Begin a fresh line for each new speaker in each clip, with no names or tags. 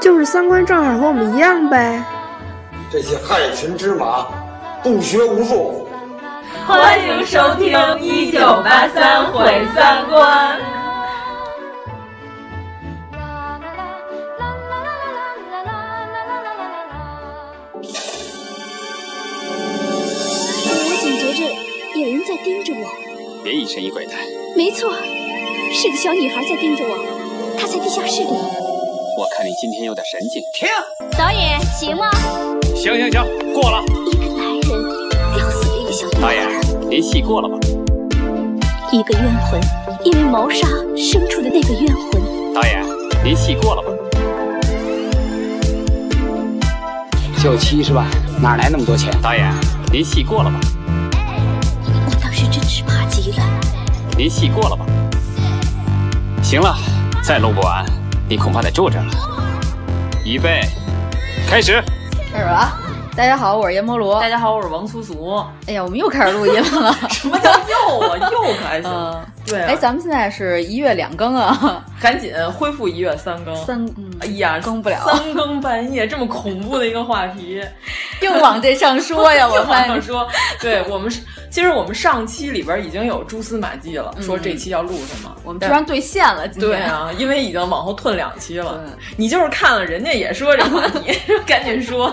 就是三观正好和我们一样呗。
这些害群之马，不学无术。
欢迎收听《一九八三毁三观》。
我总觉着有人在盯着我。
别疑神疑鬼的。
没错，是个小女孩在盯着我，她在地下室里。
我看你今天有点神经。
停！
导演，行吗？
行行行，过了。
一个男人吊死了一个小女孩。
导演，您戏过了吧？
一个冤魂，因为谋杀生出的那个冤魂。
导演，您戏过了吧？
九七是吧？哪来那么多钱？
导演，您戏过了吧？
我当时真是怕极了。
您戏过了吧？行了，再录不完，你恐怕得住这了。预备，开始。
开始了，啊大家好，我是阎摩罗。
大家好，我是王苏苏。
哎呀，我们又开始录音 了。
什么叫又啊？又开始？
嗯，
对、啊。
哎，咱们现在是一月两 更啊，
赶紧恢复一月三更。
三，嗯
哎呀，
更不了。
三更半夜，这么恐怖的一个话 题，
硬往这上说 呀！我
往上说，对我们是，其实我们上期里边已经有蛛丝马迹了，说这期要录什么，
嗯我们居然兑现了。今天
对啊，因为已经往后退两期了。你就是看了人家也说这话题， 赶紧说。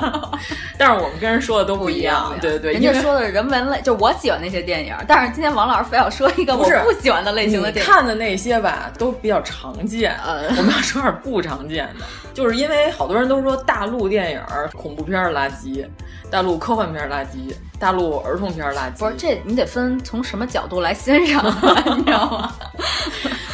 但是我们跟人说的都
不
一
样，
对对，
人家说的人文类，就我喜欢那些电影。但是今天王老师非要说一个我不喜欢的类型的电
影，看的那些吧都比较常见。
嗯
我们要说点不常见的，就是因为好多人都说大陆电影恐怖片垃圾，大陆科幻片垃圾，大陆儿童片垃圾。
不是这你得分从什么角度来欣赏，啊 你知道吗？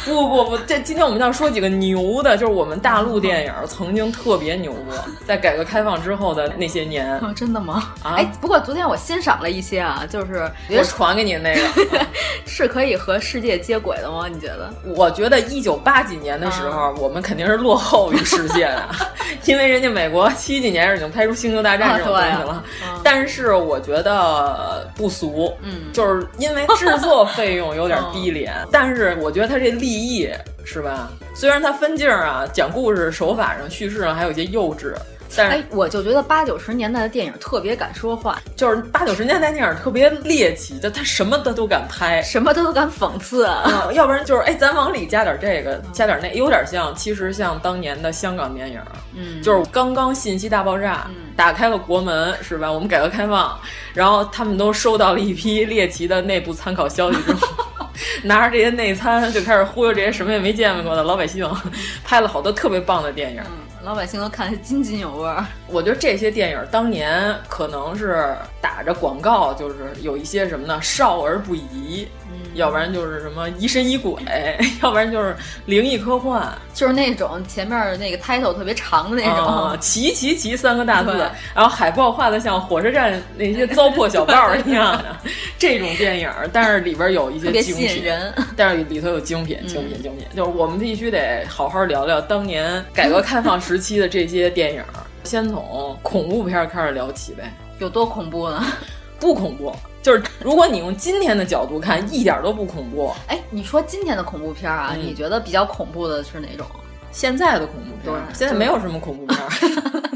不不不，这今天我们要说几个牛的，就是我们大陆电影曾经特别牛过，在改革开放之后的那些年。
哦、真的吗？
啊，
哎，不过昨天我欣赏了一些啊，就是
我传给你那个
是可以和世界接轨的吗？你觉得？
我觉得一九八几年的时候，啊、我们肯定是落后于世界 的，因为人家美国七几年已经拍出《星球大战》这种东西了。
啊啊、
但是我觉得不俗，
嗯，哦
就是因为制作费用有点 低廉，但是我觉得它这利益是吧？虽然它分镜啊、讲故事手法上、叙事上还有一些幼稚。但是
哎，我就觉得八九十年代的电影特别敢说话，
就是八九十年代电影特别猎奇，就他什么他都敢拍，
什么他都敢讽刺、
啊嗯，要不然就是哎，咱往里加点这个，加点那，有点像，其实像当年的香港电影，
嗯，
就是刚刚信息大爆炸、
嗯、
打开了国门，是吧？我们改革开放，然后他们都收到了一批猎奇的内部参考消息之后。 拿着这些内参就开始忽悠这些什么也没见过的老百姓，拍了好多特别棒的电影，
嗯、老百姓都看得津津有味。
我觉得这些电影当年可能是打着广告，就是有一些什么呢，少儿不宜。
嗯
要不然就是什么疑神疑鬼， 要不然就是灵异科幻，
就是那种前面那个 title 特别长的那种，
嗯、齐齐齐三个大字，然后海报画的像火车站那些糟粕小报一样的这种电影，但是里边有一些精品，
人嗯
但是里头有精品，精品，精品，就是我们必须得好好聊聊当年改革开放时期的这些电影，先从恐怖片开始聊起呗，
有多恐怖呢？
不恐怖，就是如果你用今天的角度看，一点都不恐怖。
哎，你说今天的恐怖片啊，
嗯、
你觉得比较恐怖的是哪种？
现在的恐怖片，现在没有什么恐怖片，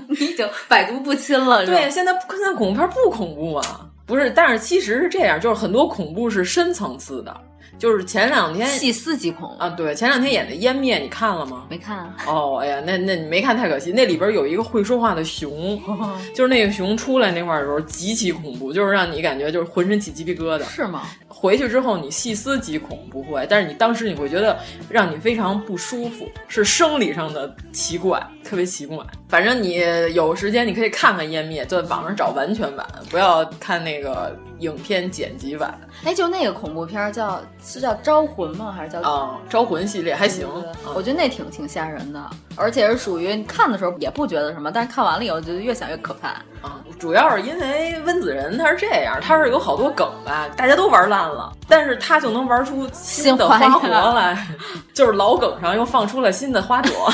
你已经百毒不侵了。
对，现在现在恐怖片不恐怖啊，不是？但是其实是这样，就是很多恐怖是深层次的。就是前两天
细思极恐
啊！对，前两天演的《湮灭》，你看了吗？
没看、啊。
哦，哎呀，那那你没看太可惜。那里边有一个会说话的熊，哦、就是那个熊出来那块儿的时候极其恐怖，就是让你感觉就是浑身起鸡皮疙瘩。
是吗？
回去之后你细思极恐不会，但是你当时你会觉得让你非常不舒服，是生理上的奇怪，特别奇怪。反正你有时间你可以看看《湮灭》，在网上找完全版，不要看那个。影片剪辑版，
哎，就那个恐怖片儿叫是叫《招魂》吗？还是叫
啊《招魂》系列还行
对对对，
嗯
我觉得那挺挺吓人的，而且是属于你看的时候也不觉得什么，但是看完了以后就越想越可怕。
啊，主要是因为温子仁他是这样，他是有好多梗吧，大家都玩烂了，但是他就能玩出新的花活
新花样
来，就是老梗上又放出了新的花朵。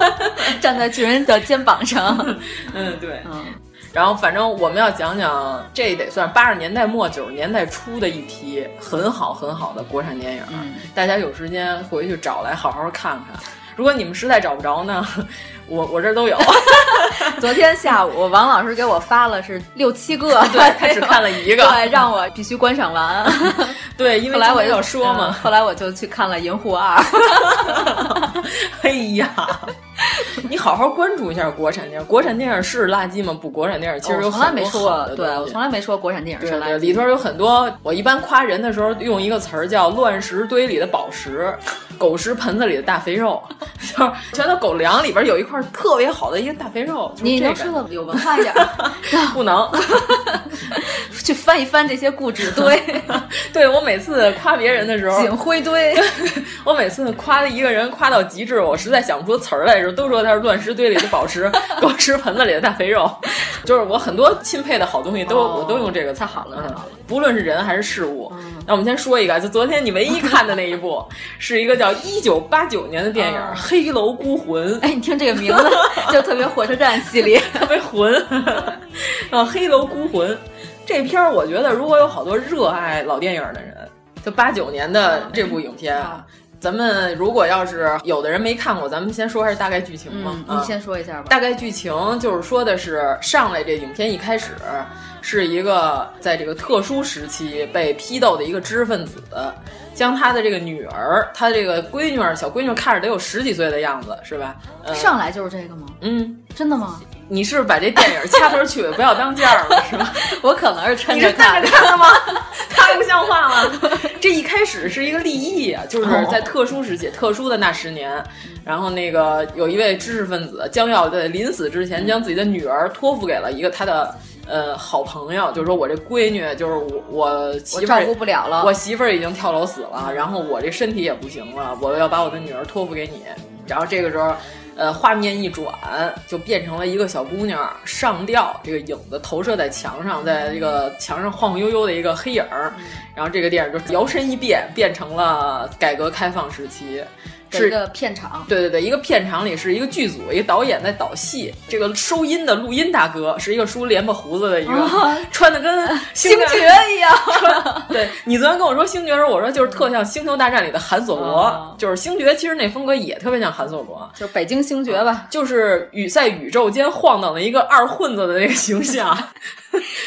站在巨人的肩膀上，
嗯，对。
嗯，
然后反正我们要讲讲，这得算八十年代末九十年代初的一批很好很好的国产电影，啊
嗯
大家有时间回去找来好好看看。如果你们实在找不着呢， 我我这儿 都有。
昨天下午王老师给我发了是六七个，
对 他只看了一个
对，让我必须观赏 完。
对，因为
后
哦
来我
今天啊
就
要说嘛
嗯，后来我就去看了《银护二》
哎呀，你好好关注一下国产电影。国产电影是垃圾吗？不，国产电影其实
我
有
哦从来
很
没
多
说
好
过，
的
对
东
我
西
从来没说过国产电影
对
是垃圾
对，里头有很多。我一般夸人的时候用一个词儿叫“乱石堆里的宝石， 狗食盆子里的大肥肉”， 就是全都狗粮里边有一块特别好的一个大肥肉。就是
你
这
能
个、
说的有文化一点儿，
不能？
去翻一翻这些故纸堆、
对我每次夸别人的时候，
警徽堆，
我每次夸一个人夸到极致，我实在想不出词儿来的时候，都说他是乱石堆里的宝石， 狗吃盆子里的大肥肉。就是我很多钦佩的好东西都，
哦
我都用这个词。
太好了太好了
嗯不论是人还是事物。那我们先说一个，就昨天你唯一看的那一部， 是一个叫一九八九年的电影《
哦
黑楼孤魂》。
哎，你听这个名字就特别火车站系列，
特别 混，啊，《黑楼孤魂》这片儿，我觉得如果有好多热爱老电影的人，就八九年的这部影片啊，咱们如果要是有的人没看过，咱们先说一下大概剧情嘛
嗯。，
啊
你先说一下吧。
大概剧情就是说的是，上来这影片一开始是一个在这个特殊时期被批斗的一个知识分子，将他的这个女儿，他这个闺女儿小闺女儿看着得有十几岁的样子，是吧？嗯、
上来就是这个吗？
嗯，
真的吗？
你是不是把这电影掐头儿去尾，不要当件儿了，是吧？
我可能是抻
嗯你
着
是
看
看
的
着。看的 吗？太不像话了！ 这一开始是一个立意啊，就是在特殊时期、特殊的那十年，然后那个有一位知识分子将要在临死之前将自己的女儿托付给了一个他的呃好朋友，就是说我这闺女，就是我我
我
媳妇
照
儿
顾不了了，
我媳妇儿已经跳楼死了，然后我这身体也不行了，我要把我的女儿托付给你。然后这个时候，呃，画面一转，就变成了一个小姑娘上吊，这个影子投射在墙上，在这个墙上晃晃悠悠的一个黑影儿。
嗯
然后这个电影就摇身一变，变成了改革开放时期，
这
是
个片场，
对对对，一个片场里是一个剧组，一个导演在导戏，这个收音的录音大哥是一个梳帘子胡子的一个，穿的跟星
哦啊星
战
爵一 样。
对你昨天跟我说星爵的时候，我说就是特像《星球大战》里的韩索罗，
啊
就是星爵其实那风格也特别像韩索罗，
就是北京星爵吧，
就是宇在宇宙间晃荡的一个二混子的那个形象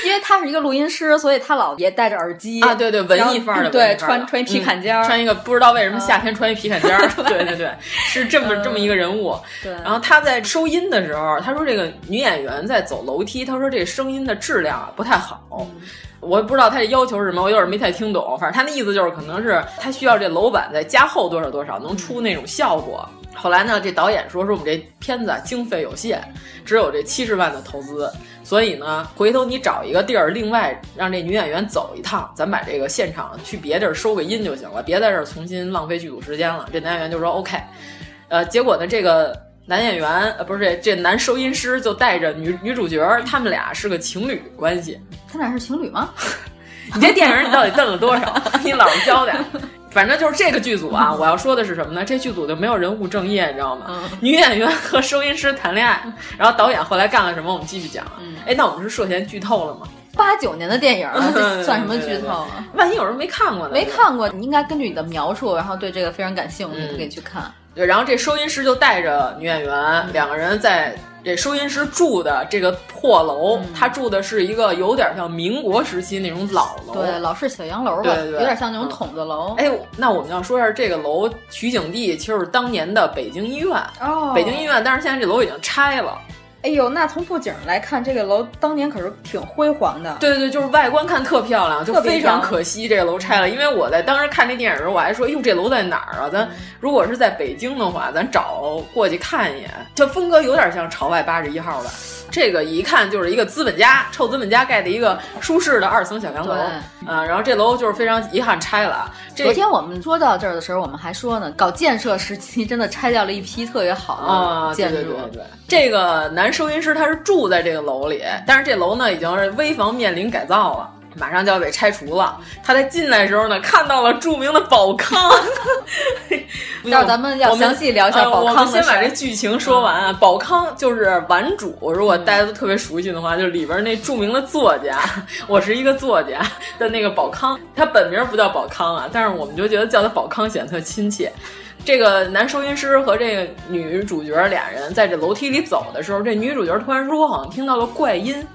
因为他是一个录音师，所以他老也戴着耳机
啊，对对，文艺范儿的，
然后对
文艺范儿的
穿穿一皮坎肩儿
嗯穿一个不知道为什么夏天穿一皮坎肩儿， 嗯对对对，是这么、这么一个人物。
对，
然后他在收音的时候，他说这个女演员在走楼梯，他说这声音的质量啊不太好。我也不知道他这要求是什么，我有点没太听懂。反正他那意思就是，可能是他需要这楼板再加厚多少多少，能出那种效果。后来呢，这导演说说我们这片子啊经费有限，只有这七十万的投资，所以呢，回头你找一个地儿，另外让这女演员走一趟，咱把这个现场去别地儿收个音就行了，别在这儿重新浪费剧组时间了。这男演员就说 OK，呃，结果呢，这个男演员呃不是这这男收音师就带着女女主角儿，他们俩是个情侣关系。
他俩是情侣吗？
你这电影你到底瞪了多少？你老实交代。反正就是这个剧组啊，我要说的是什么呢？这剧组就没有人物正业，你知道吗？
嗯
女演员和收音师谈恋爱，然后导演后来干了什么？我们继续讲啊。
嗯
哎、那我们是涉嫌剧透了吗？
八九年的电影啊，这算什么剧透啊？
万一有人没看过呢？
没。看过，你应该根据你的描述，然后对这个非常感兴趣，
嗯
就可以去看。
对，然后这收音师就带着女演
嗯
员两个人在这收音师住的这个破楼，
嗯
他住的是一个有点像民国时期那种老楼。
对，老式小洋楼吧，
哦对对对
有点像那种
嗯
筒子楼。
哎，那我们要说一下这个楼取景地，其实是当年的北京医院。
哦
北京医院，但是现在这楼已经拆了。
哎呦，那从布景来看，这个楼当年可是挺辉煌的。
对对对，就是外观看特漂亮，就
特别
非常
漂亮
可惜这个楼拆了。因为我在当时看这电影的时候，我还说，哟，这楼在哪儿啊？
嗯
咱如果是在北京的话，咱找过去看一眼。这风格有点像朝外八十一号吧，这个一看就是一个资本家，臭资本家盖的一个舒适的二层小洋楼
对
啊。然后这楼就是非常遗憾拆了啊。这
昨天我们说到这儿的时候，我们还说呢，搞建设时期真的拆掉了一批特别好
啊，
的
对
建
对
筑，
对对，这个男收银师他是住在这个楼里，但是这楼呢已经是危房面临改造了。马上就要被拆除了。他在进来的时候呢，看到了著名的宝康。 不
待会
要
儿咱们要
我们
详细聊一下
呃
宝
我
康
们
的
先
事
把
儿嗯
这剧情说完啊。宝康就是顽主，如果大家都特别熟悉的话，就是里边那著名的作家，我是一个作家的那个宝康，他本名不叫宝康啊，但是我们就觉得叫他宝康显得特亲切。这个男收银师和这个女主角俩人在这楼梯里走的时候，这女主角突然说好像听到了怪音，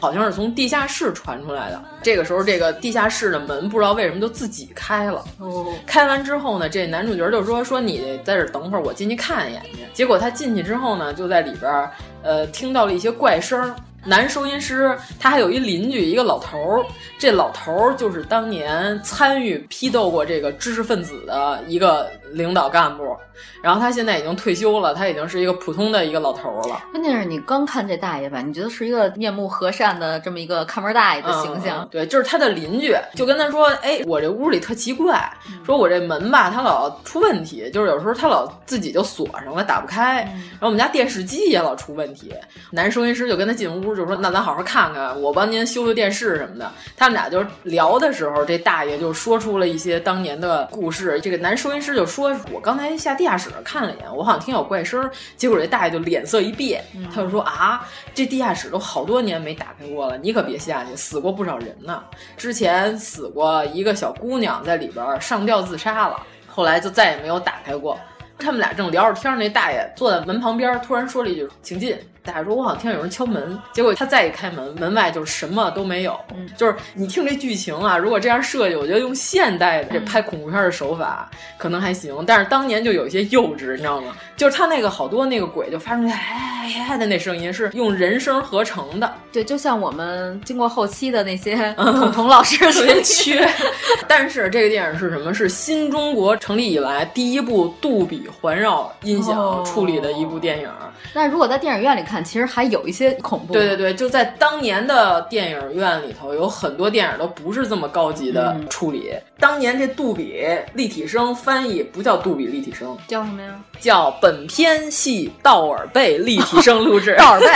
好像是从地下室传出来的。这个时候，这个地下室的门不知道为什么就自己开了。
哦，
开完之后呢，这男主角就说说你在这儿等会儿，我进去看一眼去。结果他进去之后呢，就在里边儿呃听到了一些怪声儿。男收银师他还有一邻居，一个老头儿。这老头儿就是当年参与批斗过这个知识分子的一个领导干部，然后他现在已经退休了，他已经是一个普通的一个老头儿了。
关键是你刚看这大爷吧，你觉得是一个面目和善的这么一个看门大爷的形象
嗯，对，就是他的邻居就跟他说：“哎，我这屋里特奇怪，
嗯
说我这门吧，它老出问题，就是有时候它老自己就锁上了，打不开。
嗯
然后我们家电视机也老出问题。”男收音师就跟他进屋，就说：“那咱好好看看，我帮您修修电视什么的。”他们俩就聊的时候，这大爷就说出了一些当年的故事。这个男收音师就说：“我刚才下地下室看了一眼，我好像听有怪声儿。”结果这大爷就脸色一变，他就说：“啊，这地下室都好多年没打开过了，你可别下去，死过不少人呢。之前死过一个小姑娘在里边儿上吊自杀了，后来就再也没有打开过。”他们俩正聊着天儿，那大爷坐在门旁边儿，突然说了一句：“请进。”大爷说：“我好像听见有人敲门。”结果他再一开门，门外就是什么都没有。就是你听这剧情啊，如果这样设计，我觉得用现代这拍恐怖片的手法可能还行，但是当年就有一些幼稚，你知道吗？就是他那个好多那个鬼就发出来哎哎哎的那声音是用人声合成的，
对，就像我们经过后期的那些
嗯
孔彤老 师
特
学
别
的
缺。但是这个电影是什么？是新中国成立以来第一部杜比环绕音响处理的一部电影。
那如果在电影院里看，其实还有一些恐怖。
对对对，就在当年的电影院里头，有很多电影都不是这么高级的处理。当年这杜比立体声翻译不叫杜比立体声，
叫什么呀？
叫本片系道尔贝立体声 录制。
道尔 贝。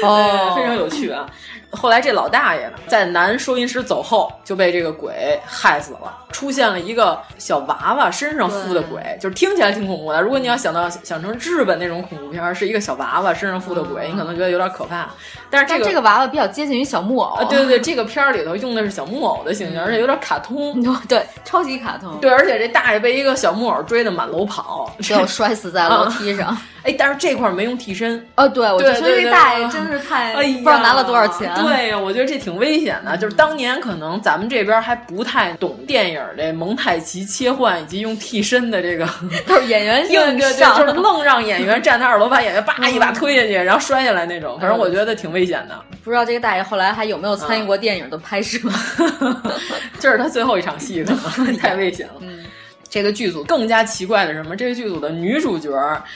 对非常有趣啊。后来这老大爷呢，在男收银师走后就被这个鬼害死了，出现了一个小娃娃身上附的鬼，就是听起来挺恐怖的。如果你要想到想成日本那种恐怖片儿，是一个小娃娃身上附的鬼，你可能觉得有点可怕。但是
嗯但这个娃娃比较接近于小木偶。
啊，对 对对，这个片儿里头用的是小木偶的形象，而且有点卡通。
对，超级卡通。
对，而且这大爷被一个小木偶追得满楼跑，
最后摔死在楼梯上。
哎，但是这块儿没用替身，
哦，对，我就
对
说
对
这
对
大爷
对
真是太
哎呀
不知道拿了多少钱。
对呀，我觉得这挺危险的。就是当年可能咱们这边还不太懂电影这蒙太奇切换以及用替身的这个
都是演员
硬
硬
对
上
对，就是愣让演员站在二楼，把演员叭一把推下去，然后摔下来那种。反正我觉得挺危险的，
不知道这个大爷后来还有没有参与过电影的拍摄？
嗯这是他最后一场戏，可 能太危险了。哎嗯这个剧组更加奇怪的是什么？这个剧组的女主角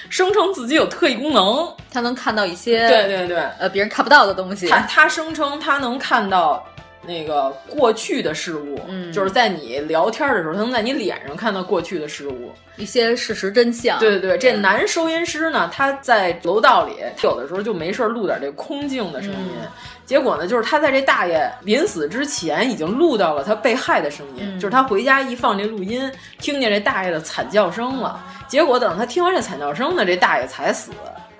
声称自己有特异功能，
他能看到一些
对对对，
呃别人看不到的东西。
他他声称他能看到那个过去的事物，
嗯
就是在你聊天的时候，他能在你脸上看到过去的事物。
一些事实真相。
对对对，这男收音师呢，他在楼道里，他有的时候就没事儿录点这空镜的声音。
嗯
结果呢，就是他在这大爷临死之前已经录到了他被害的声音，
嗯
就是他回家一放这录音，听见这大爷的惨叫声了。结果等他听完这惨叫声呢，这大爷才死。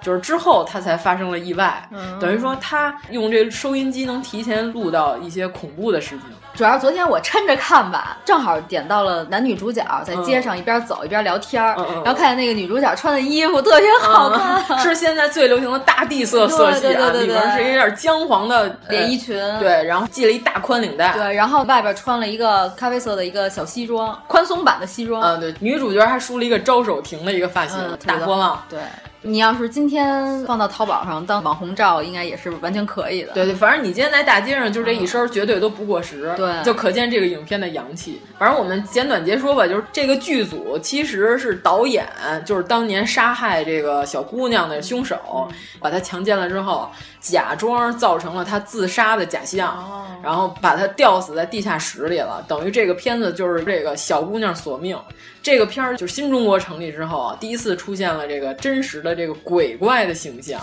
就是之后他才发生了意外，
嗯
等于说他用这收音机能提前录到一些恐怖的事 情。
主要昨天我抻着看吧，正好点到了男女主角在街上一边走一边聊天儿，
嗯嗯嗯
然后看见那个女主角穿的衣服特别好看，
是现在最流行的大地色色系啊，
对对对对对呃
里边是一点姜黄的
连衣
裙。
裙。
对，然后系了一大宽领带。，
对，然后外边穿了一个咖啡色的一个小西装，宽松版的西装。
嗯嗯，对，女主角还梳了一个招手亭的一个发型，
嗯，
大波浪。
对，你要是今天放到淘宝上当网红照，应该也是完全可以的。嗯
对对，反正你今天在大街上就这一身，绝对都不过时。
对
就可见这个影片的洋气。反正我们简短截说吧，就是这个剧组其实是导演，就是当年杀害这个小姑娘的凶手，
嗯
把她强奸了之后，假装造成了她自杀的假象，
哦
然后把她吊死在地下室里了。等于这个片子就是这个小姑娘索命。这个片儿就是新中国成立之后啊，第一次出现了这个真实的这个鬼怪的形象。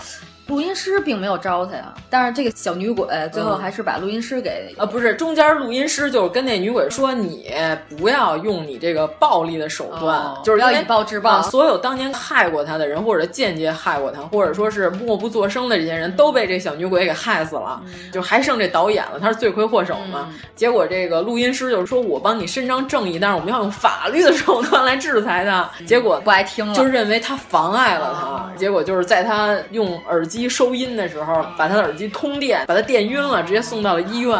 录音师并没有招他呀，但是这个小女鬼呃最
嗯
后还是把录音师给
啊，不是，中间录音师就是跟那女鬼说，你不要用你这个暴力的手段，
哦
就是因为
不要以暴制暴
啊所有当年害过他的人，或者间接害过他，或者说是默不作声的这些人，都被这小女鬼给害死了，
嗯
就还剩这导演了，他是罪魁祸首嘛。结果这个录音师就是说我帮你伸张正义，但是我们要用法律的手段来制裁他。
嗯
结果
不爱听了，
就是认为他妨碍了
哦
他，结果就是在他用耳机收音的时候，把他的耳机通电，把他电晕了，直接送到了医院。。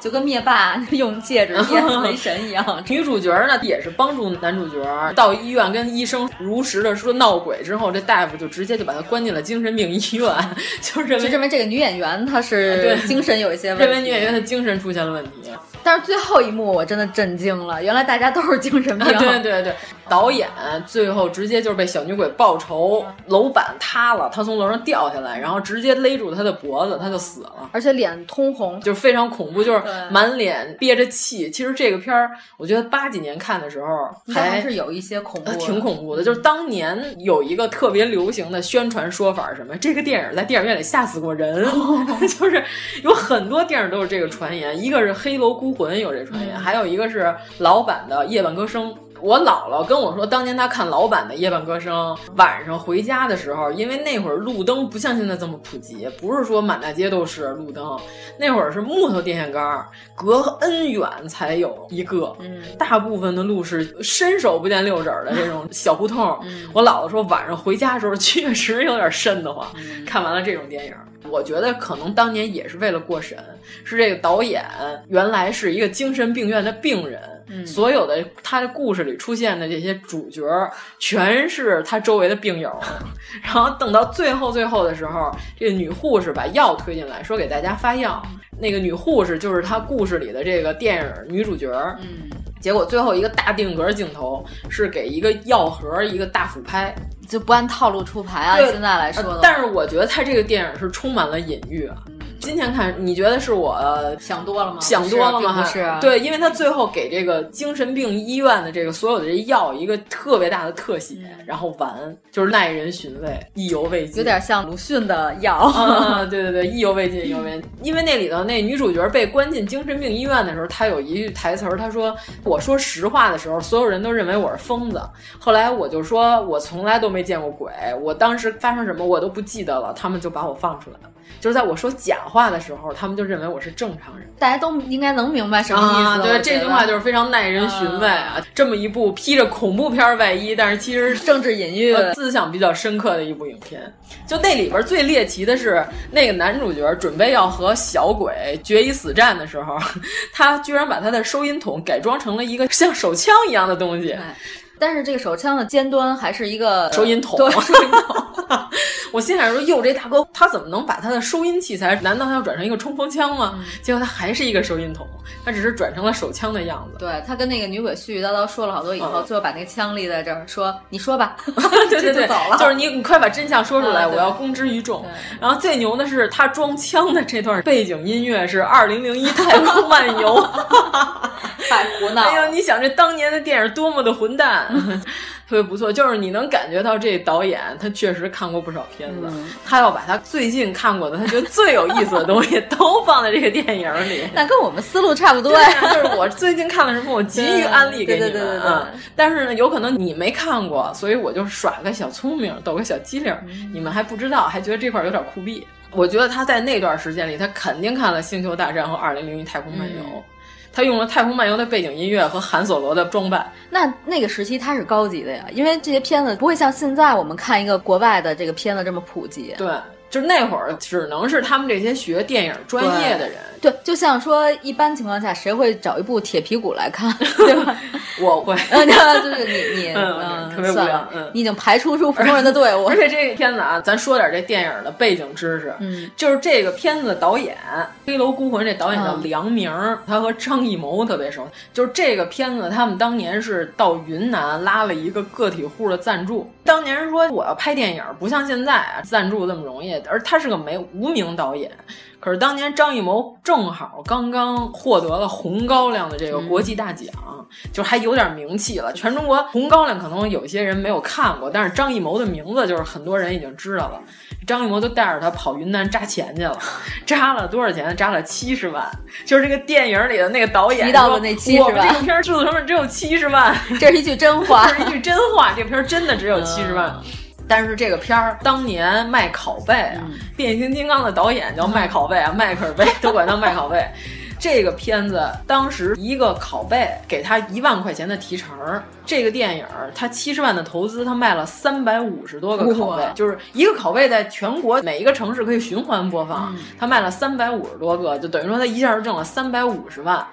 就跟灭 霸用戒指变雷神一样
女主角呢也是帮助男主角到医院跟医生如实的说闹鬼之后，这大夫就直接就把他关进了精神病医院，就 认
就
为
认为这个女演员她是
对
精神有一些问题，
认为女演员的精神出现了问题。啊
但是最后一幕我真的震惊了，原来大家都是精神病。
啊 对对对，导演最后直接就是被小女鬼报仇，楼板塌了，他从楼上掉下来，然后直接勒住他的脖子，他就死了。
而且脸通红，
就是非常恐怖，就是
对
满脸憋着气。其实这个片儿，我觉得八几年看的时候
应该
还
还是有一些恐怖
呃
的，
挺恐怖的。就是当年有一个特别流行的宣传说法，什么这个电影在电影院里吓死过人， 就是有很多电影都有这个传言。一个是《黑楼孤魂》有这传
嗯
言，还有一个是老版的《夜半歌声》。我姥姥跟我说，当年她看老版的《夜半歌声》，晚上回家的时候，因为那会儿路灯不像现在这么普及，不是说满大街都是路灯，那会儿是木头电线杆儿，隔 n 远才有一个。
嗯，
大部分的路是伸手不见六指儿的这种小胡同。
嗯
嗯我姥姥说，晚上回家的时候确实有点瘆得慌。
嗯
看完了这种电影，我觉得可能当年也是为了过审，是这个导演原来是一个精神病院的病人。所有的他的故事里出现的这些主角儿，全是他周围的病友。 然后等到最后最后的时候，这个女护士把药推进来，说给大家发药。那个女护士就是他故事里的这个电影女主角。嗯，结果最后一个大定格镜头是给一个药盒一个大俯拍。
就不按套路出牌啊。
对
现在来说嗯的
呃
话，
但是我觉得他这个电影是充满了隐喻啊。今天看，你觉得是我
想多了吗？
想多了吗？
不
还
是，啊并不是，
对，因为他最后给这个精神病医院的这个所有的这药一个特别大的特写，然后完就是耐人寻味，意犹未
嗯
尽，
有点像鲁迅的药。
啊，对对对，意犹未尽，意犹未尽。因为那里头那女主角被关进精神病医院的时候，她有一句台词儿，她说：“我说实话的时候，所有人都认为我是疯子。后来我就说，我从来都没见过鬼，我当时发生什么我都不记得了，他们就把我放出来了。就是在我说假话的时候，他们就认为我是正常人。”
大家都应该能明白什么意思。
啊、对，这句话就是非常耐人寻味啊！这么一部披着恐怖片儿外衣，但是其实
是政治隐喻。
呃思想比较深刻的一部影片。就那里边最猎奇的是，那个男主角准备要和小鬼决一死战的时候，他居然把他的收音筒改装成了一个像手枪一样的东西。
哎但是这个手枪的尖端还是一个
收音筒
对，收音筒。
我心想说：“哟，这大哥他怎么能把他的收音器材？难道他要转成一个冲锋枪吗？”
嗯
结果他还是一个收音筒，他只是转成了手枪的样子。
对他跟那个女鬼絮絮叨叨说了好多以后，
嗯
最后把那个枪立在这儿，说：“你说吧。”
对对对，
就走了。
就是你，你快把真相说出来，
嗯对
我要公之于众
对。
然后最牛的是，他装腔的这段背景音乐是《二零零一太空漫游》。
太胡闹了。
哎呀，你想这当年的电影多么的混蛋，啊特别不错。就是你能感觉到这导演他确实看过不少片子，他要把他最近看过的，他觉得最有意思的东西 都放在这个电影里。
那跟我们思路差不多
对
呀。
啊，就是我最近看了什么，我急于安利给你们。
对对对对对
啊但是呢，有可能你没看过，所以我就耍个小聪明，抖个小机灵，
嗯
你们还不知道，还觉得这块儿有点酷毙。我觉得他在那段时间里，他肯定看了《星球大战》和《二零零一太空漫游》
嗯
他用了《太空漫游》的背景音乐和韩索罗的装扮，
那那个时期它是高级的呀，因为这些片子不会像现在我们看一个国外的这个片子这么普及。
对，就是那会儿只能是他们这些学电影专业的人。
对，就像说一般情况下，谁会找一部《铁皮鼓》来 看，对吧？
我会，
嗯，就是你你
嗯
嗯，
特别无
算
聊
了
嗯
你已经排除出普通人的队伍
而。且这个片子啊，咱说点这电影的背景知识，
嗯，
就是这个片子的导演《黑楼孤魂》这导演叫
嗯
梁明儿，他和张艺谋特别熟。就是这个片子，他们当年是到云南拉了一个个体户的赞助。当年人说我要拍电影，不像现在啊，赞助这么容易，而他是个没无名导演。可是当年张艺谋正好刚刚获得了红高粱的这
嗯
个国际大奖，就是还有点名气了。全中国红高粱可能有些人没有看过，但是张艺谋的名字就是很多人已经知道了。张艺谋就带着他跑云南扎钱去了，扎了多少钱？扎了七十万，就是这个电影里的那个导演
提到的
说
那70
我们
万
这个片儿制作成本只有七十万，
这是一句真话
这， 是一句真话，这片儿真的只有七十万。但是这个片儿当年卖拷贝啊，变形金刚》的导演叫麦拷贝啊，迈克尔贝都管他麦拷贝。这个片子当时一个拷贝给他一万块钱的提成儿，这个电影儿他七十万的投资，他卖了三百五十多个拷贝
哇，
就是一个拷贝在全国每一个城市可以循环播放，他卖了三百五十多个，就等于说他一下就挣了三百五十万。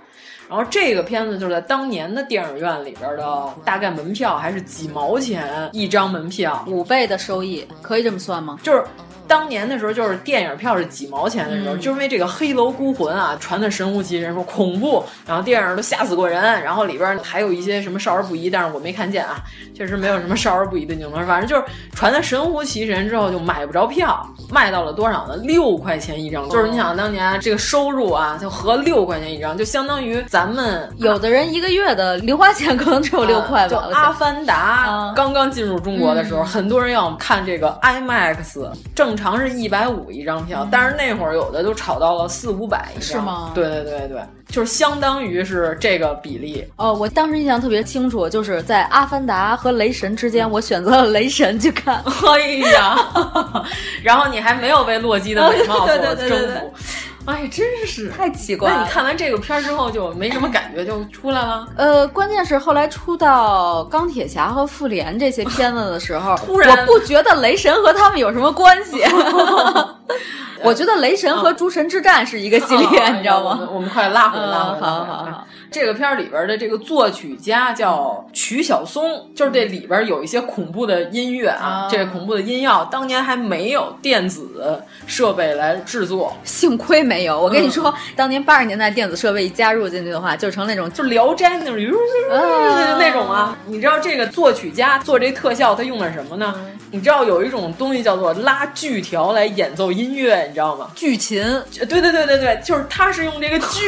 然后这个片子就是在当年的电影院里边的大概门票还是几毛钱一张门票，
五倍的收益，可以这么算吗？
就是当年的时候，就是电影票是几毛钱的时候，
嗯
就因为这个《黑楼孤魂》啊，传的神乎其神，说恐怖，然后电影都吓死过人，然后里边还有一些什么少儿不宜，但是我没看见啊，确实没有什么少儿不宜的镜头，反正就是传的神乎其神之后就买不着票，卖到了多少呢？六块钱一张，就是你想当年这个收入啊，就合六块钱一张，就相当于咱们
有的人一个月的零花钱可能只有六块
啊呃就
吧。
《
我
阿
想
凡达
嗯》
刚刚进入中国的时候，很多人要看这个 IMAX，正常是一百五一张票，但是那会儿有的都炒到了四五百一
嗯
张，
是吗
对对对对，就是相当于是这个 比例。
哦，我当时印象特别清楚，就是在《阿凡达》和《雷神》之间，我选择了《雷神》去看。
哎呀， 然然后你还没有被洛基的美 貌所
对对对
征
对对
服，哎，真是。
太奇怪了。
那你看完这个片儿之后就没什么感觉，就出来了。
呃，关键是后来出到钢铁侠和复联这些片子的时候，
突然
我不觉得雷神和他们有什么关 系。我觉得雷神和诸神之战是一个系列，
嗯
你知道
我
吗？
们我们快拉回来，
嗯
拉回来。
好
拉回来
好好。
这个片儿里边的这个作曲家叫曲晓松，就是这里边有一些恐怖的音乐啊，
嗯啊
这恐怖的音药，当年还没有电子设备来制作，
幸亏没有。我
嗯
跟你说，当年八十年代电子设备一加入进去的话，就成那种
就《聊斋》那种，就是那种啊。你知道这个作曲家做这特效，他用的是什么呢？
嗯
你知道有一种东西叫做拉锯条来演奏音乐，你知道吗？
剧情。
对对对对对，就是他是用这个 锯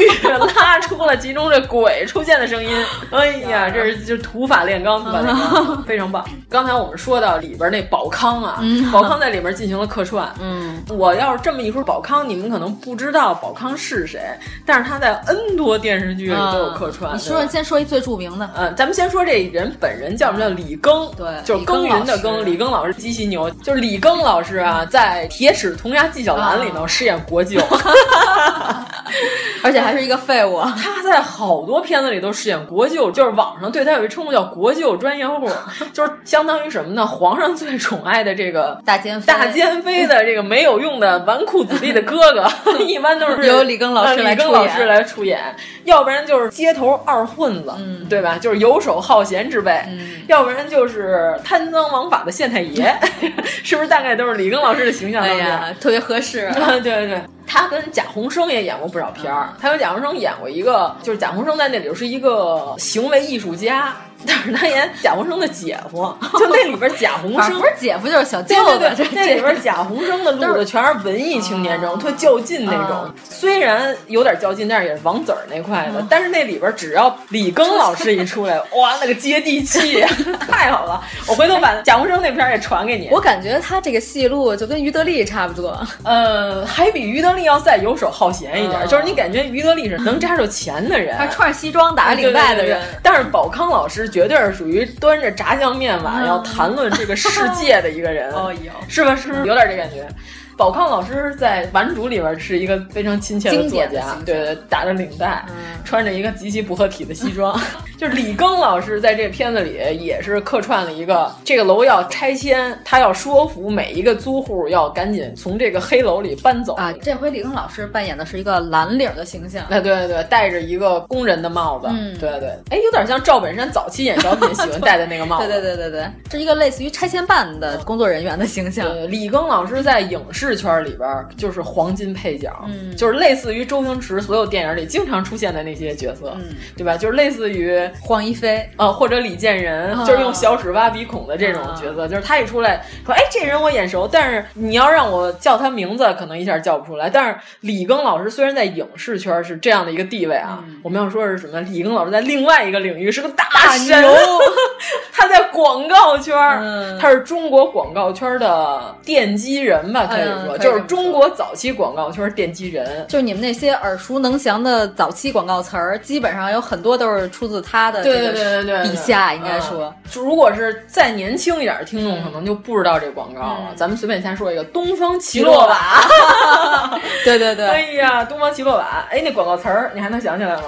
拉出了其中这鬼出现的声音。哎呀，啊这是就是土法炼钢，土法炼钢，非常棒。刚才我们说到里边那宝康啊，宝康在里边进行了客串。
嗯，
我要是这么一说宝康，你们可能不知道宝康是谁，但是他在 N 多电视剧里都有客串。
嗯你说
对
说，
吧
先说一最著名的，
嗯，咱们先说这人本人叫什么？叫李庚，
对
就是耕耘的耕。李
李
庚老师极其牛，就是李庚老师啊，在《铁齿铜牙纪晓岚》里头饰演国舅，
而且还是一个废物。
他在好多片子里都饰演国舅，就是网上对他有一称呼叫“国舅专业户”， 就是相当于什么呢？皇上最宠爱的 这个
大奸妃
大奸妃的这个没有用的纨绔子弟的哥哥， 一般都是
由李庚老师
呃
来
李
出
庚
演
老师来出演，要不然就是街头二混子，
嗯
对吧？就是游手好闲之辈，要不然就是贪赃枉法的县太爷， 是不是？大概都是李庚老师的形象。
哎
当中
呀，特别合适。
对对对，他跟贾宏声也演过不少片儿。他跟贾宏声演过一个，就是贾宏声在那里是一个行为艺术家， 但是他演贾宏声的姐夫，就那里边贾宏
反
声
正不。是姐夫就是小舅
对
子，
对
这
对，那里边贾宏声的路子全是文艺青年中特较劲那种
啊，
虽然有点较劲，但是也是王子儿那块的。但是那里边只要李庚老师一出来，哇，那个接地气，太好了！我回头把贾宏声那片儿也传给你。
我感觉他这个戏路就跟于德利差不 多，
呃，还比于德利要再游手好闲一点，
嗯
就是你感觉于德利是能扎着钱的人，
他穿着西装打着
对对
领带的人
对，对但是宝康老师绝对是属于端着炸酱面碗要谈论这个世界的一个人，
嗯 哦有
是吧？是不是有点这感觉？宝康老师在《顽主》里边是一个非常亲切的作
经典的
家
形，嗯
对对，打着领带，穿着一个极其不合体的西装。 就是李庚老师在这片子里也是客串了一个，这个楼要拆迁，他要说服每一个租户要赶紧从这个黑楼里搬走
啊，这回李庚老师扮演的是一个蓝领的形 象，
哎，对对对，戴着一个工人的帽子，
嗯
对对，哎，有点像赵本山早期演小品喜欢戴的那个帽 子。
对对对对对，是一个类似于拆迁办的工作人员的形象。
呃，李庚老师在影视圈里边儿就是黄金配角，
嗯
就是类似于周星驰所有电影里经常出现的那些角色，
嗯
对吧？就是类似于
黄一菲，
呃或者李建仁，
啊
就是用小指挖鼻孔的这种角色，就是他一出来说，哎，这人我眼熟，但是你要让我叫他名字，可能一下叫不出来。但是李庚老师虽然在影视圈是这样的一个地位啊，
嗯
我们要说是什么？李庚老师在另外一个领域是个大神，
牛
他在广告圈儿，
嗯
他是中国广告圈儿的奠基人吧，可以
嗯
说，
可以
就是
这么
中
说
国早期广告圈儿奠基人。
就是你们那些耳熟能详的早期广告词儿，基本上有很多都是出自他的呃这个笔下，应该说。
嗯就如果是再年轻一点儿听众，可能就不知道这广告了。
嗯
咱们随便瞎说一个，东方奇
奇
洛
洛
瓦。
瓦，对对
哎
对，
呀，东方奇洛瓦，哎，那广告词儿你还能想起来吗？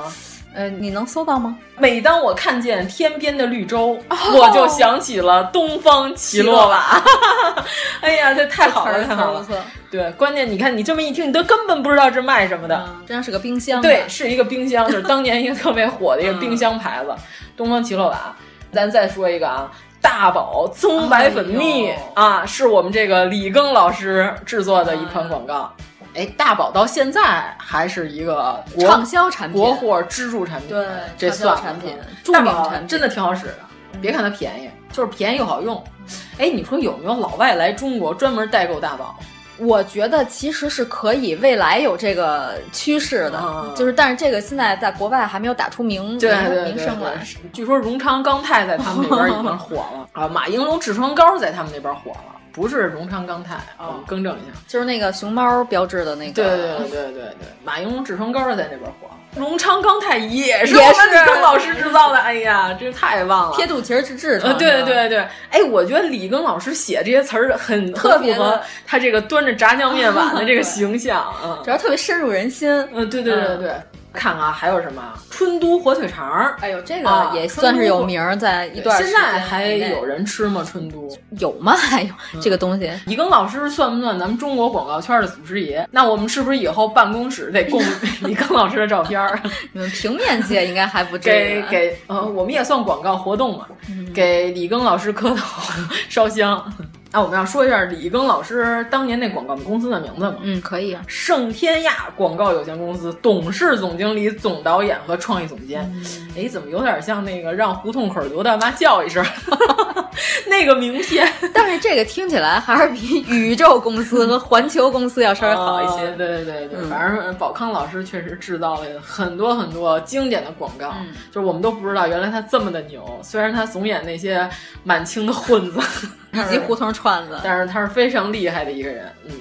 呃，你能搜到吗？
每当我看见天边的绿洲，
哦
我就想起了东方奇洛瓦。 哎呀，这太好了，
词
太
儿
好
不
了！
错，
对，关键你看，你这么一听，你都根本不知道这卖什么的。
嗯真是个冰箱。
对，，是一个冰箱，就是当年一个特别火的一个冰箱牌子，东方奇洛瓦。咱再说一个啊，大宝增白粉蜜、
哎呦
啊，是我们这个李庚老师制作的一款广告。哎，大宝到现在还是一个国
畅销产品，
国货支柱产品，
对
这
畅销
算
产品著
大
名
宝
产品
真的挺好使的。别看它便宜，就是便宜又好用。哎，你说有没有老外来中国专门代购大宝？
我觉得其实是可以未来有这个趋势的，
嗯
就是但是这个现在在国外还没有打出名
对
名
对对
名
对
声来。
据说荣昌刚泰在他们那边已 经火了啊，马应龙痔疮膏在他们那边火了，不是荣昌刚泰，我们更正一下。
就是那个熊猫标志的那个，
哦对对对对对对，马应龙痔疮膏在那边火了，荣昌刚泰也是我
也
们
是
李庚老师制造的，哎呀，真是太棒了。
贴肚脐儿治痔
呃，
疮，
对对对，哎，我觉得李庚老师写这些词儿很
特别
很符合
的
他这个端着炸酱面碗的这个
对
形象， 嗯
主要特别深入人心。
嗯，对对对对，看啊，还有什么春都火腿肠儿，
哎呦，这
啊
个也算是有名儿，在一段
现在
时
还
间以内
有人嗯吃吗？春 都。
有吗？ 还有这个东西，
李庚老师算不算咱们中国广告圈的祖师爷？那我们是不是以后办公室得 供李庚老师的照片 儿，
你们平面界应该还不至于啊
给
吧。
给呃，我们也算广告活动嘛，给李庚老师磕头烧香。 那我们要说一下李庚老师当年那广告公司的名字嘛，
嗯，可以啊。
盛天亚广告有限公司董事、总经理、总导演和创意总监。哎、怎么有点像那个让胡同口刘大妈叫一声 那个名片？
但是这个听起来还是比宇宙公司和环球公司要稍微好一些。
啊对对对对，
嗯
反正宝康老师确实制造了很多很多经典的广告，
嗯
就是我们都不知道原来他这么的牛。虽然他总演那些满清的 混子，
以及胡同串子，
但是他是非常厉害的一个人。嗯，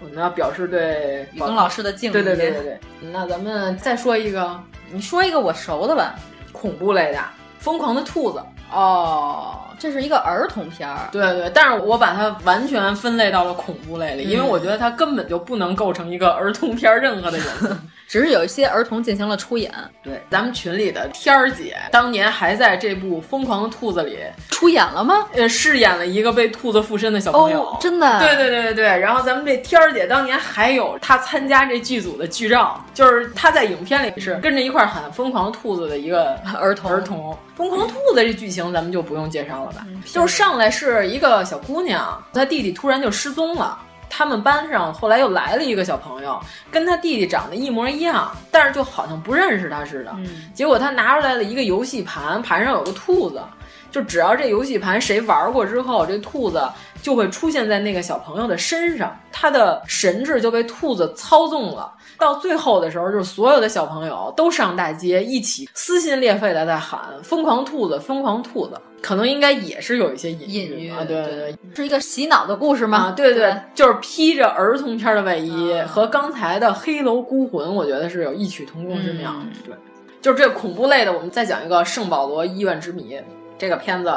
我们要表示对
宇
宝
东
康
老。师的敬意。
对对对对对，那咱们再说一个
你说一个我熟的吧。
恐怖类的，《疯狂的兔子》。
哦，这是一个儿童片儿。
对对，但是我把它完全分类到了恐怖类里，因为
嗯
我觉得它根本就不能构成一个儿童片儿任何的元素。
只是有一些儿童进行了出演，
对，咱们群里的天儿姐当年还在这部《疯狂的兔子》里，
出演了吗？
呃，饰演了一个被兔子附身的小朋友。
哦，真的，
对对对对对，然后咱们这天儿姐当年还有她参加这剧组的剧照，就是她在影片里是跟着一块儿喊“疯狂的兔子”的一个
儿童
儿童疯狂兔子这剧情咱们就不用介绍了吧？就是上来是一个小姑娘，她弟弟突然就失踪了。他们班上后来又来了一个小朋友，跟他弟弟长得一模一样，但是就好像不认识他似的。
嗯
结果他拿出来了一个游戏盘，盘上有个兔子，就只要这游戏盘谁玩过之后，这兔子就会出现在那个小朋友的身上，他的神智就被兔子操纵了。到最后的时候，就是所有的小朋友都上大街，一起撕心裂肺的在喊“疯狂兔子，疯狂兔子”，可能应该也是有一些隐
隐喻
啊，对对对。
是一个洗脑的故事吗？
啊，对对，
对，
就是披着儿童片的卫衣，
嗯
和刚才的《黑楼孤魂》，我觉得是有异曲同工之妙。
嗯
对，就是这恐怖类的，我们再讲一个《圣保罗医院之谜》这个片子，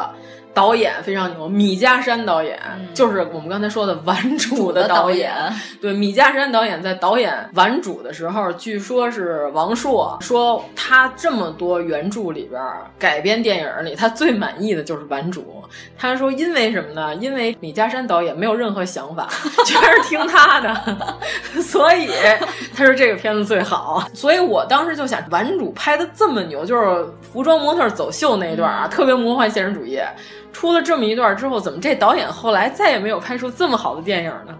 导演非常牛，米家山导演、就是我们刚才说的《顽主》
主的
的导演。
导演
对，米家山导演在导演《顽主》的时候，据说是王朔说他这么多原著里边儿改编电影里，他最满意的就是《顽主》。他说因为什么呢？因为米家山导演没有任何想法， 全是听他的，所以他说这个片子最好。所以我当时就想，《顽主》拍的这么牛，就是服装模特走秀那一段啊，特别魔幻现实主义。出了这么一段之后，怎么这导演后来再也没有拍出这么好的电影呢？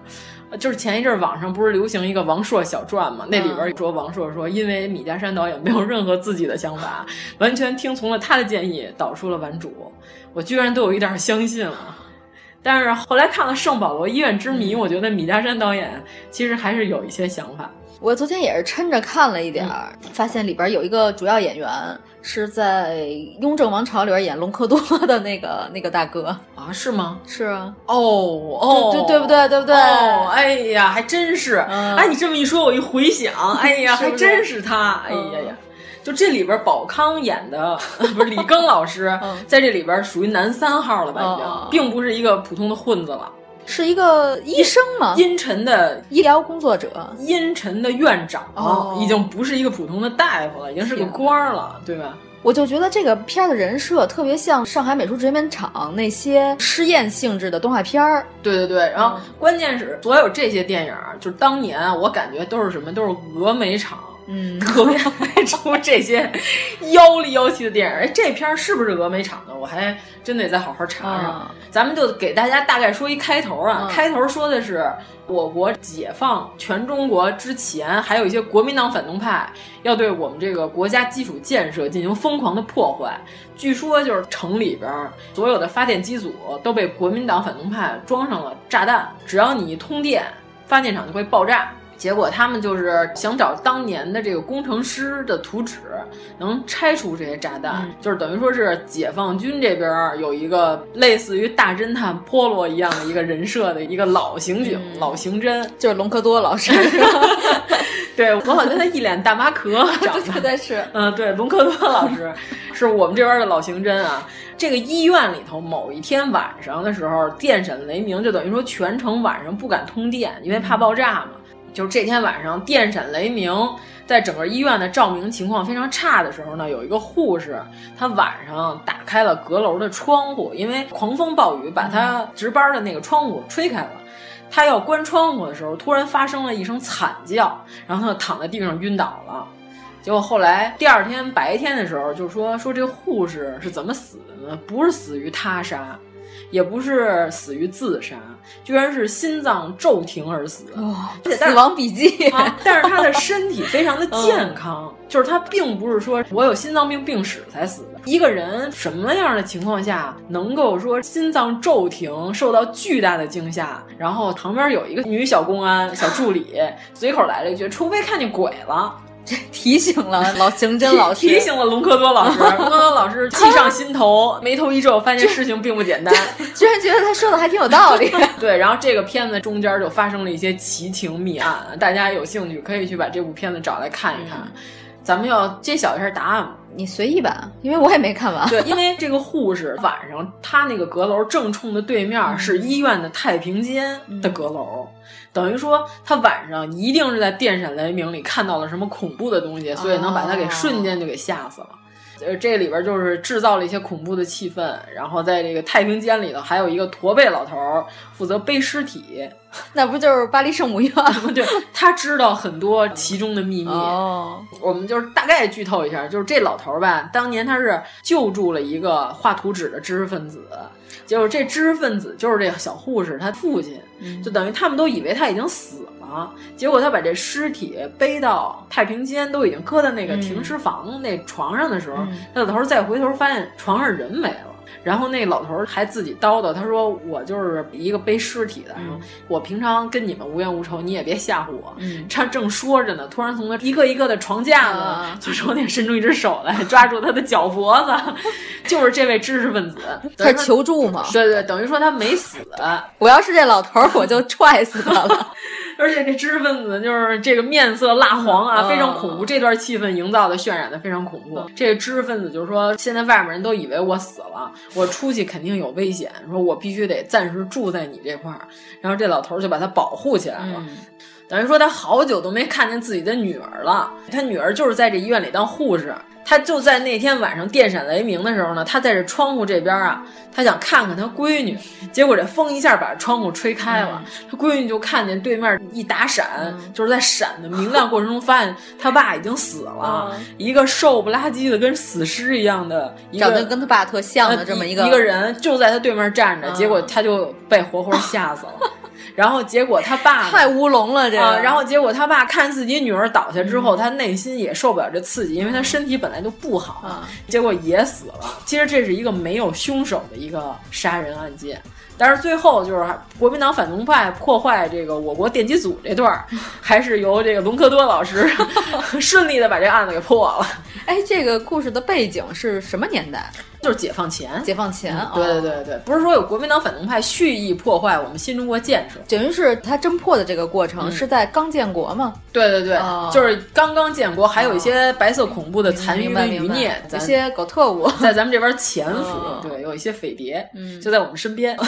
呃就是前一阵儿网上不是流行一个王朔小传嘛，那里边说王朔说，因为米家山导演没有任何自己的想法，完全听从了他的建议，导出了《顽主》，我居然都有一点儿相信了。但是后来看了《圣保罗医院之谜》，我觉得米家山导演其实还是有一些想法。
我昨天也是抻着看了一点儿，发现里边有一个主要演员是在《雍正王朝》里边演隆科多的那个 那个大哥，
啊，是吗？
是啊，
哦哦，
对对对不对对不对
哦，哎呀，还真是！
嗯
哎，你这么一说，我一回 想，哎呀，
是
还
不是
真是他！哎
嗯
呀呀，就这里边宝康演 的不是李庚老师
嗯，
在这里边属于男三号了吧？已
哦
经，并不是一个普通的混子了，
是一个医生嘛，
阴沉的
医疗工作者，
阴沉的院长
哦，
已经不是一个普通的大夫了，已经是个
天哪
官儿了，对吧？
我就觉得这个片儿的人设特别像上海美术制片厂那些试验性质的动画片儿，
对对对，然后
嗯
关键是所有这些电影儿，就是当年啊我感觉都是什么，都是峨眉厂。
嗯
峨眉拍出这些妖里妖气的电影，哎，这片儿是不是峨眉厂的？我还真得再好好查查。
啊，
咱们就给大家大概说一开头
嗯
啊，开头说的是我国解放全中国之前，还有一些国民党反动派要对我们这个国家基础建设进行疯狂的破坏。据说就是城里边儿所有的发电机组都被国民党反动派装上了炸弹，只要你一通电，发电厂就会爆炸。结果他们就是想找当年的这个工程师的图纸，能拆除这些炸弹，
嗯
就是等于说是解放军这边儿有一个类似于大侦探波罗一样的一个人设的一个老刑警、
嗯
老刑侦，
就是隆科多老师，
对我老觉得他一脸大妈壳 长
对
得。
对是，
嗯，对，隆科多老师是我们这边的老刑侦啊。这个医院里头，某一天晚上的时候，电闪雷鸣，就等于说全城晚上不敢通电，因为怕爆炸嘛。就是这天晚上电闪雷鸣，在整个医院的照明情况非常差的时候呢，有一个护士，她晚上打开了阁楼的窗户，因为狂风暴雨把她值班的那个窗户吹开了。她要关窗户的时候，突然发生了一声惨叫，然后她就躺在地上晕倒了。结果后来第二天白天的时候，就说说这个护士是怎么死的呢？不是死于他杀，也不是死于自杀，居然是心脏骤停而死。
哇，
而且但
死
是
亡笔记，
啊， 但是他的身体非常的健康，就是他并不是说我有心脏病病史才死的。一个人什么样的情况下能够说心脏骤停，受到巨大的惊吓，然后旁边有一个女小公安小助理随口来了一句：“除非看见鬼了。”
提醒了老 刑侦老师，
提提醒了隆科多老师，隆科多老师气上心头，眉头一皱，发现事情并不简单。
居然觉得他说的还挺有道理。
对，然后这个片子中间就发生了一些奇情密案，大家有兴趣可以去把这部片子找来看一看。咱们要揭晓一下答案嘛？
你随意吧，因为我也没看完。
对，因为这个护士晚上，她那个阁楼正冲的对面是医院的太平间的阁楼，等于说她晚上一定是在电闪雷鸣里看到了什么恐怖的东西，所以能把她给瞬间就给吓死了。呃，这里边就是制造了一些恐怖的气氛，然后在这个太平间里头还有一个驼背老头儿负责背尸体，
那不就是巴黎圣母院吗？
对他知道很多其中的秘密。
哦，
我们就是大概剧透一下，就是这老头儿吧，当年他是救助了一个画图纸的知识分子，结果这知识分子就是这个小护士他父亲，就等于他们都以为他已经死了，结果他把这尸体背到太平间，都已经搁在那个停尸房那床上的时候，
嗯
那老头儿再回头发现床上人没了。然后那老头儿还自己叨叨，他说：“我就是一个背尸体的，我平常跟你们无冤无仇，你也别吓唬我。”
嗯，
他正说着呢，突然从他一个一个的床架子
啊
从床底伸出一只手来，抓住他的脚脖 子，就是这位知识分子。
他是求助吗？
对对，等于说他没死，
我要是这老头儿，我就踹死他了。
而且这知识分子就是这个面色蜡黄啊，
嗯
非常恐怖。这段气氛营造的、渲染的非常恐怖。这个知识分子就是说，现在外面人都以为我死了，我出去肯定有危险，说我必须得暂时住在你这块儿。然后这老头儿就把他保护起来了。
嗯
等于说他好久都没看见自己的女儿了。他女儿就是在这医院里当护士。他就在那天晚上电闪雷鸣的时候呢，他在这窗户这边啊，他想看看他闺女，结果这风一下把窗户吹开了，
嗯
他闺女就看见对面一打闪，就是在闪的明亮过程中发现他爸已经死了，
嗯
一个瘦不拉几的跟死尸一样的，一个
长得跟他爸特像的
呃
这么
一
个
一
一
个，人就在他对面站着，
嗯
结果他就被活活 吓死了。然后结果他爸呢
太乌龙了这个。
啊，然后结果他爸看自己女儿倒下之后，他内心也受不了这刺激，因为他身体本来就不好，
啊
结果也死了。其实这是一个没有凶手的一个杀人案件。但是最后就是国民党反动派破坏这个我国电机组这段儿，还是由这个隆科多老师 顺利的把这案子给破了，
哎，这个故事的背景是什么年代？
就是解放前。
解放前。
嗯对对
哦
对对，不是说有国民党反动派蓄意破坏我们新中国建设，
等于是他侦破的这个过程
嗯
是在刚建国嘛，
对对对，
哦
就是刚刚建国，还有一些白色恐怖的残余
明白
跟余
明
孽
白，，有
咱
些搞特务，
在咱们这边潜伏，
哦
对，有一些匪谍，
嗯
就在我们身边。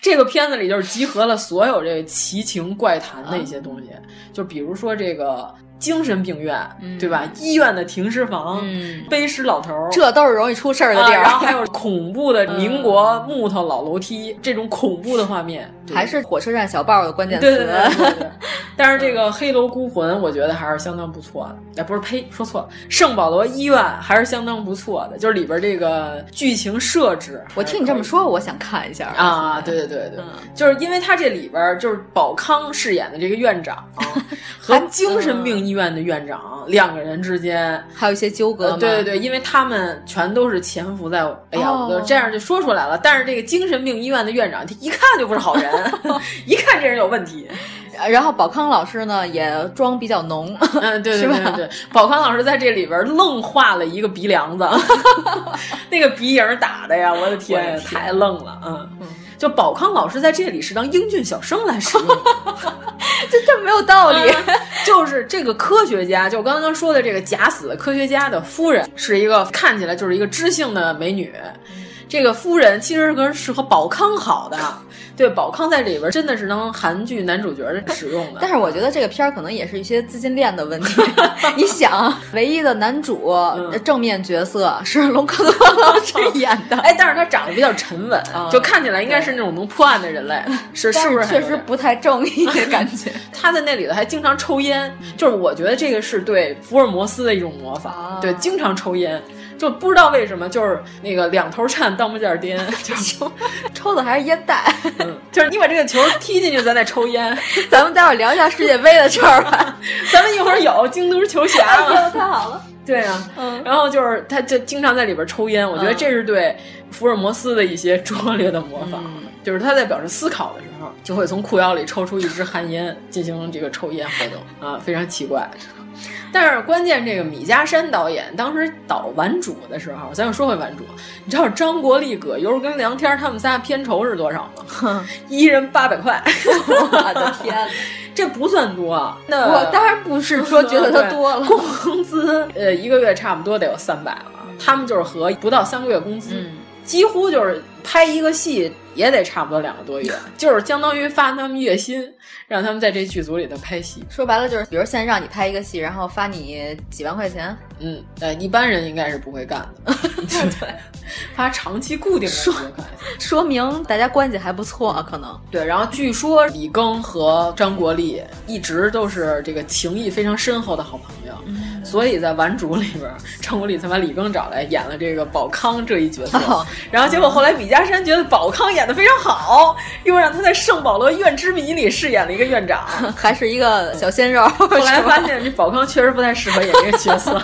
这个片子里就是集合了所有这奇情怪谈
嗯
的一些东西，就比如说这个精神病院，
嗯
对吧？医院的停尸房，
嗯
背尸老头儿，
这都是容易出事儿的
啊
地儿。嗯
然后还有恐怖的民国木头老楼梯，这种恐怖的画面，对
还是火车站小报的关键词。
对对对对对。但是
嗯
这个《黑楼孤魂》，我觉得还是相当不错的。哎，不是呸，说错了，《圣保罗医院》还是相当不错的，就是里边这个剧情设置。
我听你这么说，我想看一下
啊，对对对对，
嗯
就是因为他这里边就是宝康饰演的这个院长、
哦
和精
嗯
神病医院的院长两个人之间。
还有一些纠葛
呃，
吗？
对对对，因为他们全都是潜伏在，哎呀，
哦
我都这样就说出来了。但是这个精神病医院的院长，他一看就不 是好人，一看这人有问题。
对。呃然后宝康老师呢也妆比较 浓，
嗯，对
是
对
吧
对对对，宝康老师在这里边愣画了一个鼻 梁子，那个鼻影打的呀，我的天，
我的天
太愣了，嗯。就宝康老师在这里是当英俊小生来使 用的，
这这没有道理。
就是这个科学家，就我刚刚说的这个假死的科学家的夫人，是一个看起来就是一个知性的美女。
嗯
这个夫人其实是和是和宝康好的，对宝康在里边真的是当韩剧男主角使用 的。
但是我觉得这个片儿可能也是一些资金链的问题。 你想，唯一的男主、
嗯
正面角色是隆科多老师演 的，
哎，但是他长得比较沉稳，
啊
就看起来应该是那种能破案的人类，是是
但
不是？
确实，不太正义的感 觉
他在那里头还经常抽烟，
嗯
就是我觉得这个是对福尔摩斯的一种模仿，
啊
对，经常抽烟，就不知道为什么就是那个两头颤当不间儿颠，就是
抽的还是烟袋。
嗯就是你把这个球踢进去，咱再抽烟。
咱们待会儿聊一下世界杯的事儿吧。
咱们一会儿有京都球
哎
侠
呦，
嘛？
太好了，
对啊，
嗯。
然后就是他就经常在里边抽烟，我觉得
嗯
这是对福尔摩斯的一些拙劣的模仿，
嗯
就是他在表示思考的时候，就会从裤腰里抽出一支旱烟进行这个抽烟活动啊，非常奇怪。但是关键，这个米家山导演当时导《顽主》的时候，咱又说回《顽主》，你知道张国立、葛优跟梁天儿他们仨片酬是多少吗？一人八百块，
我的天哪！
这不算多啊。那
我当然不是说觉得它多了，
工资呃一个月差不多得有三百了，他们就是合不到三个月工资，
嗯
几乎就是拍一个戏也得差不多两个多月，就是相当于发他们月薪，让他们在这剧组里头拍戏。
说白了就是，比如现在让你拍一个戏，然后发你几万块钱，
嗯，呃，一般人应该是不会干的，对，发长期固定的几个款项
说明大家关系还不错，啊可能。
对，然后据说李庚和张国立一直都是这个情谊非常深厚的好朋友，所以在《顽主》里边，张国立才把李庚找来演了这个宝康这一角色。
哦
然后结果后来米家山觉得宝康演的非常好，又让他在《圣保罗院之谜》里饰演了一个院长。
还是一个小鲜肉。后
后来发现这宝康确实不太适合演这个角色，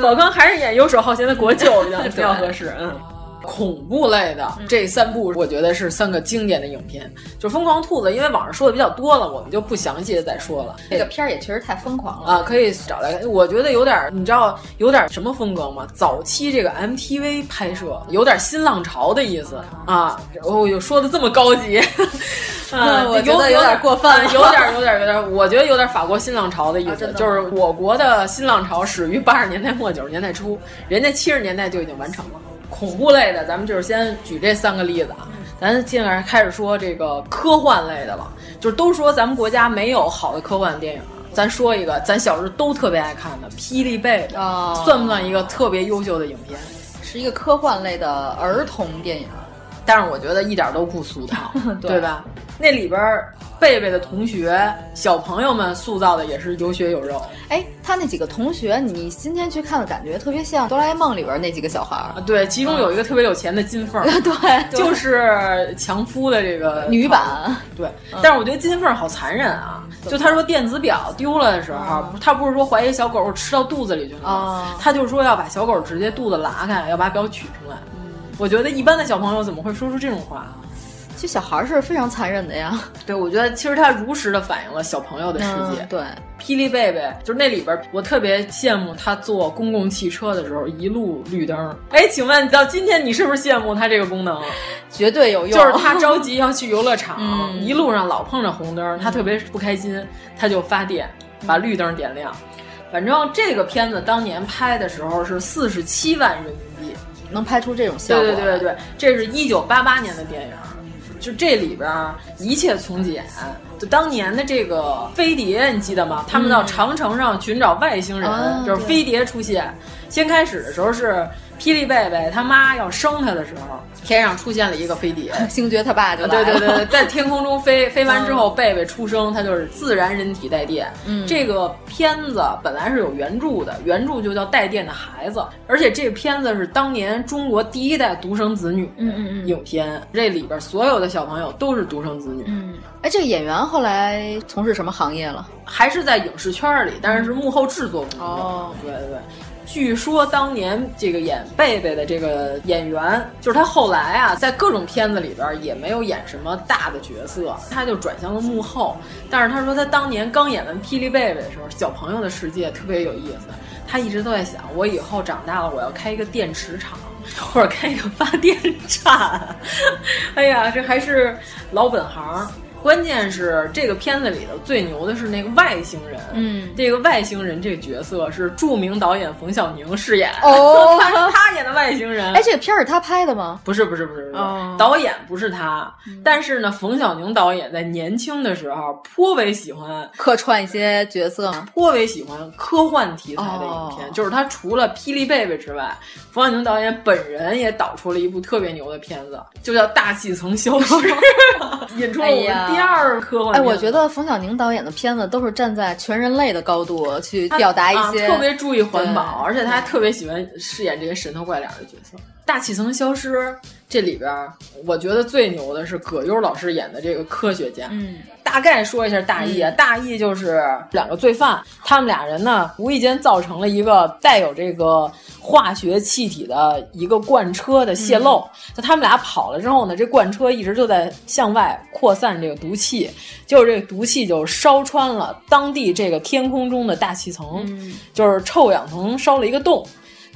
宝康还是演游手好闲的国舅 比较比较合适。嗯，恐怖类的这三部，我觉得是三个经典的影片，就是《疯狂兔子》，因为网上说的比较多了，我们就不详细的再说了。
这个片儿也确实太疯狂了
啊，可以找来看。我觉得有点儿，你知道有点儿什么风格吗？早期这个 MTV 拍摄有点儿新浪潮的意思啊。我又说的这么高级，嗯，
我觉得有点过分了
有点有点有点，我觉得有点法国新浪潮的意思，就是我国的新浪潮始于八十年代末九十年代初，人家七十年代就已经完成了。恐怖类的，咱们就是先举这三个例子啊，咱进来开始说这个科幻类的了，就是都说咱们国家没有好的科幻电影。啊咱说一个，咱小时候都特别爱看的《霹雳贝贝》
哦
算不算一个特别优秀的影片？
是一个科幻类的儿童电影。，
但是我觉得一点都不俗 套对
对
吧？那里边儿贝贝的同学、小朋友们塑造的也是有血有肉
哎，他那几个同学，你今天去看的感觉特别像《哆啦 A 梦》里边那几个小孩
啊
儿。。
对，其中有一个特别有钱的金凤儿，
对，对
就是强夫的这个
女版。
对，但是我觉得金凤儿好残忍啊！就他说电子表丢了的时候，不他不是说怀疑小狗吃到肚子里去了吗
啊？
他就说要把小狗直接肚子拉开，要把表取出来。我觉得一般的小朋友怎么会说出这种话？啊
其实小孩儿是非常残忍的呀。
对，我觉得其实他如实的反映了小朋友的世界。
嗯对，
霹雳贝贝就是那里边，我特别羡慕他坐公共汽车的时候一路绿灯。哎，请问到今天你是不是羡慕他这个功能？
绝对有用。
就是他着急要去游乐 场，
嗯
一路上老碰着红灯，他特别不开心，他就发电把绿灯点亮。反正这个片子当年拍的时候是四十七万人民币，
能拍出这种效
对
果。
对对对对，这是一九八八年的电影，就这里边儿一切从简。就当年的这个飞碟，你记得吗？他们到长城上寻找外星人，
啊
就是飞碟出现。先开始的时候是霹雳贝贝他妈要生他的时候，天上出现了一个飞碟，
星爵他爸就来
对
了。
对对，对，在天空中 飞，飞完之后，贝贝出生，它就是自然人体带电。
嗯
这个片子本来是有原著的，原著就叫《带电的孩子》，而且这个片子是当年中国第一代独生子女
嗯嗯嗯
影片，这里边所有的小朋友都是独生子女，
嗯，哎，这个演员后来从事什么行业了？
还是在影视圈里，但是是幕后制作工作。
哦
对对对。据说当年这个演贝贝的这个演员，就是他后来啊，在各种片子里边也没有演什么大的角色，他就转向了幕后。但是他说他当年刚演完《霹雳贝贝》的时候，小朋友的世界特别有意思。他一直都在想，我以后长大了，我要开一个电池厂，或者开一个发电站。哎呀，这还是老本行。关键是这个片子里头最牛的是那个外星人，
嗯
这个外星人这个角色是著名导演冯小宁饰演，
哦
他是他演的外星人。
哎，这个片儿是他拍的吗？
不是不是不是不是，
哦
导演不是他，
嗯
但是呢，冯小宁导演在年轻的时候颇为喜欢。
客串一些角色吗？
颇为喜欢科幻题材的影片，
哦
就是他除了《霹雳贝贝》之外，冯小宁导演本人也导出了一部特别牛的片子，就叫《大气层 消失》，引出了我
哎
们
呀
第二科幻片
哎，我觉得冯小宁导演的片子都是站在全人类的高度去
他
表达一些，
啊特别注意环保，
对
而且他还特别喜欢饰演这些神头怪脸的角色。大气层消失这里边儿，我觉得最牛的是葛优老师演的这个科学家。
嗯，
大概说一下大意啊，大意就是两个罪犯，他们俩人呢无意间造成了一个带有这个化学气体的一个罐车的泄漏。就他们俩跑了之后呢，这罐车一直就在向外扩散这个毒气，结果这个毒气就烧穿了当地这个天空中的大气层，就是臭氧层烧了一个洞，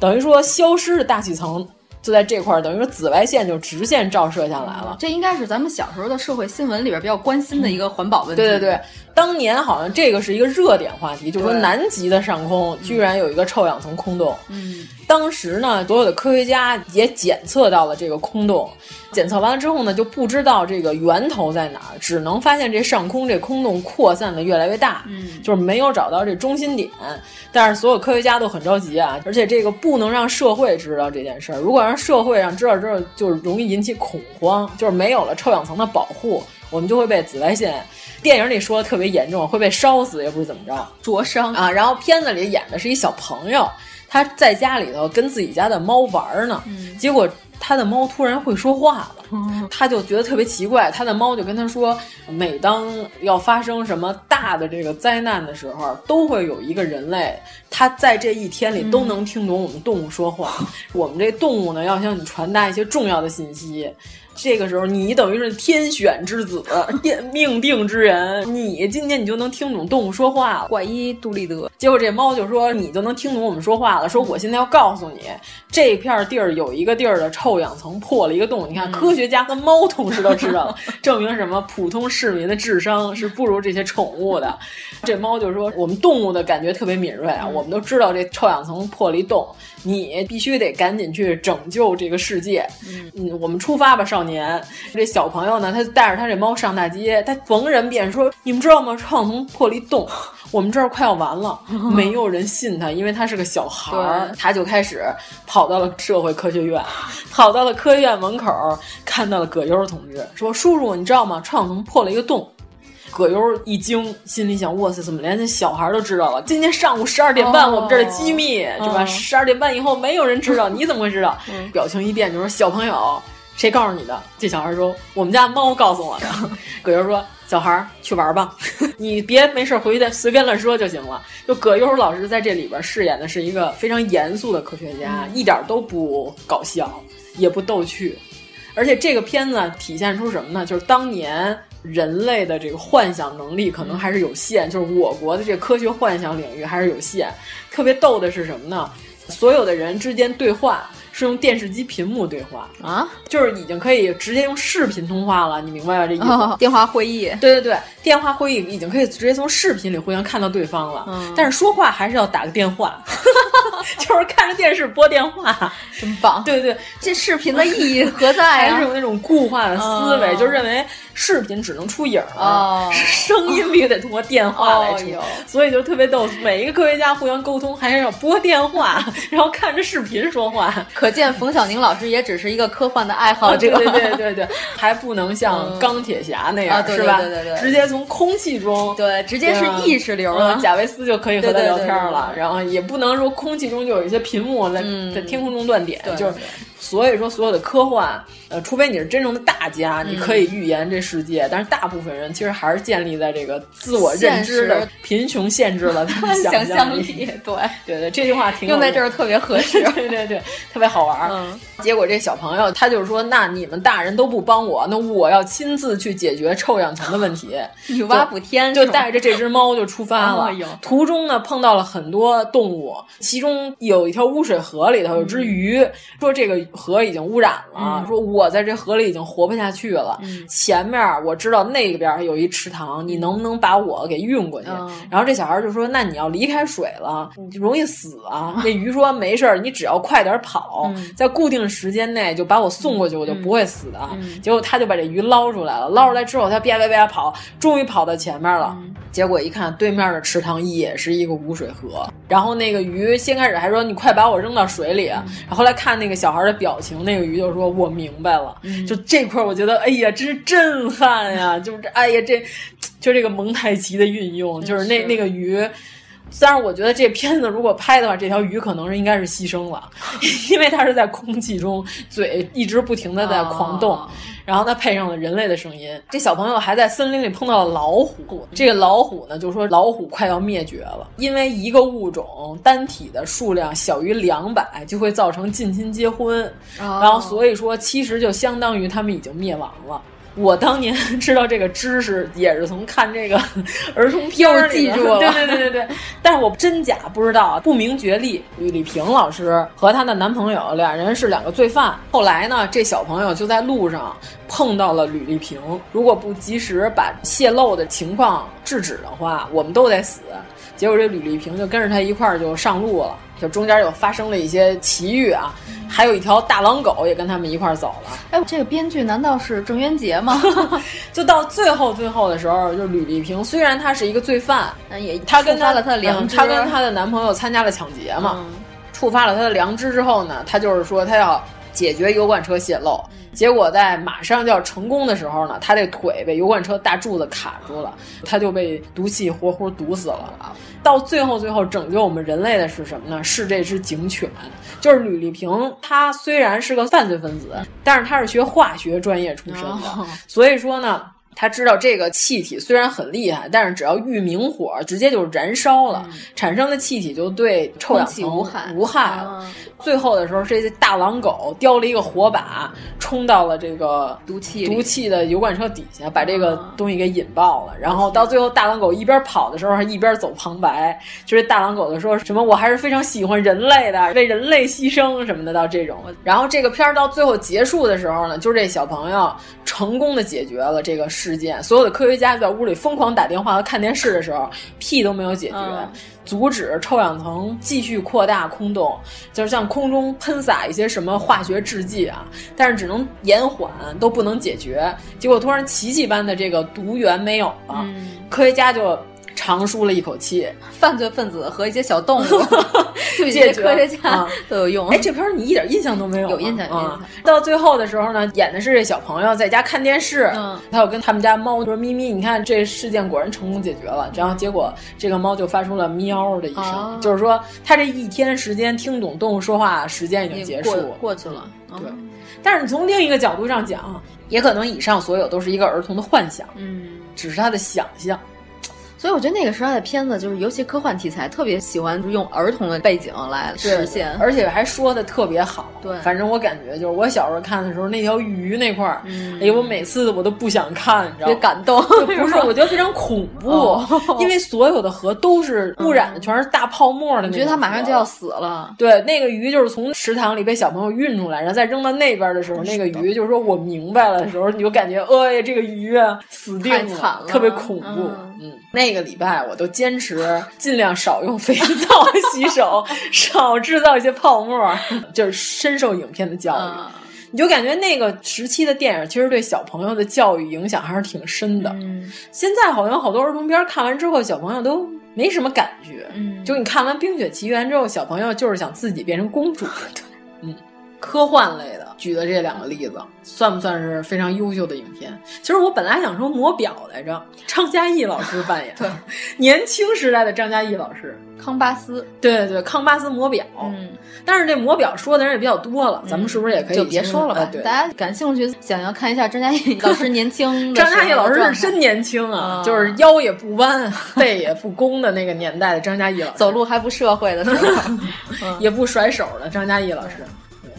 等于说消失的大气层。就在这块儿，等于说紫外线就直线照射下来了，
这应该是咱们小时候的社会新闻里边比较关心的一个环保问题。
对对对，当年好像这个是一个热点话题，就是说
对嗯
南极的上空居然有一个臭氧层空洞。嗯，当时呢，所有的科学家也检测到了这个空洞，检测完了之后呢，就不知道这个源头在哪儿，只能发现这上空这空洞扩散的越来越大。嗯，就是没有找到这中心点。但是所有科学家都很着急啊，而且这个不能让社会知道这件事儿。如果让社会上知道之后，就是容易引起恐慌，就是没有了臭氧层的保护，我们就会被紫外线。电影里说的特别严重，会被烧死，也不是怎么着
灼伤
啊。然后片子里演的是一小朋友，他在家里头跟自己家的猫玩儿呢，结果他的猫突然会说话了，他就觉得特别奇怪，他的猫就跟他说，每当要发生什么大大的这个灾难的时候，都会有一个人类，他在这一天里都能听懂我们动物说话。我们这动物呢，要向你传达一些重要的信息。这个时候，你等于是天选之子，天命定之人。你今天你就能听懂动物说话了，怪医杜立德。结果这猫就说：“你就能听懂我们说话了。”说我现在要告诉你，这片地儿有一个地儿的臭氧层破了一个洞。你看，科学家和猫同时都知道了， 证明什么？普通市民的智商是不如这些宠物的。这猫就说：“我们动物的感觉特别敏锐啊，我们都知道这臭氧层破了一洞，你必须得赶紧去拯救这个世界。”嗯，我们出发吧，少年。年，这小朋友呢，他就带着他这猫上大街，他逢人便说：“你们知道吗？创从破了一洞，我们这儿快要完了。”没有人信他，因为他是个小孩儿，他就开始跑到了社会科学院，跑到了科学院门口，看到了葛优同志，说：“叔叔，你知道吗？创从破了一个洞。”葛优一惊，心里想：哇塞，怎么连这小孩都知道了？今天上午十二点半，
哦
我们这儿的机密、是吧？
嗯
十二点半以后没有人知道，你怎么会知道？表情一变，就说：“小朋友，谁告诉你的？”这小孩说：“我们家猫告诉我的。”葛优说：“小孩儿去玩吧， 你别没事儿回去再随便乱说就行了。”就葛优老师在这里边饰演的是一个非常严肃的科学家，一点都不搞笑，也不逗趣。而且这个片子体现出什么呢？就是当年人类的这个幻想能力可能还是有限，就是我国的这个科学幻想领域还是有限。特别逗的是什么呢？所有的人之间对话是用电视机屏幕对话，
啊，
就是已经可以直接用视频通话了。你明白吧？这意思？
哦电话会议，
对对对，电话会议已经可以直接从视频里互相看到对方了，
嗯
但是说话还是要打个电话， 就是看着电视拨电话。
真棒！
对对，
这视频的意义何在啊
还是
呀
有？那种固化的思维，
哦
就认为视频只能出影儿，
哦
声音必须得通过电话来出，
哦哟
所以就特别逗。每一个科学家互相沟通，还是要拨电话，然后看着视频说话。
可见冯小宁老师也只是一个科幻的爱好
对
者。
啊对对对对，还不能像
嗯
钢铁侠那样，
啊对对
是吧？
对对对
直接从空气中，
对直接是
对啊
意识流了
嗯贾维斯就可以和他
对对
聊
对
天了，
对对
然后也不能说空气中就有一些屏幕在、
嗯
在天空中断点，
对
就是
对
所以说所有的科幻，呃，除非你是真正的大家，你可以
嗯
预言这世界，但是大部分人其实还是建立在这个自我认知的
现实
贫穷限制了他们
想
象
象力，对，
对对，这句话挺有
用在这儿特别合适
。对对对，特别好玩儿。
嗯
结果这小朋友他就是说，那你们大人都不帮我，那我要亲自去解决臭氧层的问题。
女娲补天
就是
吗
带着这只猫就出发了
哎呦。
途中呢，碰到了很多动物，其中有一条污水河里头有只鱼，说这个河已经污染了，
嗯
说我在这河里已经活不下去了。
嗯
前面我知道那边有一池塘，你能不能把我给运过去？
嗯
然后这小孩就说：“那你要离开水了，你容易死啊。” 那鱼说：“没事儿，你只要快点跑，
嗯
在固定时间内就把我送过去，我就不会死的。啊
嗯
结果他就把这鱼捞出来了，捞出来之后，他啪啪啪跑，终于跑到前面了。
嗯
结果一看，对面的池塘也是一个污水河。然后那个鱼先开始还说：“你快把我扔到水里。啊
嗯
然后后来看那个小孩的表情，那个鱼就说：“我明白了。
嗯
就这块，我觉得，哎呀，真是震撼呀！就是，哎呀，这就这个蒙太奇的运用，就是那
是
那个鱼。但是我觉得这片子如果拍的话，这条鱼可能是应该是牺 牲了，因为它是在空气中，嘴一直不停的在狂动，
哦
然后它配上了人类的声音。这小朋友还在森林里碰到了老虎，这个老虎呢就说老虎快要灭绝了，因为一个物种单体的数量小于两百，就会造成近亲结婚，
哦
然后所以说其实就相当于他们已经灭亡了。我当年知道这个知识也是从 看这个儿童片儿里的
又记住了
对对对对对。但是我真假不知道，不明觉厉。吕丽萍老师和她的男朋友俩人是两个罪犯。后来呢，这小朋友就在路上碰到了吕丽萍，如果不及时把泄露的情况制止的话，我们都得死。结果这吕丽萍就跟着他一块儿就上路了，就中间有发生了一些奇遇啊，还有一条大狼狗也跟他们一块儿走了。
哎，这个编剧难道是郑渊洁 吗？
就到最后最后的时候，就是吕丽萍，虽然她是一个罪犯，
嗯 也
她跟
触发
她
了她的良
嗯
知
她跟她的男朋友参加了抢劫嘛，
嗯
触发了她的良知之后呢，她就是说她要解决油罐车泄漏。
嗯
结果在马上就要成功的时候呢，她这腿被油罐车大柱子卡住
嗯
了，她就被毒气活活毒死了。啊到最后，最后拯救我们人类的是什么呢？是这只警犬，就是吕丽萍。她虽然是个犯罪分子，但是她是学化学专业出身的，
嗯哦
所以说呢，他知道这个气体虽然很厉害，但是只要遇明火，直接就是燃烧了，产生的气体就对臭氧
嗯
层
空气无害
无害
嗯
了。最后的时候，这大狼狗叼了一个火把，冲到了这个
毒气里啊
毒气的油管车底下，把这个东西给引爆了。然后到最后，大狼狗一边跑的时候，还一边走旁白，就是大狼狗就说什么“我还是非常喜欢人类的，为人类牺牲什么的”到这种。
嗯
然后这个片儿到最后结束的时候呢，就是这小朋友成功的解决了这个事件，所有的科学家就在屋里疯狂打电话和看电视的时候，屁都没有解决。
嗯
阻止臭氧层继续扩大空洞，就是向空中喷洒一些什么化学制剂啊，但是只能延缓，都不能解决。结果突然奇迹般的这个毒源没有了，
嗯，
科学家就长舒了一口气。
犯罪分子和一些小 动物，对一
解
些
决
科学家
啊
都有用。
哎，这片儿你一点印象都没有吗？
哦有印象有印象
啊到最后的时候呢，演的是这小朋友在家看电视，
嗯
他有跟他们家猫说：“咪咪，你看这事件果然成功解决了。”然后结果这个猫就发出了喵的一声，
哦
就是说它这一天时间听懂动物说话时间已经结束
过过去了。嗯
对，但是你从另一个角度上讲，也可能以上所有都是一个儿童的幻想，
嗯，
只是他的想象。
所以我觉得那个时代的片子，就是尤其科幻题材，特别喜欢用儿童的背景来实现。
而且还说的特别好。
对
反正我感觉就是我小时候看的时候，那条鱼那块儿，
嗯
哎呦，我每次我都不想看，你知
特
道
别
吗？
感动，
就 不是，我觉得非常恐怖，
哦
因为所有的河都是污染的，全是大泡沫的那种
我
河。
觉得他马上就要死了。
对，那个鱼就是从池塘里被小朋友运出来，然后再扔到那边的时候，那个鱼就是说我明白了的时候，你就感觉，哎呀，这个鱼啊，死定
太惨了
特别恐怖。
嗯
嗯，那个礼拜我都坚持尽量少用肥皂洗手， 少制造一些泡沫，就是深受影片的教育。
嗯
你就感觉那个时期的电影其实对小朋友的教育影响还是挺深的。
嗯
现在好像好多儿童片儿看完之后，小朋友都没什么感觉。
嗯，
就你看完《冰雪奇缘》之后，小朋友就是想自己变成公 主。嗯，科幻类的举的这两个例子，算不算是非常优秀的影片？其实我本来想说《魔表》来着，张嘉译老 师扮演，对，年轻时代的张嘉译老师，
康巴斯，
对对对，康巴斯《魔表》。，
嗯，
但是这《魔表》说的人也比较多了，咱们是不是也可以
就别说了吧？
哎对，
大家感兴趣，想要看一下张嘉 译老师年轻的
张
时候
嘉
的状态，
译老师是真年轻啊，
嗯
就是腰也不 弯，背也不弓的那个年代的张嘉译老师，
走路还不社会的时 候，嗯
也不甩手的张嘉译老师。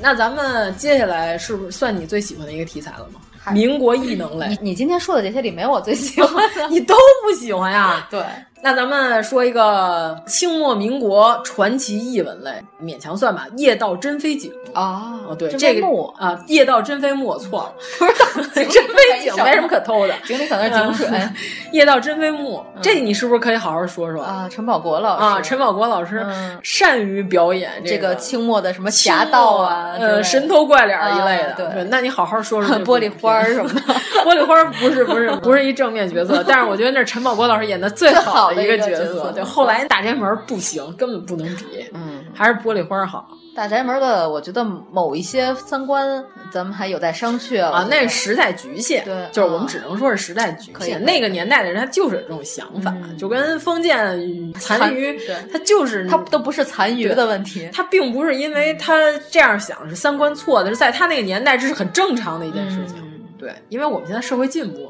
那咱们接下来是不是算你最喜欢的一个题材了吗？
嗨
民国异能类。
你，你今天说的这些里没有我最喜欢的
你都不喜欢呀？
对，
那咱们说一个清末民国传奇译文类，勉强算吧，《夜盗真飞警》。
哦
哦，对，
真
这
面
个
目
啊，《夜盗真飞木》我错了，不 是
井
真
里
飞警
小
没什
偷
么可偷的，
井里可能是井水
嗯夜盗真飞木，这你是不是可以好好说说？
嗯啊，陈宝国老师
啊，陈宝国老师
嗯
善于表演
这
个
个清末的什么侠盗啊，之类
呃，
的
神头怪脸儿一类的。
啊对
那你好好说说这 部
玻璃花儿什么的
玻璃花儿不是不是不是一正面角色，但是我觉得那是陈宝国老师演的最好
最好
一角
的一个角色
对，后来打这门儿不行，根本不能比，
嗯，
还是玻璃花儿好
大宅门的，我觉得某一些三观咱们还有待商榷
啊。那是
是
时代局限，
对
就是我们
啊
只能说是时代局
可以
限。
可以
那个年代的人他就是有这种想法，
嗯
就跟封建与残余
对，
他就是
他都不是残余的问题，
他并不是因为他这样想是三观错的，是在他那个年代这是很正常的一件事情。
嗯
对，因为我们现在社会进步，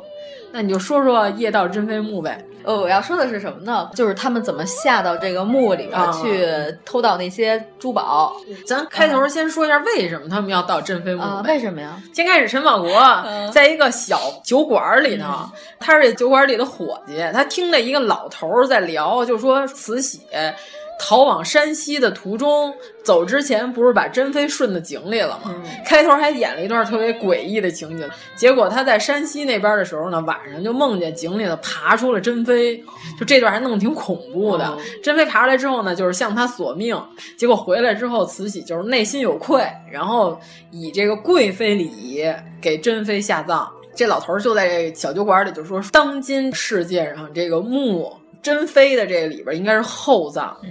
那你就说说《夜盗真飞木》呗。
呃，我要说的是什么呢？就是他们怎么下到这个墓里
啊
边去偷盗那些珠宝
咱开头先说一下为什么他们要到真飞木
啊？
呗。
为什么呀？
先开始，陈宝国在一个小酒馆里头，他是这酒馆里的伙计，他听着一个老头儿在聊，就说慈禧逃往山西的途中，走之前不是把珍妃顺到井里了吗？开头还演了一段特别诡异的情景，结果他在山西那边的时候呢，晚上就梦见井里头爬出了珍妃，就这段还弄得挺恐怖的。珍妃爬出来之后呢，就是向他索命，结果回来之后，慈禧就是内心有愧，然后以这个贵妃礼仪给珍妃下葬。这老头儿就在这小酒馆里就说，当今世界上这个墓珍妃的这里边应该是厚葬，
嗯，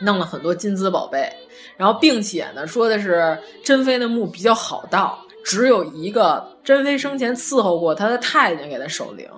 弄了很多金子宝贝，然后并且呢说的是珍妃的墓比较好盗，只有一个珍妃生前伺候过她的太监给她守灵，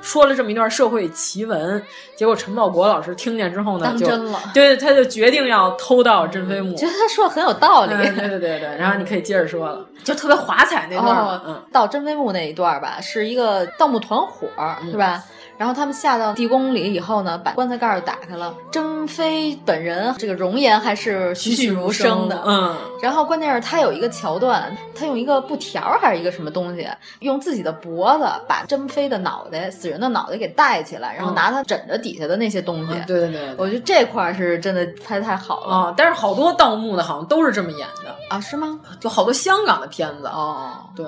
说了这么一段社会奇闻，结果陈宝国老师听见之后呢，
当
就
真了
对，他就决定要偷盗珍妃墓。
觉得他说的很有道理。
嗯对对对对，然后你可以接着说了，就特别华彩那段儿，嗯
哦，到真飞墓那一段儿吧，是一个盗墓团伙儿，
嗯
是吧？然后他们下到地宫里以后呢，把棺材盖儿打开了。珍妃本人这个容颜还是栩栩如生的，
嗯，
然后关键是他有一个桥段，他用一个布条儿还是一个什么东西，用自己的脖子把珍妃的脑袋、死人的脑袋给带起来，然后
嗯
拿它枕着底下的那些东西。
嗯，对对对对。
我觉得这块儿是真的拍得太好了、
啊，但是好多盗墓的，好像都是这么演的，
啊，是吗？
就好多香港的片子，
哦，
对，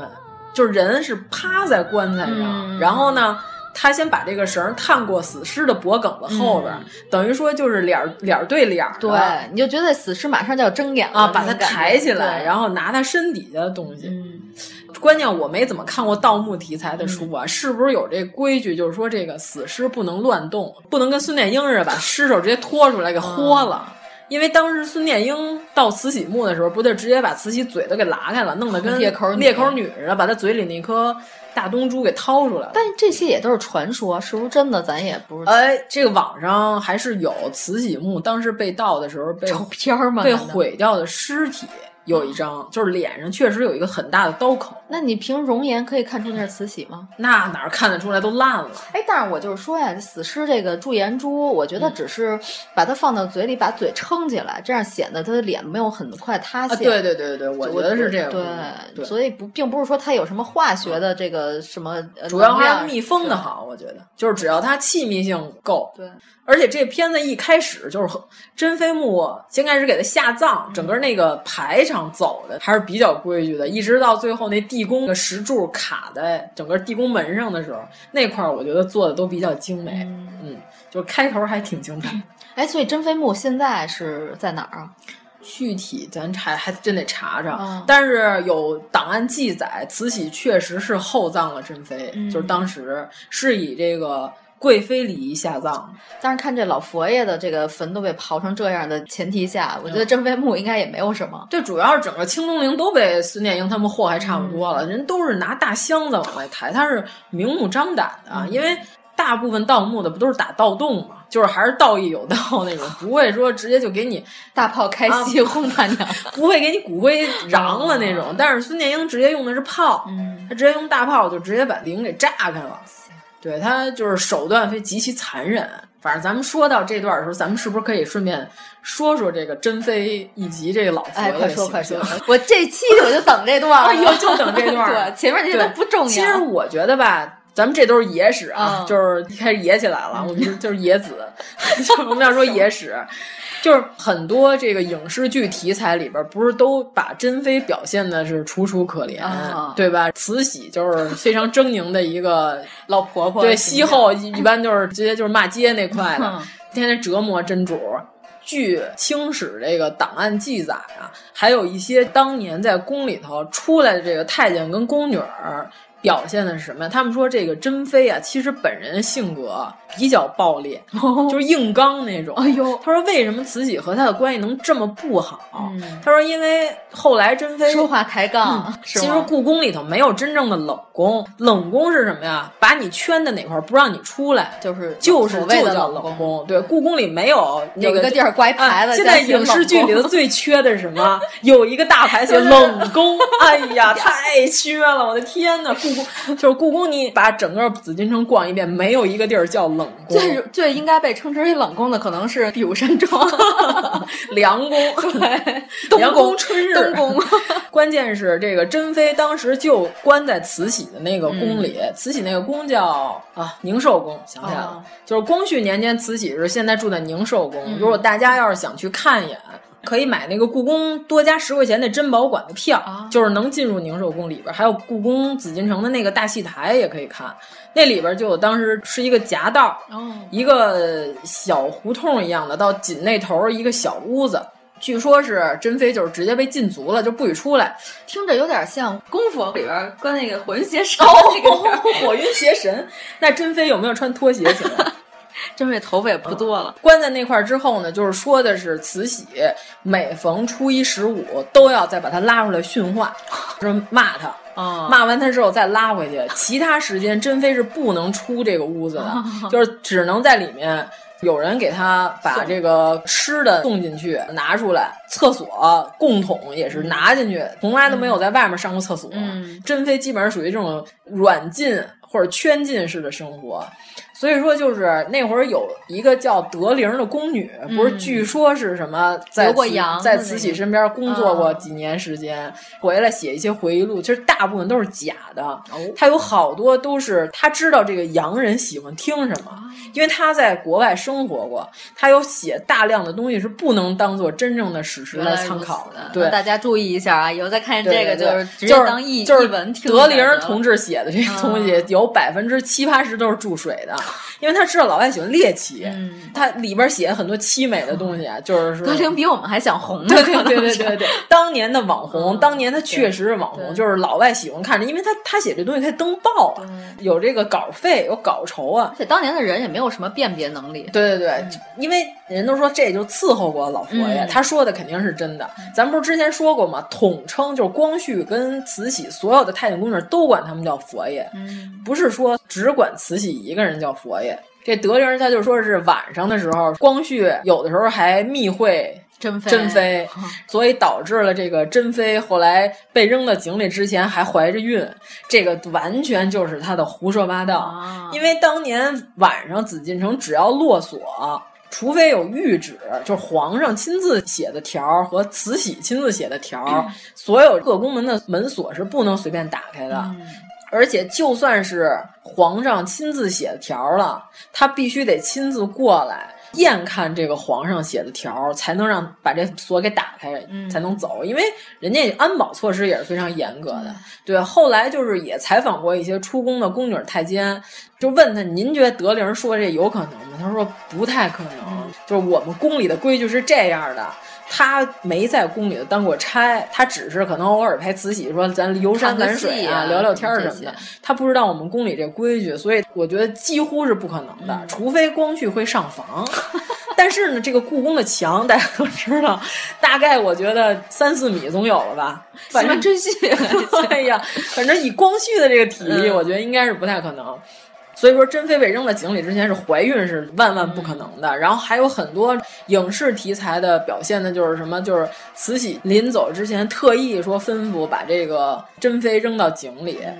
就是人是趴在棺材上，
嗯
然后呢，他先把这个绳儿探过死尸的脖梗子后边儿，等于说就是脸儿脸儿对脸儿的，
嗯对，你就觉得死尸马上就要睁眼了
啊，把它抬起来，然
后
后拿他身底下的东西。
嗯。
关键我没怎么看过盗墓题材的书啊，是不是有这规矩？就是说这个死尸不能乱动，不能跟孙殿英似的把尸首直接拖出来给
嗯
豁了。因为当时孙殿英到慈禧墓的时候，不就直接把慈禧嘴都给拉开了，弄得跟
裂口女
裂口女似的，把她嘴里那颗大东珠给掏出来了。
但这些也都是传说，是不是真的？咱也不是
哎，这个网上还是有慈禧墓当时被盗的时候被
照片儿吗？
被
难道。
毁掉的尸体有一张，就是脸上确实有一个很大的刀口，
那你凭容颜可以看出那是慈禧吗？
那哪儿看得出来都烂了。
哎，但是我就是说呀，死尸这个驻颜珠，我觉得只是把它放到嘴里，把嘴撑起来，这样显得他的脸没有很快塌陷。
啊，对对对对，我觉得是这个
对，
对，
所以不并不是说它有什么化学的这个什么，呃
主要
能
还
量
是密封的好，我觉得就是只要它气密性够，
对，
而且这片子一开始就是和珍妃墓先开始给它下葬，整个那个排场走的还是比较规矩的，一直到最后那地宫的石柱卡在整个地宫门上的时候，那块儿我觉得做的都比较精美，嗯，就是开头还挺精彩。
哎，所以珍妃墓现在是在哪儿啊？
具体咱还还真得查查，
嗯
但是有档案记载，慈禧确实是厚葬了珍妃，
嗯
就是当时是以这个贵妃礼仪下葬。
但是看这老佛爷的这个坟都被刨成这样的前提下，
嗯
我觉得珍妃墓应该也没有什么。
这主要是整个清东陵都被孙殿英他们祸害差不多
嗯
了，人都是拿大箱子往外抬，他是明目张胆的，
嗯
啊，因为大部分盗墓的不都是打盗洞嘛，就是还是道义有道那 种，不会说直接就给你
大炮开
啊
西轰他 娘！
不会给你骨灰瓤了那种。但是孙殿英直接用的是炮，
嗯
他直接用大炮就直接把陵给炸开了。对他就是手段非极其残忍。反正咱们说到这段的时候，咱们是不是可以顺便说说这个珍妃以及这个老佛
哎，
爷
快
的
说
形
快
象
说！ 我这期我就等这 段
哎
儿
呦
了，，
就等这段儿
对，前面那些
对
都不重要。
其实我觉得吧。咱们这都是野史啊，
嗯
就是一开始野起来了，我们就就是野子， 就是我们要说野史，就是很多这个影视剧题材里边，不是都把珍妃表现的是楚楚可怜，
啊
对吧？慈禧就是非常狰狞的一个老婆婆对，
形
西
象
后一一般就是直接就是骂街那块的，
嗯
天天折磨真主。据清史这个档案记载啊，还有一些当年在宫里头出来的这个太监跟宫女儿表现的是什么呀？他们说这个珍妃啊，其实本人性格比较暴烈，就是硬刚那种。
哦哎呦
他说为什么慈禧和他的关系能这么不好？
嗯
他说因为后来珍妃
说话抬杠，是
嗯其实
吗
故宫里头没有真正的冷宫，冷宫是什么呀？把你圈在哪块儿不让你出来，
就是
就是
所谓
就
的
叫
冷
冷宫。对，故宫里没有那
有一个地儿挂一牌子
啊现在
叫写冷
影
宫
视剧里头最缺的是什么？ 有一个大牌写 冷宫。哎呀，太缺了！我的天呐，故宫就是故宫，你把整个紫禁城逛一遍，没有一个地儿叫冷宫。
最最应该被称之为冷宫的，可能是比武山庄、
梁宫，
对
梁
东
宫
宫、
春日，
东宫。
关键是这个珍妃当时就关在慈禧的那个
嗯
宫里，慈禧那个宫叫啊宁寿宫，想起来
哦
了，就是光绪年间，慈禧是现在住在宁寿宫。
嗯
如果大家要是想去看一眼。可以买那个故宫多加十块钱的珍宝馆的票，
啊
就是能进入宁寿宫里边，还有故宫紫禁城的那个大戏台也可以看，那里边就有当时是一个夹道，
哦
一个小胡同一样的，到紧那头儿一个小屋子。据说是珍妃就是直接被禁足了，就不许出来。
听着有点像功夫里边关那 哦个火云邪手那个地儿，
火云邪神，那珍妃有没有穿拖鞋起来？
真这头发也不多了。
关在那块儿之后呢，就是说的是慈禧每逢初一十五都要再把他拉出来训话，就是骂他。
啊
骂完他之后再拉回去，其他时间珍妃是不能出这个屋子的，就是只能在里面。有人给他把这个吃的送进去，拿出来，厕所共桶也是拿进去，从来都没有在外面上过厕所。
嗯
珍妃基本上属于这种软禁或者圈禁式的生活，所以说就是那会儿有一个叫德龄的宫女，不是
嗯
据说是什么在
留过
慈
洋的
在
那
慈
个
禧身边工作过
嗯
几年时间，回来写一些回忆录，其实大部分都是假的。
哦
他有好多都是他知道这个洋人喜欢听什
哦
么，因为他在国外生活过，他有写大量的东西是不能当做真正的史实
原
来
来
参考
的，那
对，
大家注意一下啊，以后再看见
对
这个
对对
是直接当译
就是
译文听。
德龄同，志写的这个东西
嗯
有百分之七八十都是注水 的，因为他知道老外喜欢猎奇，
嗯，
他里边写很多凄美的东西，啊就是说
德 龄比我们还想红呢。
对对
可能
对对
是
对对，当年的网红，
嗯
当年他确实是网
对
红，
对
就是老外喜欢看着，因为他他写这东西他登报啊，有这个稿费，有稿酬啊
而。且当年的人也没有什么辨别能力。
对对对，因为人都说这就伺候过老佛爷，
嗯
他说的肯定是真的。咱不是之前说过吗？统称就是光绪跟慈禧所有的太监宫女都管他们叫佛爷，
嗯，
不是说只管慈禧一个人叫佛爷。这德龄他就说是晚上的时候，光绪有的时候还密会
珍妃，
珍妃，
嗯
所以导致了这个珍妃后来被扔到井里之前还怀着孕，这个完全就是她的胡说八道。
啊，
因为当年晚上紫禁城只要落锁，除非有谕旨，就是皇上亲自写的条儿和慈禧亲自写的条儿，所有各宫门的门锁是不能随便打开的。
嗯
而且，就算是皇上亲自写的条儿了，他必须得亲自过来验看这个皇上写的条儿，才能让把这锁给打开，
嗯
才能走。因为人家安保措施也是非常严格的。对，后来就是也采访过一些出宫的宫女太监，就问他：“您觉得德龄说这有可能吗？”他说：“不太可能，
嗯
就是我们宫里的规矩是这样的。”他没在宫里头当过差，他只是可能偶尔陪慈禧说咱游山
看个
玩水
戏
啊、
啊
聊聊天儿什
这
么
些
的。他不知道我们宫里这规矩，所以我觉得几乎是不可能
嗯
的，除非光绪会上房。 但是呢，这个故宫的墙大家都知道，大概我觉得三四米总有了吧，
反
反
正
正
真心
哎呀，反正以光绪的这个体力，
嗯
我觉得应该是不太可能。所以说，珍妃被扔到井里之前是怀孕是万万不可能的。然后还有很多影视题材的表现的，就是什么，就是慈禧临走之前特意说吩咐把这个珍妃扔到井里。
嗯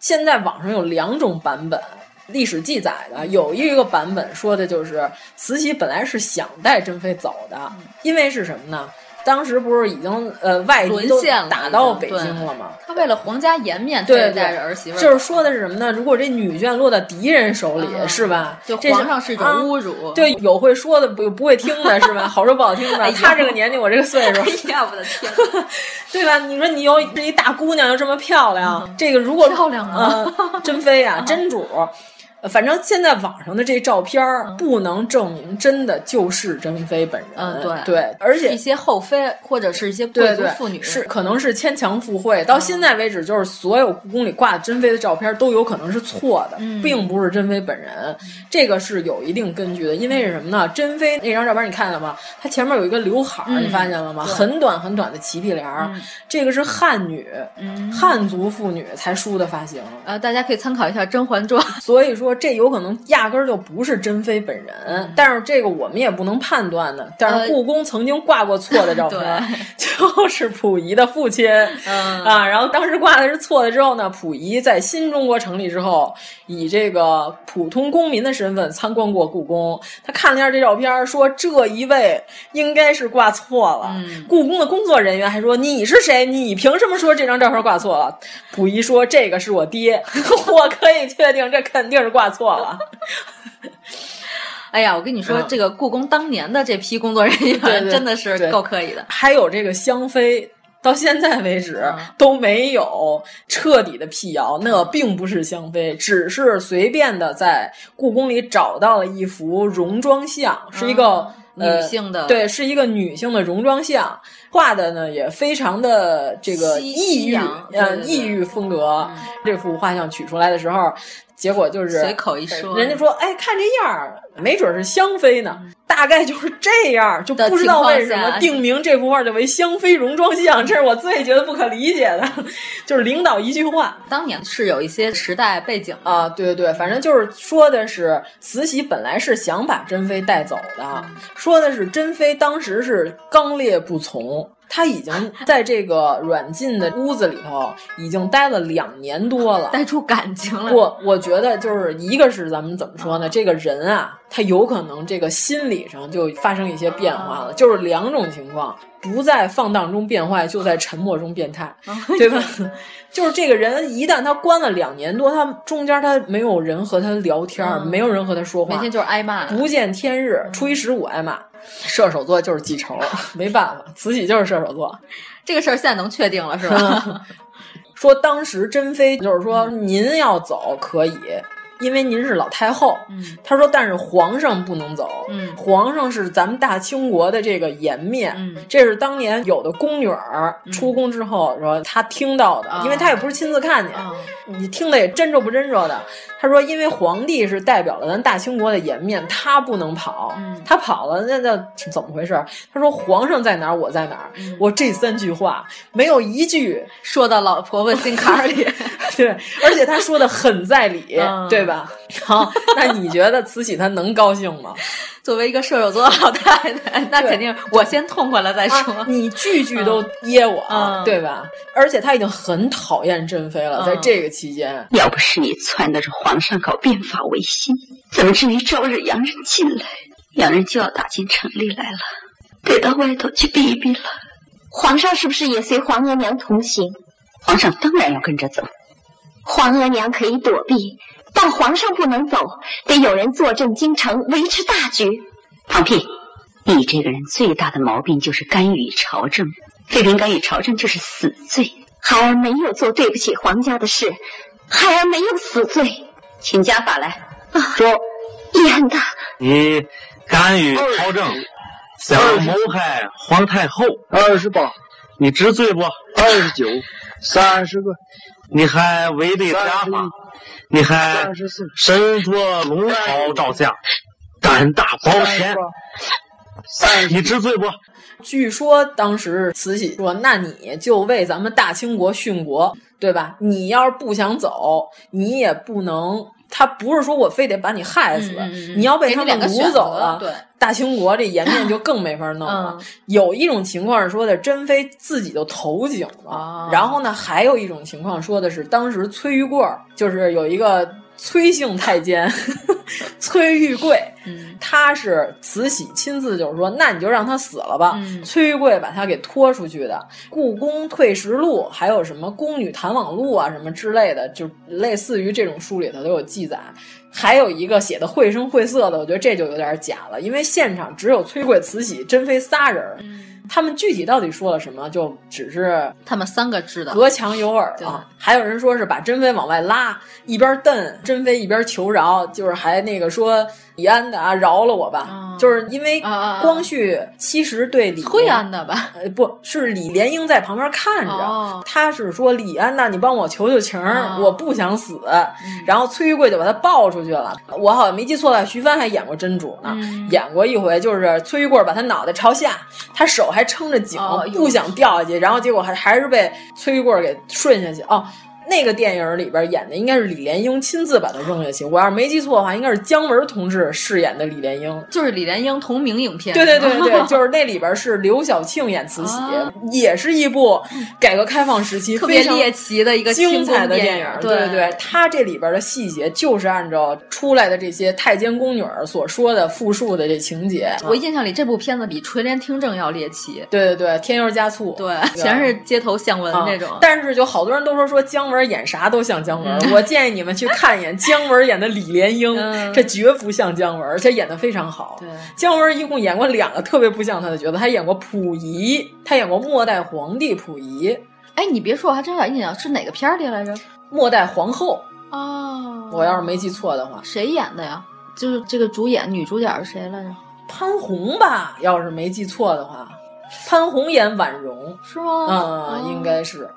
现在网上有两种版本。历史记载的有一个版本说的就是慈禧本来是想带珍妃走的，
嗯
因为是什么呢？当时不是已经呃外敌
沦
都
陷了
打到北
已经对
京了吗？
他为了皇家颜面，
对
非得
对
带着儿媳妇儿走，
就是说的是什么呢？如果这女眷落到敌人手里，
嗯
是吧？
就
这是
皇上是一种
啊
侮辱。
对，有会说的不不会听的 是吧？好说不好听
哎
的，
呦
他这个年纪，我这个岁数，
哎呀，我的天！
对吧？你说你又是一大姑娘，又这么漂亮，这个如果
嗯漂亮啊
呃，珍 妃啊，真主。呃反正现在网上的这照片儿不能证明真的就是珍妃本人，
嗯对
对，而且
一些后妃或者是一些贵
对
族
对，
妇女啊
是可能是牵强附会。到现在为止，就是所有故宫里挂的珍妃的照片都有可能是错的，
嗯
并不是珍妃本人，这个是有一定根据的。因为是什么呢？珍妃那张照片你看了吗？她前面有一个刘海儿，
嗯
你发现了吗？
对
很短很短的齐屁帘儿，这个是汉女、
嗯
汉族妇女才梳的发型。
呃，大家可以参考一下《甄 嬛传》。
所以说，这有可能压根儿就不是珍妃本人，但是这个我们也不能判断呢。但
嗯呃
是故宫曾经挂过 错的照片， 就是溥仪的父亲、
嗯
啊，然后当时挂的是错的之后呢，溥仪在新中国成立之后，以这个普通公民的身份参观过故宫，他看了一下这照片，说这一位应该是挂错了。
嗯
故宫的工作人员还说：“你是谁？你凭什么说这张照片挂错了？”溥仪说：“这个是我爹， 我可以确定这肯定是挂错了。
哎呀，我跟你说，
嗯
这个故宫当年的这批工作人员
对 对
真的是
对
够可以的”。
还有这个香妃。到现在为止
嗯
都没有彻底的辟谣，那并不是香妃，只是随便的在故宫里找到了一幅戎装像，是一个
啊、
呃
女性的
对，是一个女性的戎装像，画的呢也非常的这个
西
异
西
域
洋，对嗯
呃，
对对
异域风格。这幅画像取出来的时候，结果就是
啊随口一说，
人家说哎，看这样儿，没准是香妃呢，大概就是这样，就不知道为什么定名这幅画就为香妃戎装像，这是我最觉得不可理解的，就是领导一句话，
当年是有一些时代背景
啊，对对对，反正就是说的是慈禧本来是想把珍妃带走的，说的是珍妃当时是刚烈不从。他已经在这个软禁的屋子里头已经待了两年 多了，
待出感情了。
我我觉得就是一个是咱们怎么说呢？这个人啊，他有可能这个心理上就发生一些变化了，就是两种情况。不在放荡中变坏，就在沉默中变态，对吧？ 就是这个人，一旦他关了两年多，他中间他没有人和他聊天，嗯、没有人和他说话，
每天就是挨骂，
不见天日。初一十五挨骂，嗯射手座就是记仇， 没办法，慈禧就是射手座。
这个事儿现在能确定了是吧？
说当时珍妃就是说，您要走可以。因为您是老太后， 嗯，他说，但是皇上不能走，嗯，皇上是咱们大清国的这个颜面，嗯，这是当年有的宫女儿出宫之后说她听到的，嗯、因为她也不是亲自看见，嗯、你听的也真着不真着的。他说，因为皇帝是代表了咱大清国的颜面，他不能跑，嗯、他跑了那那怎么回事？他说，皇上在哪儿，我在哪儿。我这三句话没有一句
说到老婆婆心坎里，
对，而且他说的很在理，对吧？吧， 好，那你觉得慈禧她能高兴吗？
作为一个射手座老太太，那肯定我先痛快了再说。
啊、你句句都噎我，嗯、对吧？而且她已经很讨厌珍妃了，嗯、在这个期间，
要不是你撺掇着皇上搞变法维新，怎么至于招惹洋人进来？洋人就要打进城里来了，得到外头去避一避了。
皇上是不是也随皇额娘同行？
皇上当然要跟着走。
皇额娘可以躲避，但皇上不能走，得有人坐镇京城，维持大局。
放屁！你这个人最大的毛病就是干预朝政，妃嫔干预朝政就是死罪。
孩儿没有做对不起皇家的事，孩儿没有死罪，
请家法来。
啊说，意很大。
你干预朝政，想谋害皇太后。
二十八，
你知罪不？
二十九，三十个。
你还违背家法，你还身着龙袍照相，胆大包天，你知罪不？
据说当时慈禧说：“那你就为咱们大清国殉国，对吧？你要是不想走，你也不能。他不是说我非得把你害死，
嗯、
你要被他们掳走
了，对。”
大清国这颜面就更没法弄了。嗯、有一种情况是说的珍妃自己就投井了，哦、然后呢，还有一种情况说的是当时崔玉贵就是有一个崔姓太监 崔玉贵，嗯、他是慈禧亲自就是说，那你就让他死了吧。嗯、崔玉贵把他给拖出去的，《故宫退食录》还有什么《宫女谈网录》啊什么之类的，就类似于这种书里头都有记载。还有一个写的绘声绘色的，我觉得这就有点假了，因为现场只有崔贵、慈禧、珍妃仨人，嗯、他们具体到底说了什么，就只是
他们三个知道，
隔墙有耳啊。还有人说是把珍妃往外拉，一边瞪珍妃一边求饶，就是还那个说李安的啊，饶了我吧，嗯、就是因为光绪其实对李
崔安的吧，
呃，不是李莲英在旁边看着，哦、他是说李安娜，你帮我求求情，哦、我不想死。 嗯、然后崔玉贵就把他抱出。出去了，我好像没记错了，徐帆还演过真主呢，嗯、演过一回，就是崔玉贵把他脑袋朝下，他手还撑着井，哦、不想掉下去，然后结果还还是被崔玉贵给顺下去哦。那个电影里边演的应该是李莲英亲自把他扔下去，我要是没记错的话，应该是姜文同志饰演的李 莲英，
就是李莲英同名影片。
对对对对，就是那里边是刘晓庆演慈禧，啊、也是一部改革开放时 期
哦特别猎奇的一个
精彩的
电
影。
对
对对，它这里边的细节就是按照出来的这些太监宫女儿所说的复述的这情节。
我印象里这部片子比《垂帘听政》要猎奇。
对对对，添油加醋。
对， 全是街头巷闻那种、啊。
但是就好多人都说说姜文。演啥都像姜文，嗯、我建议你们去看一眼姜文演的李莲英，嗯、这绝不像姜文，而且演的非常好。姜文一共演过两个特别不像他的角色，他演过溥仪，他演过末代皇帝溥仪。
哎，你别说，我还真有点印象，是哪个片儿里来着？
末代皇后
哦，
我要是没记错的话，
谁演的呀？就是这个主演女主角是谁来着？
潘虹吧，要是没记错的话。潘红演婉容
是吗？
哦
啊，应该是。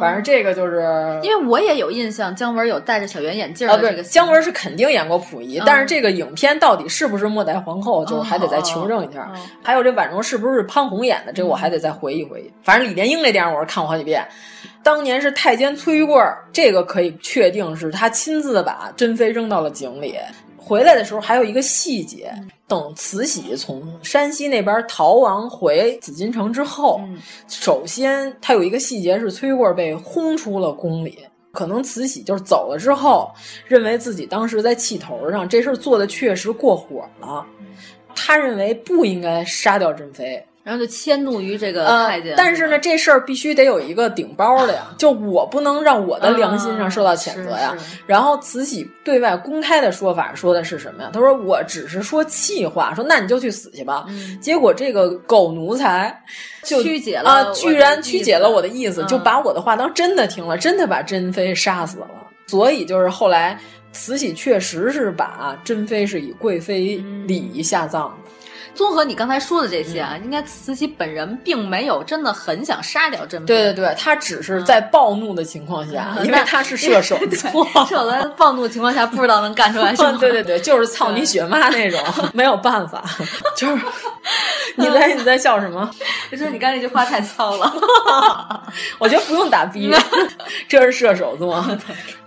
反正这个就是，
哦因为我也有印象，姜文有戴着小圆眼镜
啊，
儿
不
的这
是
个嗯
姜文是肯定演过溥仪，但是这个影片到底是不是末代皇后，就是还得
哦
再求证一下。还有这婉容是不是潘红演的，这我还得再回忆回忆。反正李莲英这电影我是看过好几遍，当年是太监崔玉贵儿，这个可以确定是他亲自把珍妃扔到了井里。回来的时候还有一个细节，等慈禧从山西那边逃亡回紫禁城之后，首先他有一个细节是崔玉贵儿被轰出了宫里。可能慈禧就是走了之后，认为自己当时在气头上，这事儿做的确实过火了。他认为不应该杀掉珍妃，
然后就迁怒于这个太监。嗯
呃，但是呢，这事儿必须得有一个顶包的呀，就我不能让我的良心上受到谴责呀。啊然后慈禧对外公开的说法说的是什么呀？她说我只是说气话，说那你就去死去
嗯
吧。结果这个狗奴才就
曲解了我
啊，
的
居然
意
曲
思
解了我的意思，
嗯
就把我的话当真的听了，真的把珍妃杀死了。所以就是后来。慈禧确实是把珍妃是以贵妃
嗯
礼仪下葬的，
综合你刚才说的这些
嗯
啊，应该慈禧本人并没有真的很想杀掉珍妃。
对对对，他只是在暴怒的情况下， 因为他是射手座，
嗯射手在暴怒的情况下，不知道能干出来什么。
对对对，就是操你血妈那种，没有办法，就是你在你在笑什么？
就说你刚才那句话太糙了。
我觉得不用打逼，这是射手座。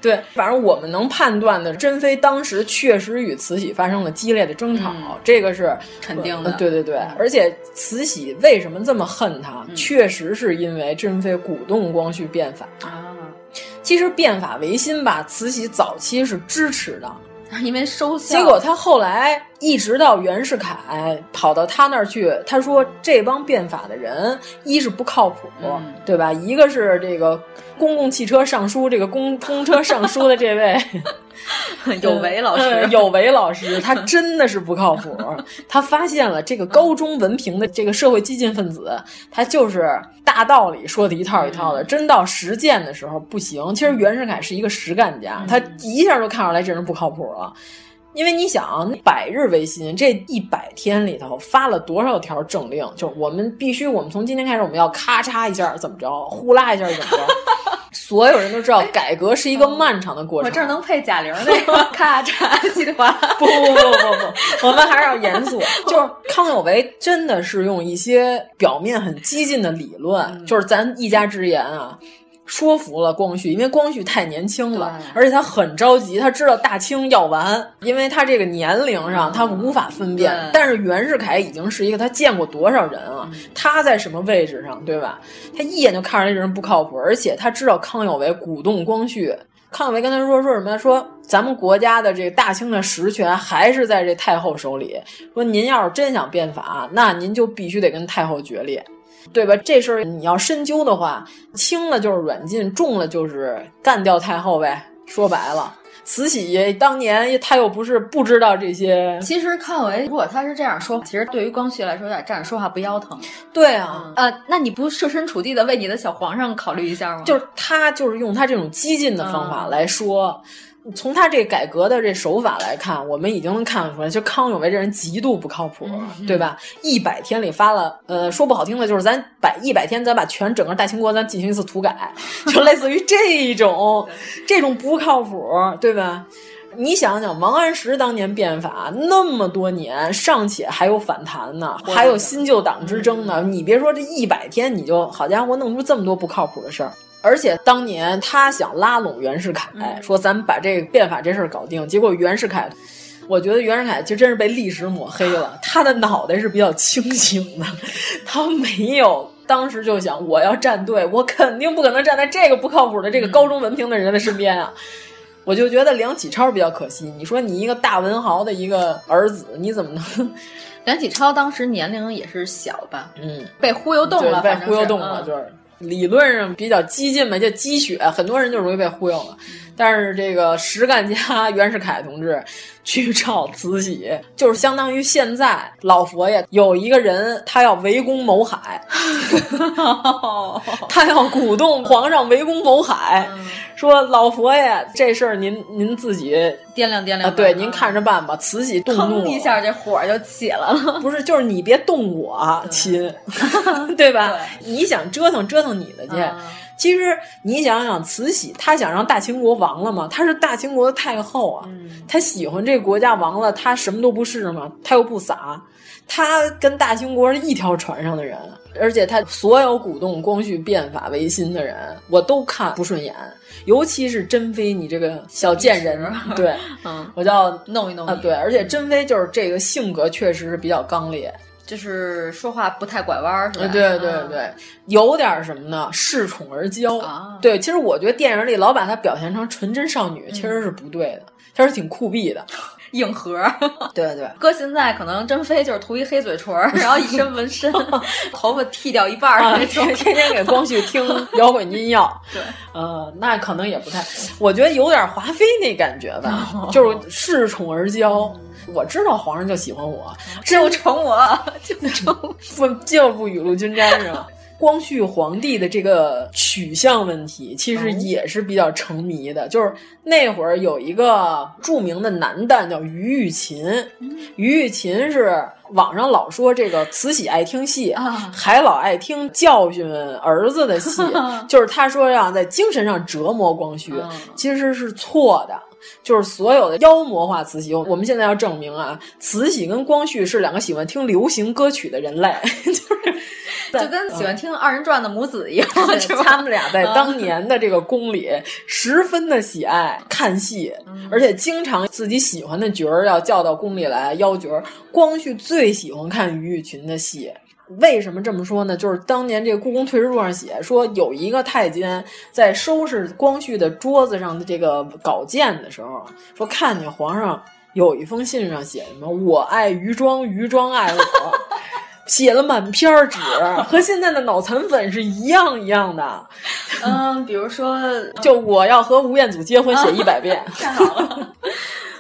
对，反正我们能判断的，珍妃当时确实与慈禧发生了激烈的争吵，这个是
嗯肯定的嗯
呃对对对，而且慈禧为什么这么恨她，确实是因为珍妃鼓动光绪变法。
啊
其实变法维新吧，慈禧早期是支持的，
因为收效，
结果他后来一直到袁世凯跑到他那儿去，他说这帮变法的人，一是不靠谱，对吧？一个是这个公共汽车尚书，这个公公车尚书的这位
有为老师
嗯有为老师，他真的是不靠 谱。他发现了这个高中文凭的这个社会激进分子，他就是大道理说的一套一套
嗯
的，真到实践的时候不行。其实袁世凯是一个实干家，他
嗯
一下就看出来这人不靠谱了。因为你想，百日维新这一百天里头发了多少条政令？就是我们必须，我们从今天开始，我们要咔嚓一下怎么着，呼啦一下怎么着。 所有人都知道，改革是一个漫长的过
哎我
程。啊
这儿能配贾玲那 个咔嚓 叽里哗啦。
不不不不不，我们还是要严肃。就是康有为真的是用一些表面很激进的理论，就是咱一家之言啊。说服了光绪，因为光绪太年轻了，而且他很着急，他知道大清要完，因为他这个年龄上他无法分辨。
对
但是袁世凯已经是一个他见过多少人啊，他在什么位置上，对吧？他一眼就看出来这人不靠谱，而且他知道康有为鼓动光绪，康有为跟他说说什么呀？说咱们国家的这个大清的实权还是在这太后手里。说您要是真想变法，那您就必须得跟太后决裂，对吧？这事儿你要深究的话，轻了就是软禁，重了就是干掉太后呗。说白了，慈禧当年她又不是不知道这些，
其实康有为，如果他是这样说，其实对于光绪来说，有点站着说话不腰疼。
对啊，
呃，那你不设身处地的为你的小皇上考虑一下吗？
就是他就是用他这种激进的方法来说，从他这改革的这手法来看，我们已经能看得出来，就康有为这人极度不靠谱，对吧？一百天里发了，呃，说不好听的就是咱百一百天，咱把全整个大清国咱进行一次土改，就类似于这种，这种不靠谱，对吧？你想想，王安石当年变法那么多年，尚且还有反弹呢，还有新旧党之争呢。你别说这一百天，你就好家伙弄出这么多不靠谱的事儿。而且当年他想拉拢袁世凯，说咱们把这个变法这事儿搞定，结果袁世凯。我觉得袁世凯就真是被历史抹黑了，他的脑袋是比较清醒的， 他没有当时就想我要站队，我肯定不可能站在这个不靠谱的这个高中文凭的人的身边啊。我就觉得梁启超比较可惜。你说你一个大文豪的一个儿子，你怎么能
梁启超当时年龄也是小吧，
嗯
被忽悠动了，
被
反正 是
忽悠动了？
嗯
就是理论上比较激进嘛，叫鸡血，很多人就容易被忽悠了。
嗯
但是这个实干家 袁世凯同志去找慈禧，就是相当于现在老佛爷有一个人，他要围攻谋海，
哦
他要鼓动皇上围攻谋海，
嗯
说老佛爷这事儿您您自己
掂量
呃
掂量、啊，
对，您看着办吧。慈禧动怒
一下，这火就起来了。
不是，就是你别动我，啊亲， 对吧？对你想折腾折腾你的去。嗯其实你想想，慈禧她想让大清国亡了吗？她是大清国的太后
嗯
啊，
嗯
她喜欢这国家亡了，她什么都不是嘛，她又不傻，她跟大清国是一条船上的人，而且她所有鼓动光绪变法维新的人，我都看不顺眼，尤其是珍妃，你这个小贱人， 对，
嗯，
我叫
弄一弄
啊，对，而且珍妃就是这个性格确实是比较刚烈。
就是说话不太拐弯儿，是吧？
呃对对
嗯
对，有点什么呢？恃宠而骄。
啊、
对，其实我觉得电影里老把她表现成纯真少女，其实是不对的，她、嗯、是挺酷毙 的。
硬核，
对对，
搁现在可能珍妃就是涂一黑嘴唇，然后一身纹身， 头发剃掉一半
啊
儿那种，
天天给光绪听摇滚音乐。
对，
呃，那可能也不太，我觉得有点华妃那感觉吧， 就是恃宠而骄。我知道皇上 就喜欢我，
就宠我，就宠，
不就不雨露均沾是吗？光绪皇帝的这个取向问题，其实也是比较成谜的。就是那会儿有一个著名的男旦叫于玉琴，于玉琴是网上老说这个慈禧爱听戏，还老爱听教训儿子的戏，就是他说呀，在精神上折磨光绪，其实是错的。就是所有的妖魔化慈禧，我们现在要证明啊，慈禧跟光绪是两个喜欢听流行歌曲的人类，就是
就跟
嗯
喜欢听二人转的母子一样，
他们俩
嗯
在当年的这个宫里十分的喜爱看戏，嗯、而且经常自己喜欢的角儿要叫到宫里来邀角儿。光绪最喜欢看于玉群的戏。为什么这么说呢？就是当年这个《故宫退士录》上写说，有一个太监在收拾光绪的桌子上的这个稿件的时候，说看见皇上有一封信上写什么“我爱于庄，于庄爱我”，写了满篇纸，和现在的脑残粉是一样一样的。
嗯，比如 说，
就我要和吴彦祖结婚，写一百遍，
太好了。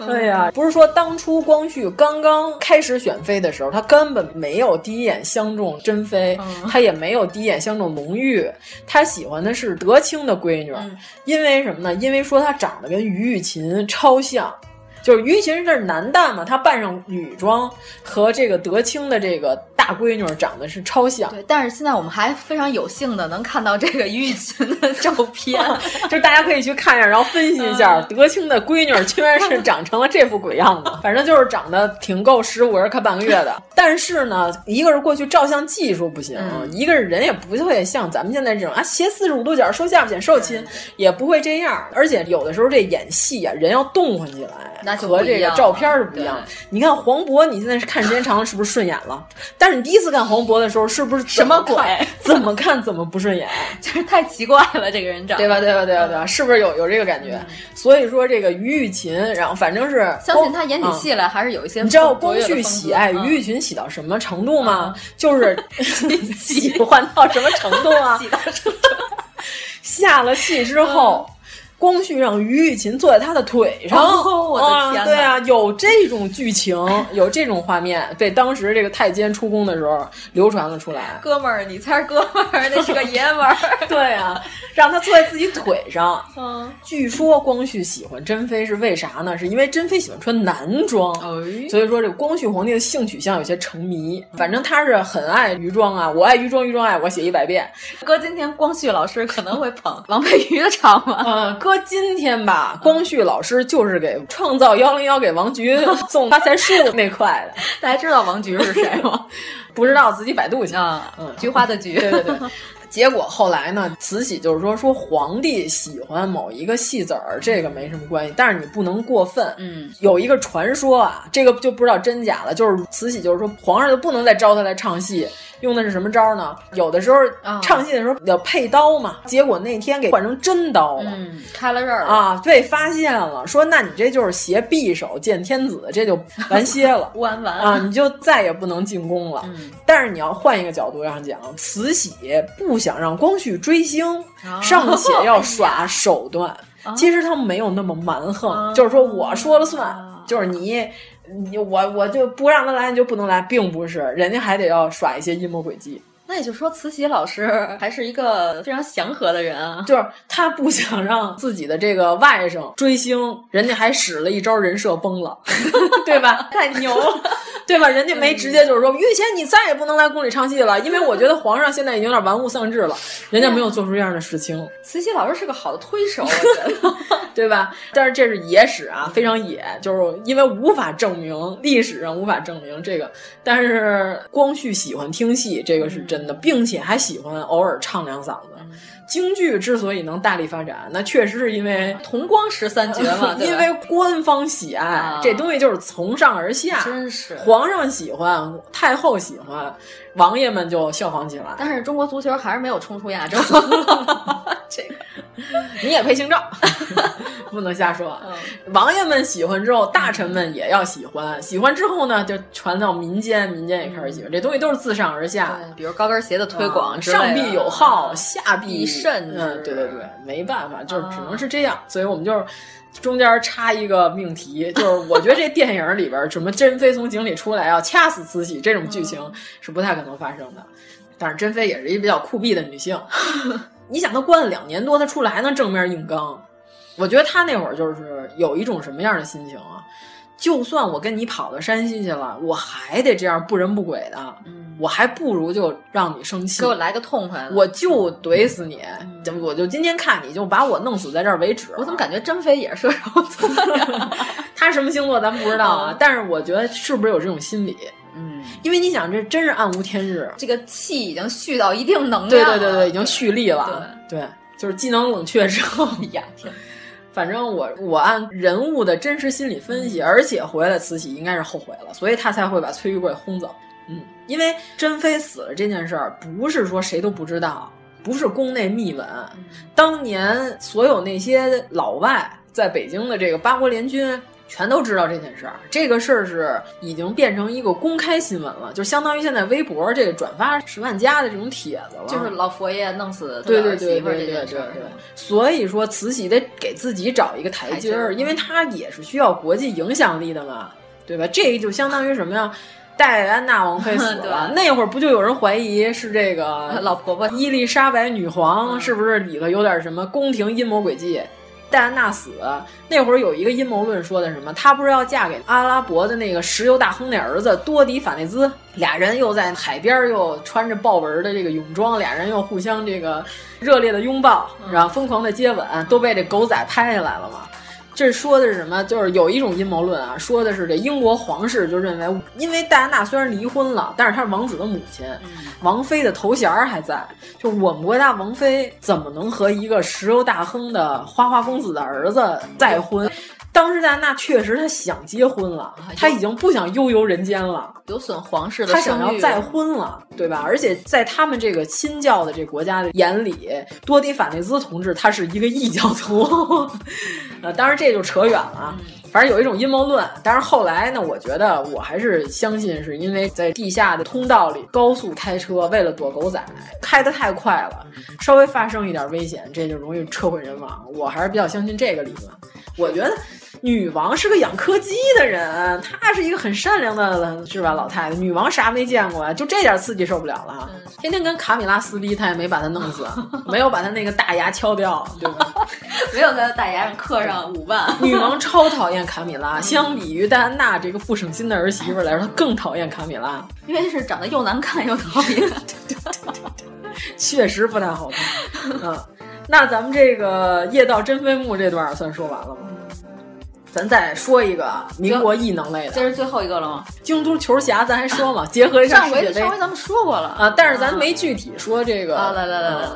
对呀、啊，不是说当初光绪刚刚开始选妃的时候，他根本没有第一眼相中珍妃，嗯、他也没有第一眼相中隆裕，他喜欢的是德清的闺女，
嗯、
因为什么呢？因为说她长得跟于玉琴超像。就是于琴这是男旦嘛，他扮上女装，和这个德清的这个大闺女长得是超像。
对，但是现在我们还非常有幸的能看到这个于琴的照片，
就是大家可以去看一下，然后分析一下、嗯、德清的闺女居然是长成了这副鬼样子，反正就是长得挺够十五人看半个月的。但是呢，一个是过去照相技术不行，
嗯、
一个是人也不会像咱们现在这种啊斜四十五度角收下巴显瘦
嗯
亲，也不会这样。而且有的时候这演戏啊，人要动换起来。和这个照片是不一样的。你看黄渤，你现在是看时间长了，是不是顺眼了？但是你第一次看黄渤的时候，是不是
什么鬼？
怎么看怎么不顺眼，
就是太奇怪了。这个人长
对吧？对吧？对吧？
嗯
对吧？是不是有有这个感觉？所以说这个于玉琴，然后反正是
相信他演起戏来还是有一些。
哦嗯你知道光绪喜爱
嗯
于玉琴喜到什么程度吗？就是喜欢到什么程度 啊？
喜到程度。
下了戏之后。
嗯
光绪让于玉琴坐在他的腿上，
哦、我的天、啊！
对啊，有这种剧情， 有这种画面，被当时这个太监出宫的时候流传了出来。
哥们儿，你猜哥们儿那是个爷们 儿。
对啊，让他坐在自己腿上。
嗯，
据说光绪喜欢珍妃是为啥呢？是因为珍妃喜欢穿男装，
哎、
所以说这个光绪皇帝的性取向有些成迷。反正他是很爱于庄啊，我爱于庄，于庄爱我，写一百遍。
哥，今天光绪老师可能会捧王佩瑜的场吗？
嗯，哥。今天吧，光绪老师就是给创造幺零幺给王菊送发财树那块的。
大家知道王菊是谁 吗？
不知道自己百度去
啊。嗯，菊花的菊。
对对对。结果后来呢，慈禧就是说说皇帝喜欢某一个戏子儿，这个没什么关系，但是你不能过分。
嗯，
有一个传说啊，这个就不知道真假了，就是慈禧就是说皇上就不能再招他来唱戏。用的是什么招呢？有的时候
啊
唱戏的时候要配刀嘛，结果那天给换成真刀了，
嗯、开了刃儿
啊，被发现了，说那你这就是携匕首见天子，这就完歇了，
完完
啊，你就再也不能进宫了。
嗯、
但是你要换一个角度上讲，
哦
慈禧不想让光绪追星，尚且要耍手段。其实他们没有那么蛮横，就是说我说了算，就是你。你我我就不让他来，你就不能来，并不是，人家还得要耍一些阴谋诡计。
那也就是说，慈禧老师还是一个非常祥和的人啊，
就是他不想让自己的这个外甥追星，人家还使了一招人设崩了， 对吧？
太牛了，
对吧？人家没直接就是说，玉贤你再也不能来宫里唱戏了，因为我觉得皇上现在已经有点玩物丧志了，人家没有做出这样的事情。
慈禧老师是个好的推手，我啊觉
得，对吧？但是这是野史啊，非常野，就是因为无法证明，历史上无法证明这个。但是光绪喜欢听戏，这个是真。真的，并且还喜欢偶尔唱两嗓子。京剧之所以能大力发展，那确实是因为
同光十三绝 嘛，
嗯 因为官方喜爱、啊、这东西，就是从上而下，
真是
皇上喜欢，太后喜欢，王爷们就效仿起来。
但是中国足球还是没有冲出 亚洲，
这个你也配姓赵，不能瞎说。
嗯
王爷们喜欢之后，大臣们也要喜欢，喜欢之后呢，就传到民间，民间也开始喜欢。这东西都是自上而下，
比如高跟鞋的嗯推广，啊、
上必有号，下必。
甚至、
嗯，对对对，没办法，就是只能是这样，啊、所以我们就是中间插一个命题，就是我觉得这电影里边什么珍妃从井里出来要掐死慈禧这种剧情是不太可能发生的。但是珍妃也是一比较酷毙的女性，你想她关了两年多，她出来还能正面硬刚，我觉得她那会儿就是有一种什么样的心情啊？就算我跟你跑到山西去了，我还得这样不人不鬼的，嗯、我还不如就让你生气，
给我来个痛快，
我就怼死你，嗯、我就今天看你就把我弄死在这儿为止。
我怎么感觉珍妃也是射 手座？
他什么星座咱们不知道
哦
啊，嗯、但是我觉得是不是有这种心理？
嗯，
因为你想，这真是暗无天日，
这个气已经蓄到一定能量，
对对对对，已经蓄力了，
对,
对，就是技能冷却之后，
呀天。
反正我我按人物的真实心理分
嗯
析，而且回来慈禧应该是后悔了，所以她才会把崔玉贵轰走。嗯，因为珍妃死了这件事儿，不是说谁都不知道，不是宫内秘闻。
嗯
当年所有那些老外在北京的这个八国联军全都知道这件事儿，这个事儿是已经变成一个公开新闻了，就相当于现在微博这个转发十万加的这种帖子了。
就是老佛爷弄死
对对
对
对
对
对对。所以说，慈禧得给自己找一个台阶儿，因为她也是需要国际影响力的嘛，对吧？这个就相当于什么呀？戴安娜王妃 死了，那会儿不就有人怀疑是这个
啊老婆嗯婆
伊丽莎白女皇是不是里头有点什么宫廷阴谋诡计？戴安娜死那会儿有一个阴谋论说的什么，她不是要嫁给阿拉伯的那个石油大亨那儿子多迪法内兹，俩人又在海边又穿着豹纹的这个泳装，俩人又互相这个热烈的拥抱，
嗯
然后疯狂的接吻，都被这狗仔拍下来了嘛。这说的是什么？就是有一种阴谋论啊，说的是这英国皇室就认为，因为戴安娜虽然离婚了，但是她是王子的母亲，王妃的头衔还在。就我们国家王妃怎么能和一个石油大亨的花花公子的儿子再婚？当时戴安娜确实她想结婚了，她已经不想悠游人间了，
有损皇室的
她想要再婚了，对吧？而且在他们这个新教的这国家的眼里，多迪法内兹同志他是一个异教徒， 呃，当然这就扯远了。反正有一种阴谋论，但是后来呢，我觉得我还是相信，是因为在地下的通道里高速开车，为了躲狗仔，开得太快了，稍微发生一点危险，这就容易车毁人亡。我还是比较相信这个理论。我觉得女王是个养柯基的人，她是一个很善良的，是吧？老太太，女王啥没见过啊？就这点刺激受不了了，天天跟卡米拉撕逼，她也没把她弄死，没有把她那个大牙敲掉，对吧？
没有在大牙上刻上五万。
女王超讨厌。卡米拉相比于戴安娜这个不省心的儿媳妇来说，她更讨厌卡米拉，
因为是长得又难看又讨厌，
确实不太好看。嗯，那咱们这个夜到真飞墓这段算说完了吗？咱再说一个民国异能类的，
这是最后一个了吗？
京都球侠，咱还说嘛，结合一下
上回上回咱们说过了
啊，但是咱没具体说这个。
啊，来来来来来。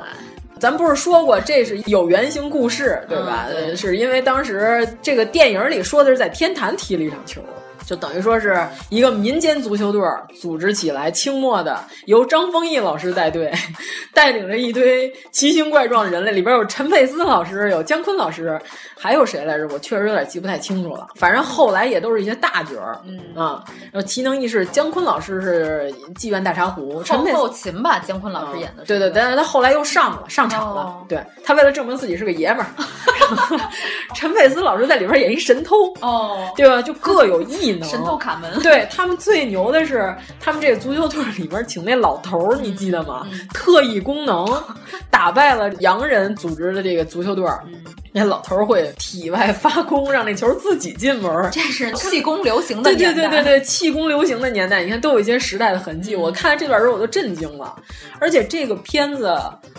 咱不是说过这是有原型故
啊
事，对吧？嗯、对是因为当时这个电影里说的是在天坛踢了一场球，就等于说是一个民间足球队儿组织起来，清末的，由张丰毅老师带队， 带领着一堆奇形怪状的人类，里边有陈佩斯老师，有姜昆老师，还有谁来着？我确实有点记不太清楚了。反正后来也都是一些大角儿，嗯啊，然后奇能异事，姜昆老师是妓院大茶壶，陈佩斯
后勤吧，姜昆老师演的、嗯，
对对，但是他后来又上了，上场了，哦、对他为了证明自己是个爷们儿， 陈佩斯老师在里边演一神偷，
哦，
对吧？就各有异能，
神偷卡门，
对他们最牛的是，他们这个足球队里边请那老头儿，你记得吗？嗯、特异功能打败了洋人组织的这个足球队。嗯那老头会体外发功，让那球自己进门。
这是气功流行的
年代，对对对对对，气功流行的年代，你看都有一些时代的痕迹。我看这段时候我都震惊了，而且这个片子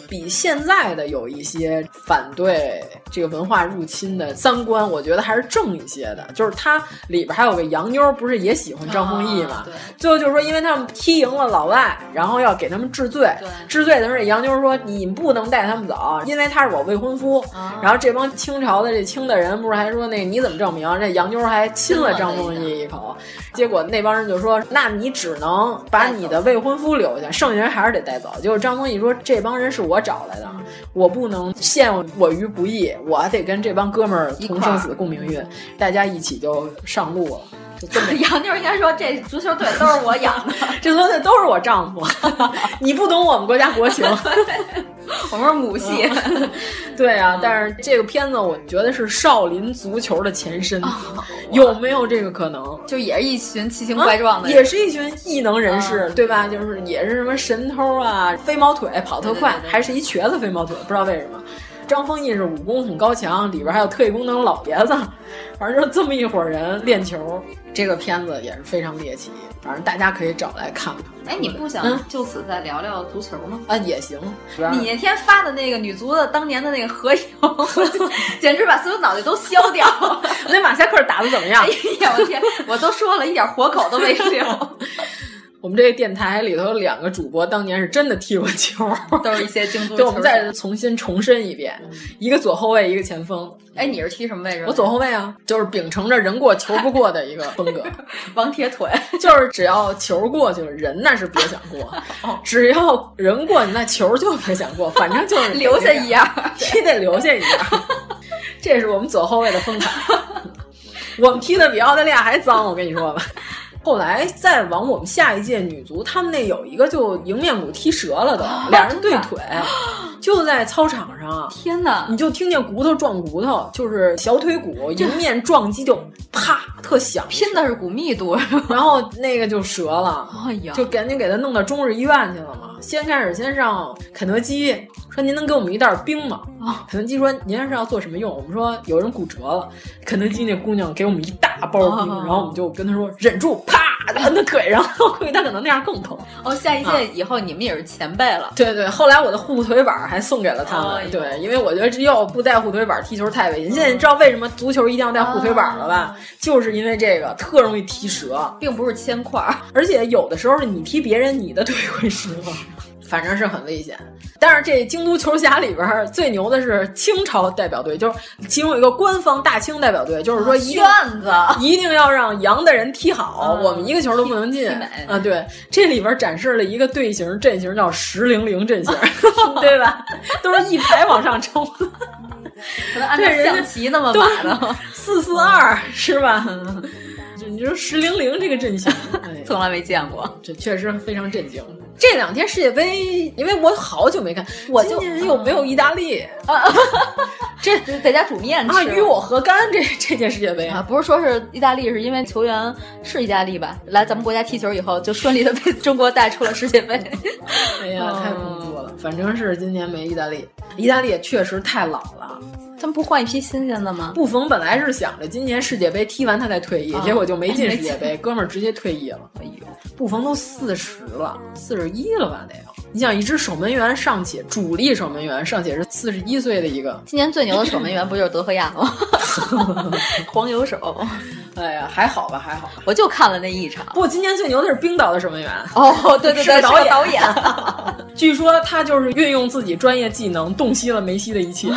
比现在的有一些反对这个文化入侵的三观，我觉得还是正一些的。就是它里边还有个洋妞，不是也喜欢张丰毅嘛？
啊、对
最后就是说，因为他们踢赢了老外，然后要给他们治罪。治罪的时候，洋妞说：“你们不能带他们走，因为他是我未婚夫。啊”
哦
然后这帮。清朝的这清的人不是还说那你怎么证明？这洋妞还亲了张丰毅一口，结果那帮人就说：“那你只能把你的未婚夫留下，剩下人还是得带走。”结果张丰毅说：“这帮人是我找来的，我不能陷我于不义，我得跟这帮哥们儿同生死共命运，大家一起就上路了。” 就这么，
洋妞应该说这足球队都是我养 的，
这足球队都是我丈夫， 你不懂我们国家国 情。
我们是母系，
嗯、对啊，嗯、但是这个片子我觉得是少林足球的前身，哦、有没有这个可能？
就也是一群奇形怪状的、啊
啊，也是一群异能人士，嗯、对吧？就是也是什么神偷啊，飞毛腿跑特快，
对对对
还是一瘸子飞毛腿，不知道为什么。张丰毅是武功很高强，里边还有特异功能老爷子，反正就这么一伙人练球。这个片子也是非常猎奇，反正大家可以找来看看。
哎，你不想就此再聊聊足球吗？
啊，也行。
你那天发的那个女足的当年的那个合影，简直 把所有脑袋都削掉了。
那马赛克打的怎么样？
哎呀，我天！我都说了一点活口都没留。
我们这个电台里头有两个主播，当年是真的踢过球，
都是一些精足球。嗯
对，我们再重新重申一遍：一个左后卫，一个前锋。
哎，你是踢什么位置？
我左后卫啊，就是秉承着人过球不过的一个风格，
王铁腿。
就是只要球过去了，人那是别想过；
哦
只要人过去，那球就别想过。反正就是
留下一样，
你得留下一 样。这是我们左后卫的风采。我们踢的比澳大利亚还脏，我跟你说吧。后来再往我们下一届女足，他们那有一个就迎面骨踢折了的，
哦
俩人对腿，
啊
就在操场上。啊
天哪！
你就听见骨头撞骨头，就是小腿骨迎面撞击，就啪特响。
拼的是骨密度，
然后那个就折了，
哎呀，
就赶紧给他弄到中日医院去了嘛。先开始先上肯德基，说您能给我们一袋冰吗？
哦
肯德基说您是要做什么用？我们说有人骨折了。肯德基那姑娘给我们一大包冰，
哦
然后我们就跟她说忍住，啪。摁他腿上，我估计他可能那样更痛。
哦，下一届以后你们也是前辈了。
对对，后来我的护腿板还送给了他们。对，因为我觉得要不带护腿板踢球太危险。现在你知道为什么足球一定要带护腿板了吧？就是因为这个特容易踢折，
并不是铅块，
而且有的时候你踢别人，你的腿会折， 反正是很危险。但是这京都球侠里边最牛的是清朝代表队，就是其中有一个官方大清代表队，就是说一
定子
一定要让洋的人踢好，我们一个。球都不能进啊！对，这里边展示了一个队形阵型，叫十零零阵 型， 对吧？都是一排往上冲，
可能按照象棋那么打的，
四四二是吧？ 你说十零零这个阵型，哎、
从来没见过，
这确实非常震惊。这两天世界杯，因为我好久没看，我今年哦有没有意大利啊？这
在家煮面吃
啊，与我何干？这这届世界杯
啊，不是说是意大利，是因为球员是意大利吧？来咱们国家踢球以后，就顺利的被中国带出了世界杯。
哎呀，太恐怖了！反正是今年没意大利，意大利也确实太老了。
他们不换一批新鲜的吗？
布冯本来是想着今年世界杯踢完他再退役，
啊、
结果就没进世界杯，哥们儿直接退役了。哎呦，布冯都四十了，四十一了吧得有。你想，一支守门员尚且主力守门员尚且是四十一岁的一个，
今年最牛的守门员不就是德赫亚吗？
黄油手，
哎呀，还好吧，还好吧。
我就看了那一场。
不，今年最牛的是冰岛的守门员。
哦，对对对，
是导演。
导演。
哎
据说他就是运用自己专业技能，洞悉了梅西的一切。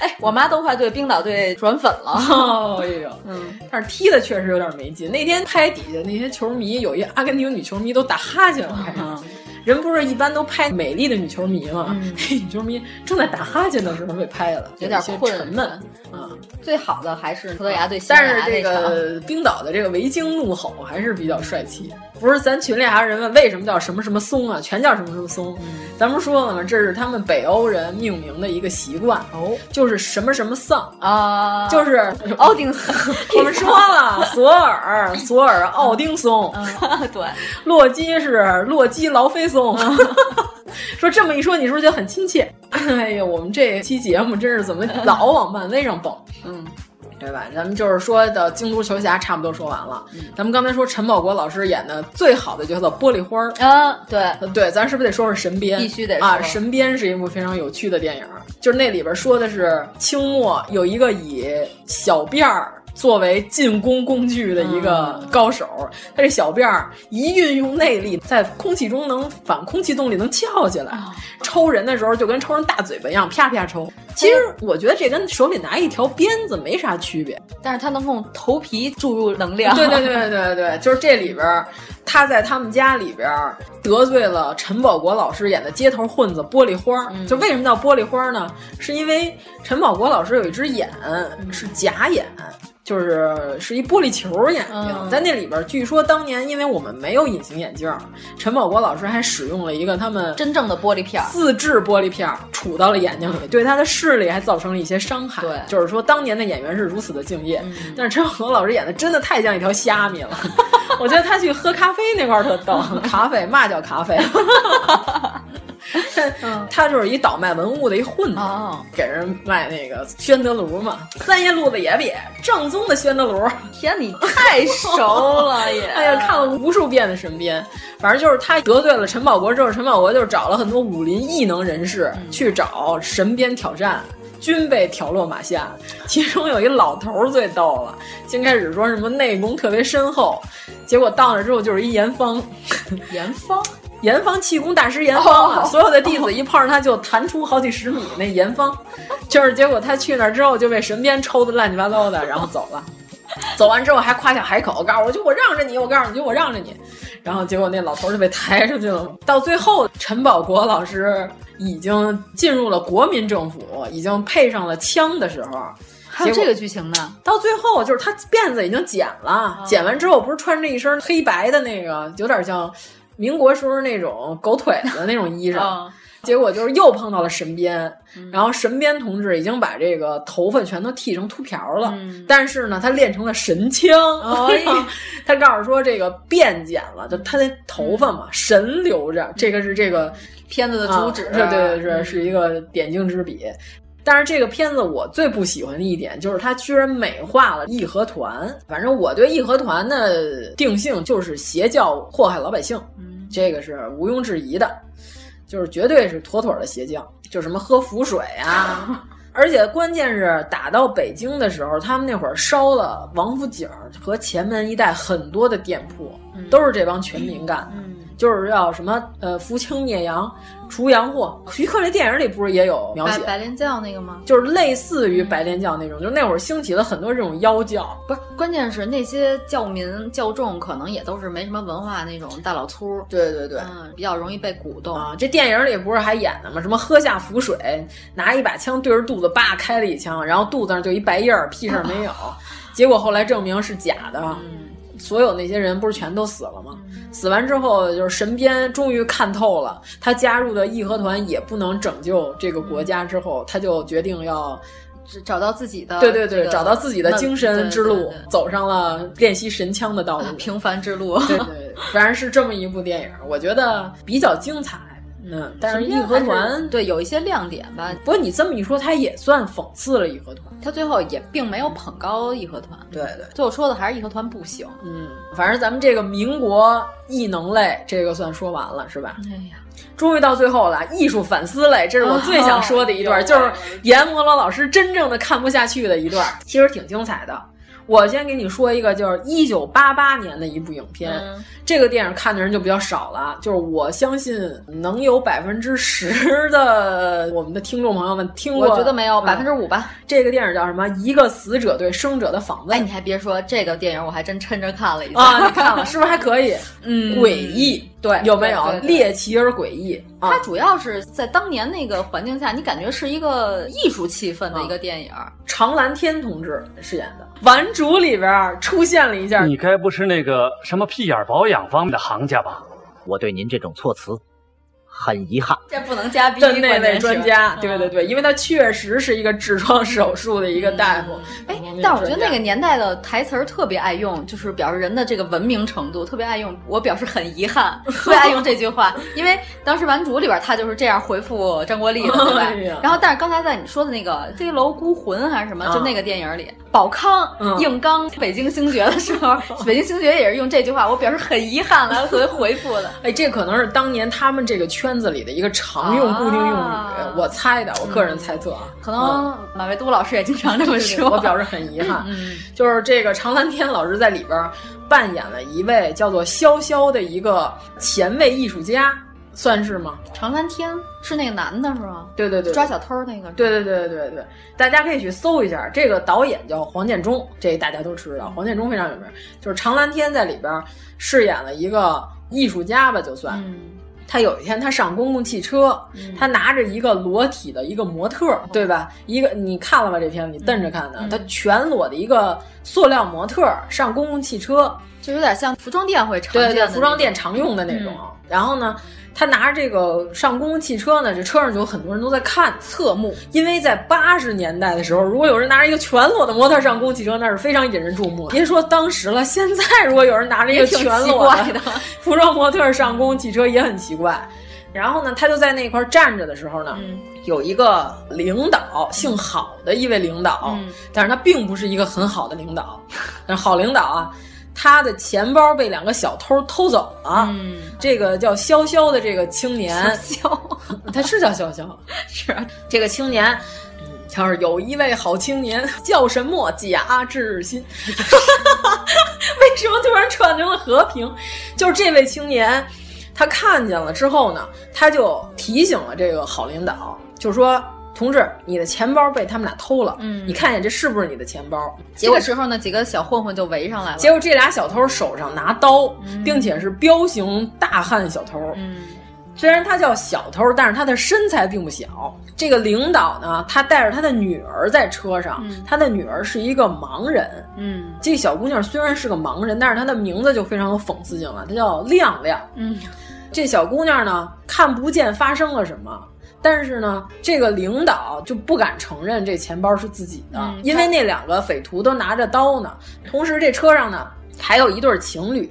哎，我妈都快对冰岛队转粉了。
哦，哎 呦，嗯，但是踢的确实有点没劲。那天拍底下那些球迷，有一阿根廷女球迷都打哈欠了，开始。嗯人不是一般都拍美丽的女球迷吗？ 嗯、女球迷正在打哈欠的时候被拍了，
有点
沉闷啊。
最好的还是葡萄牙对西
班牙，但是这个冰岛的这个维京怒吼还是比较帅气。不是咱群里还有人问为什么叫什么什么松啊？全叫什么什么松？嗯、咱们说了嘛，这是他们北欧人命名的一个习惯
哦，
就是什么什么丧
啊，
就是
奥丁。
我们说了，索尔索尔奥丁松，
嗯、对，
洛基是洛基劳菲。送 说这么一说，你是不是觉得很亲切？ 哎呀，我们这期节目真是怎 么老往漫威上蹦？嗯，对吧？咱们就是说的《京都球侠》差不多说完了。嗯、咱们刚才说陈宝国老师演的最好的角色玻璃花儿
呃
啊，对
对，咱是不是得说说《神鞭》？
必须得
啊，《神鞭》是一部非常有趣的电影，就是那里边说的是清末有一个以小辫儿。作为进攻工具的一个高手，嗯、他这小辫儿一运用内力，在空气中能反空气动力能翘起来，哦、抽人的时候就跟抽人大嘴巴一样，啪啪抽。其实我觉得这跟手里拿一条鞭子没啥区别，
但是他能用头皮注入能量。
对对对对对，就是这里边，他在他们家里边得罪了陈宝国老师演的街头混子玻璃花。嗯、就为什么叫玻璃花呢？是因为陈宝国老师有一只眼是假眼。就是是一玻璃球眼睛，嗯、在那里边，据说当年因为我们没有隐形眼镜，陈宝国老师还使用了一个他们
真正的玻璃片，
自制玻璃片杵到了眼睛里，对他的视力还造成了一些伤害。
对，
就是说当年的演员是如此的敬业，嗯、但是陈宝国老师演的真的太像一条虾米了。 我觉得他去喝咖啡那块儿特逗，咖啡嘛叫 咖啡。
嗯
他就是一倒卖文物的一混子，
哦、
给人卖那个宣德炉嘛，三爷路子也比正宗的宣德炉。
天，你太熟 了也！
哎呀，看了无数遍的《神鞭》，反正就是他得罪了陈宝国之后，陈宝国就是找了很多武林异能人士、嗯、去找神鞭挑战。均被挑落马下，其中有一老头儿最逗了。先开始说什么内功特别深厚，结果到那之后就是一严方，
严方，哦
严方气功大师严方啊，oh, 所有的弟子一碰上他就弹出好几十米。那严方，就是结果他去那儿之后就被神鞭抽的乱七八糟的，然后 走了。走完之后还夸下海口，告诉我就我让着你，我告诉你就我让着你。然后结果那老头就被抬出去了。到最后，陈宝国老师已经进入了国民政府，已经配上了枪的时候，
还有这个剧情呢。
到最后就是他辫子已经剪了，哦、剪完之后不是穿着一身黑白的那个，有点像民国时候那种狗腿子那种衣裳。
啊
哦 结果就是又碰到了神鞭，
嗯
然后神鞭同志已经把这个头发全都剃成秃瓢了，
嗯、
但是呢，他练成了神枪。哦、
哎
他告诉说这个辫剪了，就他那头发嘛，神留着。这个是这个
片子的主旨，
对对对，嗯是是一个点睛之笔。但是这个片子我最不喜欢的一点就是它居然美化了义和团。反正我对义和团的定性就是邪教祸害老百姓，
嗯、
这个是毋庸置疑的。就是绝对是妥妥的邪教，就什么喝符水 啊，而且关键是打到北京的时候，他们那会儿烧了王府井和前门一带很多的店铺，都是这帮全民干的，
嗯、
就是要什么呃扶清灭洋、除洋祸。徐克这电影里不是也有描写
白莲教那个吗？
就是类似于白莲教那种，就那会儿兴起了很多这种妖教。
不是，关键是那些教民教众可能也都是没什么文化那种大老粗，
对对对，
嗯，比较容易被鼓动
啊。这电影里不是还演的吗？什么喝下符水，拿一把枪对着肚子叭开了一枪，然后肚子上就一白印儿，屁事儿没有。啊、结果后来证明是假的，
嗯、
所有那些人不是全都死了吗？嗯、死完之后，就是神鞭终于看透了，他加入的义和团也不能拯救这个国家，之后、
嗯、
他就决定要。
找到自己的
对对对，
这个、
找到自己的精神之路，嗯
对对对啊
走上了练习神枪的道路，
平凡之路。
对对，反正是这么一部电影，我觉得比较精彩。嗯，但是义和团
对有一些亮点吧。
不过你这么一说，他也算讽刺了义和团，
他最后也并没有捧高义和团。
对对，
最后说的还是义和团不行。
嗯，反正咱们这个民国艺能类，这个算说完了是吧？
哎呀。
终于到最后了，艺术反思类，这是我最想说的一
啊
段，哦、就是阎摩罗老师真正的看不下去的一段，其实挺精彩的。我先给你说一个，就是一九八八年的一部影片，
嗯、
这个电影看的人就比较少了，就是我相信能有百分之十的我们的听众朋友们听过，
我觉得没有百分之五吧、
嗯。这个电影叫什么？一个死者对生者的访问。
哎，你还别说，这个电影我还真抻着看了一下
嗯啊，你看了是不是还可以？
嗯，
诡异。
对，
有没有猎奇而诡啊
异？它主要是在当年那个环境下，你感觉是一个艺术气氛的
嗯
一个电影。
常蓝天同志饰演的《顽主》里边出现了一下。
你该不是那个什么屁眼保养方面的行家吧？
我对您这种措辞很遗憾。
这不能加逼。
那位专
嗯
家，对对对，因为他确实是一个痔疮手术的一个大夫。
哎，
嗯
但我觉得那个年代的台词儿特别爱用，就是表示人的这个文明程度特别爱用。我表示很遗憾，特别爱用这句话，因为当时《顽主》里边他就是这样回复张国立的，对
哎
吧？然后，但是刚才在你说的那个《飞楼孤魂》还是什
啊
么，就那个电影里，宝康
嗯
硬刚北京星爵的时 候，北京星爵也是用这句话，我表示很遗憾来作为回复的。
哎，这可能是当年他们这个圈子里的一个常
啊
用固定用语，我猜的，我个人猜测啊，
可能马未都老师也经嗯常这么说。嗯
我表示很遗憾，就是这个常蓝天老师在里边。扮演了一位叫做潇潇的一个前卫艺术家，算是吗？
常蓝天是那个男的是吗？
对对对，
抓小偷那个。
对对对对对，大家可以去搜一下，这个导演叫黄建中，这大家都知道，黄建中非常有名。就是常蓝天在里边饰演了一个艺术家吧，就算。
嗯
他有一天，他上公共汽车，
嗯、
他拿着一个裸体的一个模特，对吧？一个你看了吗？这片你瞪着看的，
嗯嗯、
他全裸的一个塑料模特上公共汽车，
就有点像服装店会常
对对服装店常用的那种。然后呢，他拿着这个上公共汽车呢，这车上就有很多人都在看
侧目，
因为在八十年代的时候，如果有人拿着一个全裸的模特上公共汽车，那是非常引人注目。别说当时了，现在如果有人拿着一个全裸
的
服装模特上公共汽车，也很奇怪。然后呢，他就在那块站着的时候呢，
嗯、
有一个领导，姓郝的一位领导，
嗯、
但是他并不是一个很好的领导， 但是好领导啊。他的钱包被两个小偷偷走了。
嗯，
这个叫潇潇的这个青年，
潇，
他是叫潇 潇，
是、啊、
这个青年，嗯就是有一位好青年，叫什么贾志新。 为什么突然串成了和平？就是这位青年，他看见了之后呢，他就提醒了这个好领导，就说。同志，你的钱包被他们俩偷了，
嗯，
你看见这是不是你的钱包？
结果时候呢，几个小混混就围上来了。
结果这俩小偷手上拿刀，嗯、并且是彪形大汉小偷。
嗯，
虽然他叫小偷，但是他的身材并不小。这个领导呢，他带着他的女儿在车上，
嗯、
他的女儿是一个盲人。
嗯，
这个小姑娘虽然是个盲人，但是她的名字就非常有讽刺性了，她叫亮亮。
嗯，
这小姑娘呢，看不见发生了什么。但是呢，这个领导就不敢承认这钱包是自己的，
嗯、
因为那两个匪徒都拿着刀呢。同时，这车上呢还有一对情侣，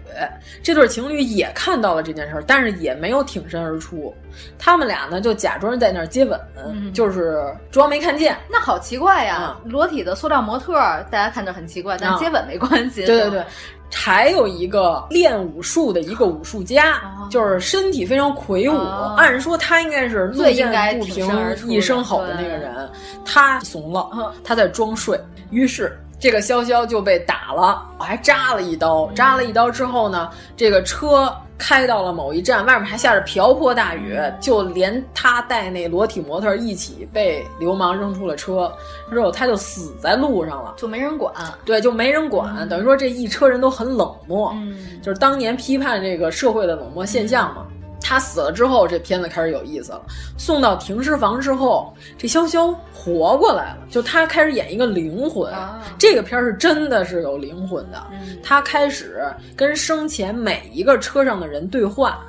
这对情侣也看到了这件事儿，但是也没有挺身而出。他们俩呢就假装在那儿接吻，
嗯、
就是装没看见。
那好奇怪呀，
嗯、
裸体的塑料模特，大家看着很奇怪，但接吻没关系。
对对对。还有一个练武术的一个武术家，
哦、
就是身体非常魁梧，
哦、
按说他应该是
最应该
不平一声吼的那个人，他怂了，
嗯、
他在装睡，于是这个潇潇就被打了，还扎了一刀，
嗯
扎了一刀之后呢，这个车。开到了某一站，外面还下着瓢泼大雨，
嗯
就连他带那裸体模特一起被流氓扔出了车，之后他就死在路上了，
就没人管。
对，就没人管，
嗯、
等于说这一车人都很冷漠，
嗯、
就是当年批判这个社会的冷漠现象嘛。
嗯、
他死了之后，这片子开始有意思了。送到停尸房之后，这潇潇活过来了，就他开始演一个灵魂。
啊、
这个片儿是真的是有灵魂的，
嗯
他开始跟生前每一个车上的人对话，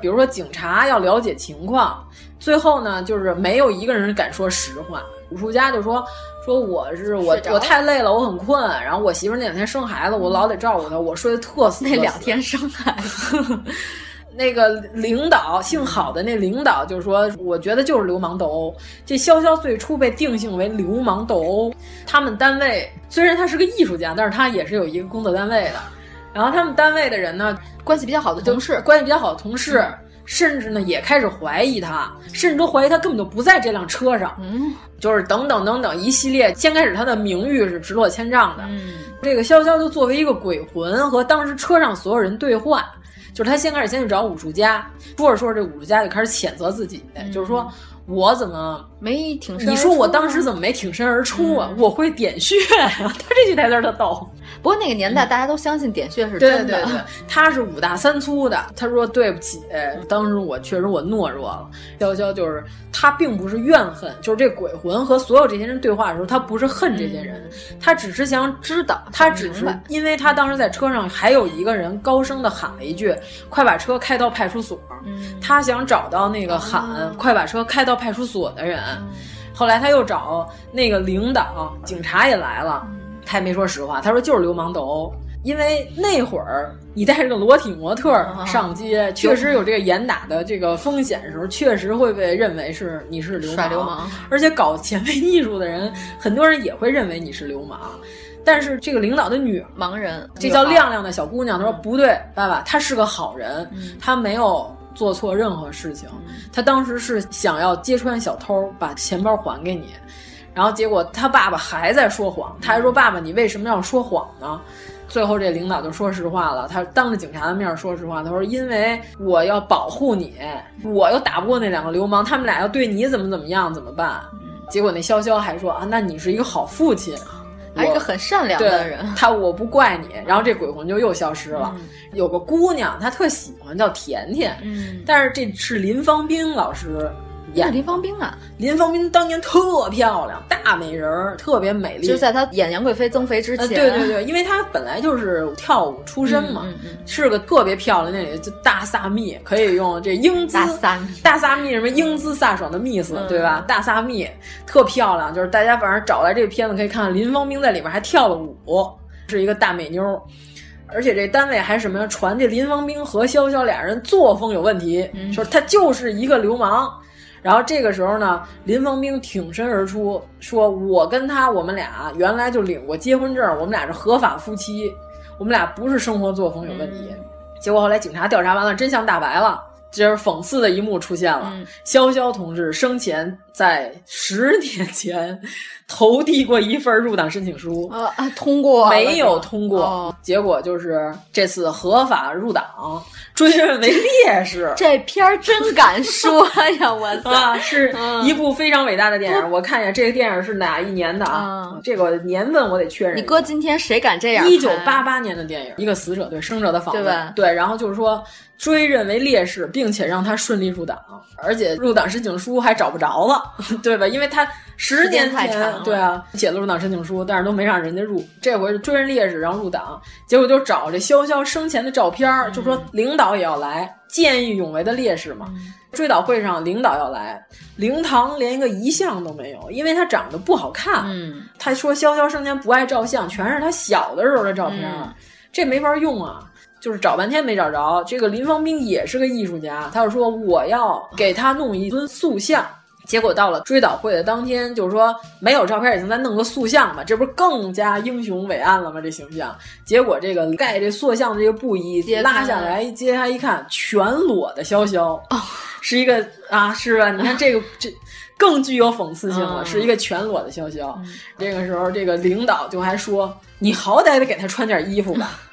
比如说警察要了解情况，最后呢，就是没有一个人敢说实话。武术家就说：“说我是我我太累了，我很困。然后我媳妇那两天生孩子，我老得照顾她，我睡得特死。
那两天生孩子。”
那个领导姓郝的那领导就说，我觉得就是流氓斗殴。这潇潇最初被定性为流氓斗殴，他们单位虽然他是个艺术家，但是他也是有一个工作单位的。然后他们单位的人呢，
关系比较好的同事，
关系比较好的同事，甚至呢也开始怀疑他，甚至都怀疑他根本就不在这辆车上。
嗯，
就是等等等等一系列，先开始他的名誉是直落千丈的。
嗯，
这个潇潇就作为一个鬼魂和当时车上所有人对话，就是他先开始先去找武术家，说着说着这武术家就开始谴责自己，就是说。我怎么
没挺身、
啊？你说我当时怎么没挺身而出啊？嗯、我会点穴啊！ 他这句台词他逗。
不过那个年代大家都相信点穴是真
嗯的。嗯、对 对对， 他是五大三粗的。他说对不起，当时我确实我懦弱了。潇潇就是他并不是怨恨，就是这鬼魂和所有这些人对话的时候，他不是恨这些人，嗯、他只是想
知道，
他只是因为他当时在车上还有一个人高声的喊了一句：“快把车开到派出所。”他想找到那个喊“快把车开到”。派出所的人，后来他又找那个领导，警察也来了，他也没说实话，他说就是流氓斗殴。因为那会儿你带着个裸体模特上街，啊、确实有这个严打的这个风险的时候，确实会被认为是你是流
氓，流氓
而且搞 前卫艺术的人，很多人也会认为你是流氓。但是这个领导的女
盲人，
这叫亮亮的小姑娘，她说不对，爸爸，她是个好人，
嗯、
她没有。做错任何事情，他当时是想要揭穿小偷，把钱包还给你，然后结果他爸爸还在说谎，他还说：“爸爸，你为什么要说谎呢？”最后这领导就说实话了，他当着警察的面说实话，他说：“因为我要保护你，我又打不过那两个流氓，他们俩要对你怎么怎么样，怎么办？”结果那潇潇还说：“啊，那你是一个好父亲。”啊
还是一个很善良的人，
他我不怪你。然后这鬼魂就又消失了。
嗯、
有个姑娘，她特喜欢叫甜甜，
嗯，
但是这是林芳斌老师演的。
林芳斌啊，
林芳斌当年特漂亮，大美人儿，特别美丽。
就是在她演杨贵妃增肥之前、呃，
对对对，因为她本来就是跳舞出身嘛，
嗯嗯、
是个特别漂亮那里就大萨蜜，可以用这英姿
大萨蜜，嗯
大萨蜜什么英姿飒爽的 miss 对吧？大萨蜜特漂亮，就是大家反正找来这片子可以看，林芳斌在里边还跳了舞，是一个大美妞。而且这单位还什么呀？传这林芳斌和潇潇俩人作风有问题，
嗯
说他就是一个流氓。然后这个时候呢，林芳兵挺身而出，说：“我跟他，我们俩原来就领过结婚证，我们俩是合法夫妻，我们俩不是生活作风有问题。
嗯”
结果后来警察调查完了，真相大白了。这是讽刺的一幕出现了。
嗯、
潇潇同志生前在十年前投递过一份入党申请书，
啊、呃，通过
没有通过？
哦、
结果就是这次合法入党，追认为烈士。
这片儿真敢说呀！ 我操
啊， 是一部非常伟大的电影。嗯、我看一眼这个电影是哪一年的
啊？
嗯、这个年份我得确认。
你哥今天谁敢这样？哎
一九八八年的电影，一个死者对生者的访问，啊对,对，然后就是说。追认为烈士，并且让他顺利入党，而且入党申请书还找不着了， 对吧？因为他十年前对啊写了入党申请书，但是都没让人家入。这回追认烈士，然后入党，结果就找这潇潇生前的照片，就说领导也要来，见义勇为的烈士嘛。
嗯、
追悼会上领导要来，灵堂连一个遗像都没有，因为他长得不好看。
嗯，
他说潇潇生前不爱照相，全是他小的时候的照片，
嗯、
这没法用啊。就是找半天没找着，这个林芳兵也是个艺术家，他就说我要给他弄一尊塑像。结果到了追悼会的当天，就是说没有照片，已经在弄个塑像吧，这不是更加英雄伟岸了吗？这形象。结果这个盖这塑像这个布衣拉下来，一揭开一看，全裸的潇潇，哦、是一个啊，是吧？你看这个这。更具有讽刺性了，
嗯、
是一个全裸的潇潇。嗯、这个时候，这个领导就还说：“你好歹得给他穿点衣服吧。嗯”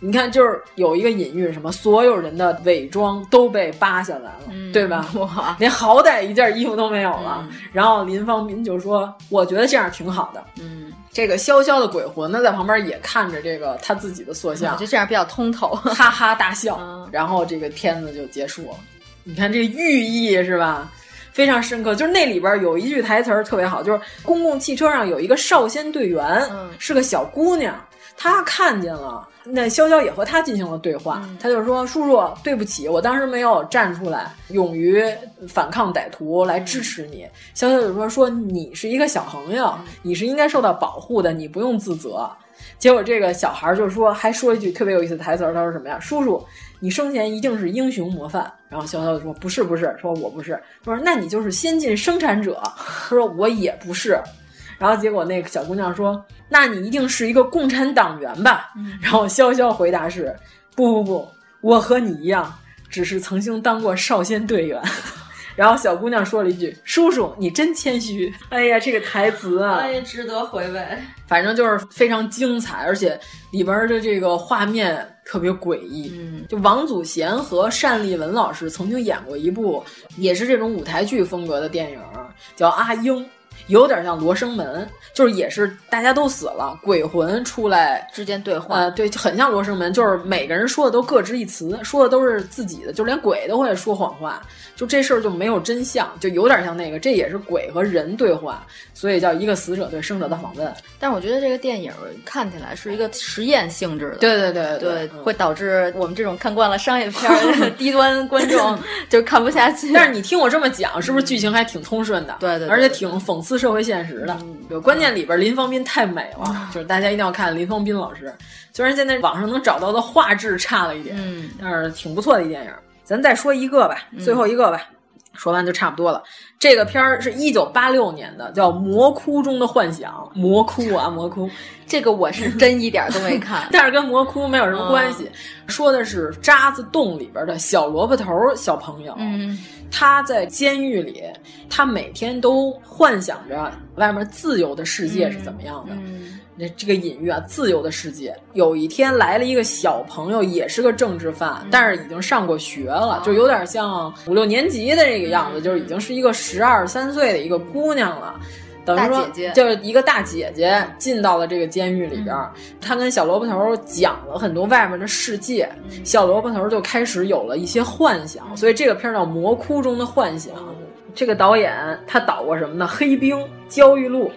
你看，就是有一个隐喻，什么所有人的伪装都被扒下来了，
嗯、
对吧？连好歹一件衣服都没有了。
嗯、
然后林芳斌就说：“我觉得这样挺好的。”
嗯，
这个潇潇的鬼魂呢，在旁边也看着这个他自己的塑像，
就这样比较通透，
哈哈大笑。
嗯、
然后这个片子就结束了。你看这个寓意是吧？非常深刻，就是那里边有一句台词儿特别好，就是公共汽车上有一个少先队员，
嗯
是个小姑娘，她看见了。那潇潇也和他进行了对话，
嗯、
他就说：“叔叔，对不起，我当时没有站出来，勇于反抗歹徒来支持你。”潇潇就说：“说你是一个小朋友，
嗯、
你是应该受到保护的，你不用自责。”结果这个小孩儿就说，还说一句特别有意思的台词儿，他说什么呀？叔叔，你生前一定是英雄模范。然后潇潇就说不是不是，说我不是。他说那你就是先进生产者。他说我也不是。然后结果那个小姑娘说，那你一定是一个共产党员吧？然后潇潇回答是不不不，我和你一样，只是曾经当过少先队员。 然后小姑娘说了一句：“叔叔，你真谦虚。”哎呀，这个台词啊，
哎呀，值得回味。
反正就是非常精彩，而且里边的这个画面特别诡异。嗯，就王祖贤和单立文老师曾经演过一部也是这种舞台剧风格的电影，叫《阿英》。有点像《罗生门》，就是也是大家都死了，鬼魂出来
之间对话，
呃，对，就很像《罗生门》，就是每个人说的都各执一词，说的都是自己的，就连鬼都会说谎话，就这事儿就没有真相，就有点像那个，这也是鬼和人对话，所以叫一个死者对生者的访问。
但我觉得这个电影看起来是一个实验性质的，
对对对
对，嗯会导致我们这种看惯了商业 片的低端观 众就看不下去。
但是你听我这么讲，是不是剧情还挺通顺的？
对对,对,对,对，嗯
而且挺讽刺。社会现实的，有关键里边林芳斌太美了，嗯、就是大家一定要看林芳斌老师。虽然现在网上能找到的画质差了一点，嗯，但是挺不错的一电影。咱再说一个吧，最后一个吧，嗯、说完就差不多了。这个片儿是一九八六年的，叫《魔窟中的幻想》。魔窟啊，魔窟，
这个我是真一点都没 看，
但是跟魔窟没有什么关系。嗯、说的是渣子洞里边的小萝卜头小朋友。嗯。他在监狱里，他每天都幻想着外面自由的世界是怎么样的。那、嗯嗯、这个隐喻啊，自由的世界。有一天来了一个小朋友，也是个政治犯，嗯、哦但是已经上过学了，就有点像五六年级的这个样子，就是已经是一个十二三岁的一个姑娘了。等于说，就是一个大姐姐进到了这个监狱里边，嗯、她跟小萝卜头讲了很多外面的世界，嗯、小萝卜头就开始有了一些幻想，嗯、所以这个片叫《魔窟中的幻想》。这个导演他导过什么呢？《黑冰》《焦裕禄》，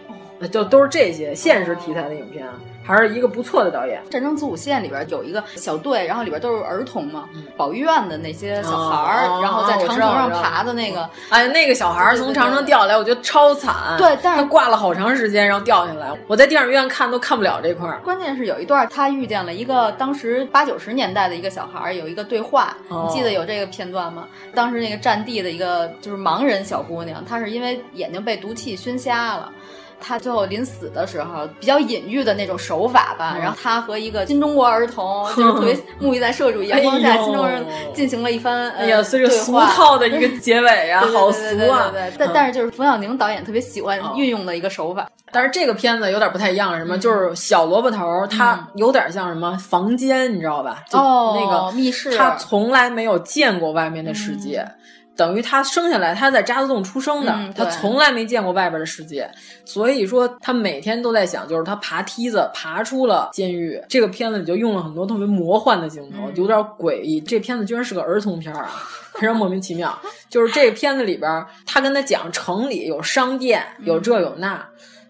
就都是这些现实题材的影片。还是一个不错的导演。
战争子午线里边有一个小队，然后里边都是儿童嘛，保育院的那些小孩儿，
嗯哦、
然后在长城上爬的那个，
哎，那个小孩从长城掉下来，我觉得超惨。
对，但是
他挂了好长时间，然后掉下来。我在电影院看都看不了这块儿。
关键是有一段他遇见了一个当时八九十年代的一个小孩，有一个对话，哦、你记得有这个片段吗？当时那个战地的一个就是盲人小姑娘，她是因为眼睛被毒气熏瞎了。他最后临死的时候，比较隐喻的那种手法吧，嗯、然后他和一个新中国儿童，就是特别沐浴在社会主义阳光下，哎、新中国人进行了一番呃
哎呀，这个俗套的一个结尾 啊，哦好俗
啊！对对对但、嗯、但是就是冯小宁导演特别喜欢运用的一个手法。
但是这个片子有点不太一样，什么、嗯、就是小萝卜头，他有点像什么房间，你知道吧？就那个、
哦、密室，
他从来没有见过外面的世界。等于他生下来，他在渣滓洞出生的，
嗯、
他从来没见过外边的世界，所以说他每天都在想，就是他爬梯子爬出了监狱。这个片子里就用了很多特别魔幻的镜头，嗯、有点诡异。这片子居然是个儿童 片啊！非常莫名其妙。就是这片子里边，他跟他讲城里有商店，
嗯
有这有那。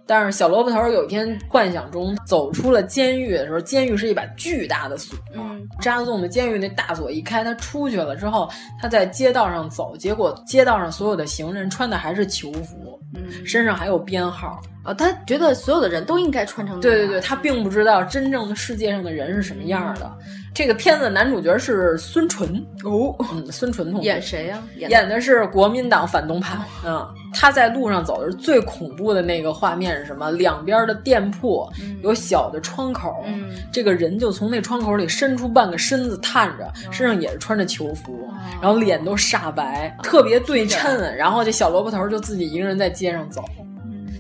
但是小萝卜头有一天幻想中走出了监狱的时候，监狱是一把巨大的锁。
嗯，
扎纵的监狱那大锁一开，他出去了之后，他在街道上走，结果街道上所有的行人穿的还是囚服，
嗯，
身上还有编号。
啊、哦，他觉得所有的人都应该穿成啊
对对对，他并不知道真正的世界上的人是什么样的。嗯、这个片子男主角是孙淳
哦，
嗯，孙淳同
演谁呀、啊？
演,演的是国民党反动派啊、嗯。他在路上走的时候，最恐怖的那个画面是什么？两边的店铺、
嗯、
有小的窗口，这个人就从那窗口里伸出半个身子探着，身上也是穿着囚服，
哦
然后脸都煞白，特别对称。然后这小萝卜头就自己一个人在街上走。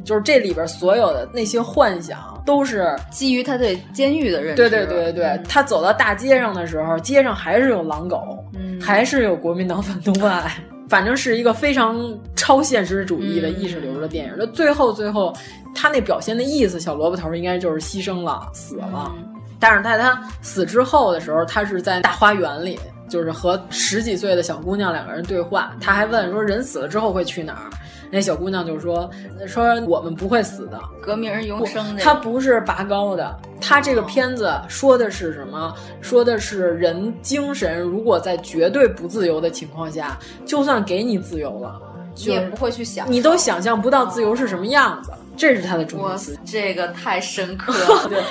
就是这里边所有的那些幻想，都是
基于他对监狱的认识。
对对对对对，嗯、他走到大街上的时候，街上还是有狼狗，
嗯、
还是有国民党反动派， 反正是一个非常超现实主义的意识流的电影。那、
嗯、
最后最后，他那表现的意思，小萝卜头应该就是牺牲了，死了。
嗯
但是在他死之后的时候，他是在大花园里。就是和十几岁的小姑娘两个人对话，他还问说人死了之后会去哪儿？那小姑娘就说说我们不会死的，
革命人永生的。
他不是拔高的，他这个片子说的是什么？说的是人精神如果在绝对不自由的情况下，就算给你自由了，
你也不会去想，
你都想象不到自由是什么样子。这是他的主
哇，这个太深刻了。
对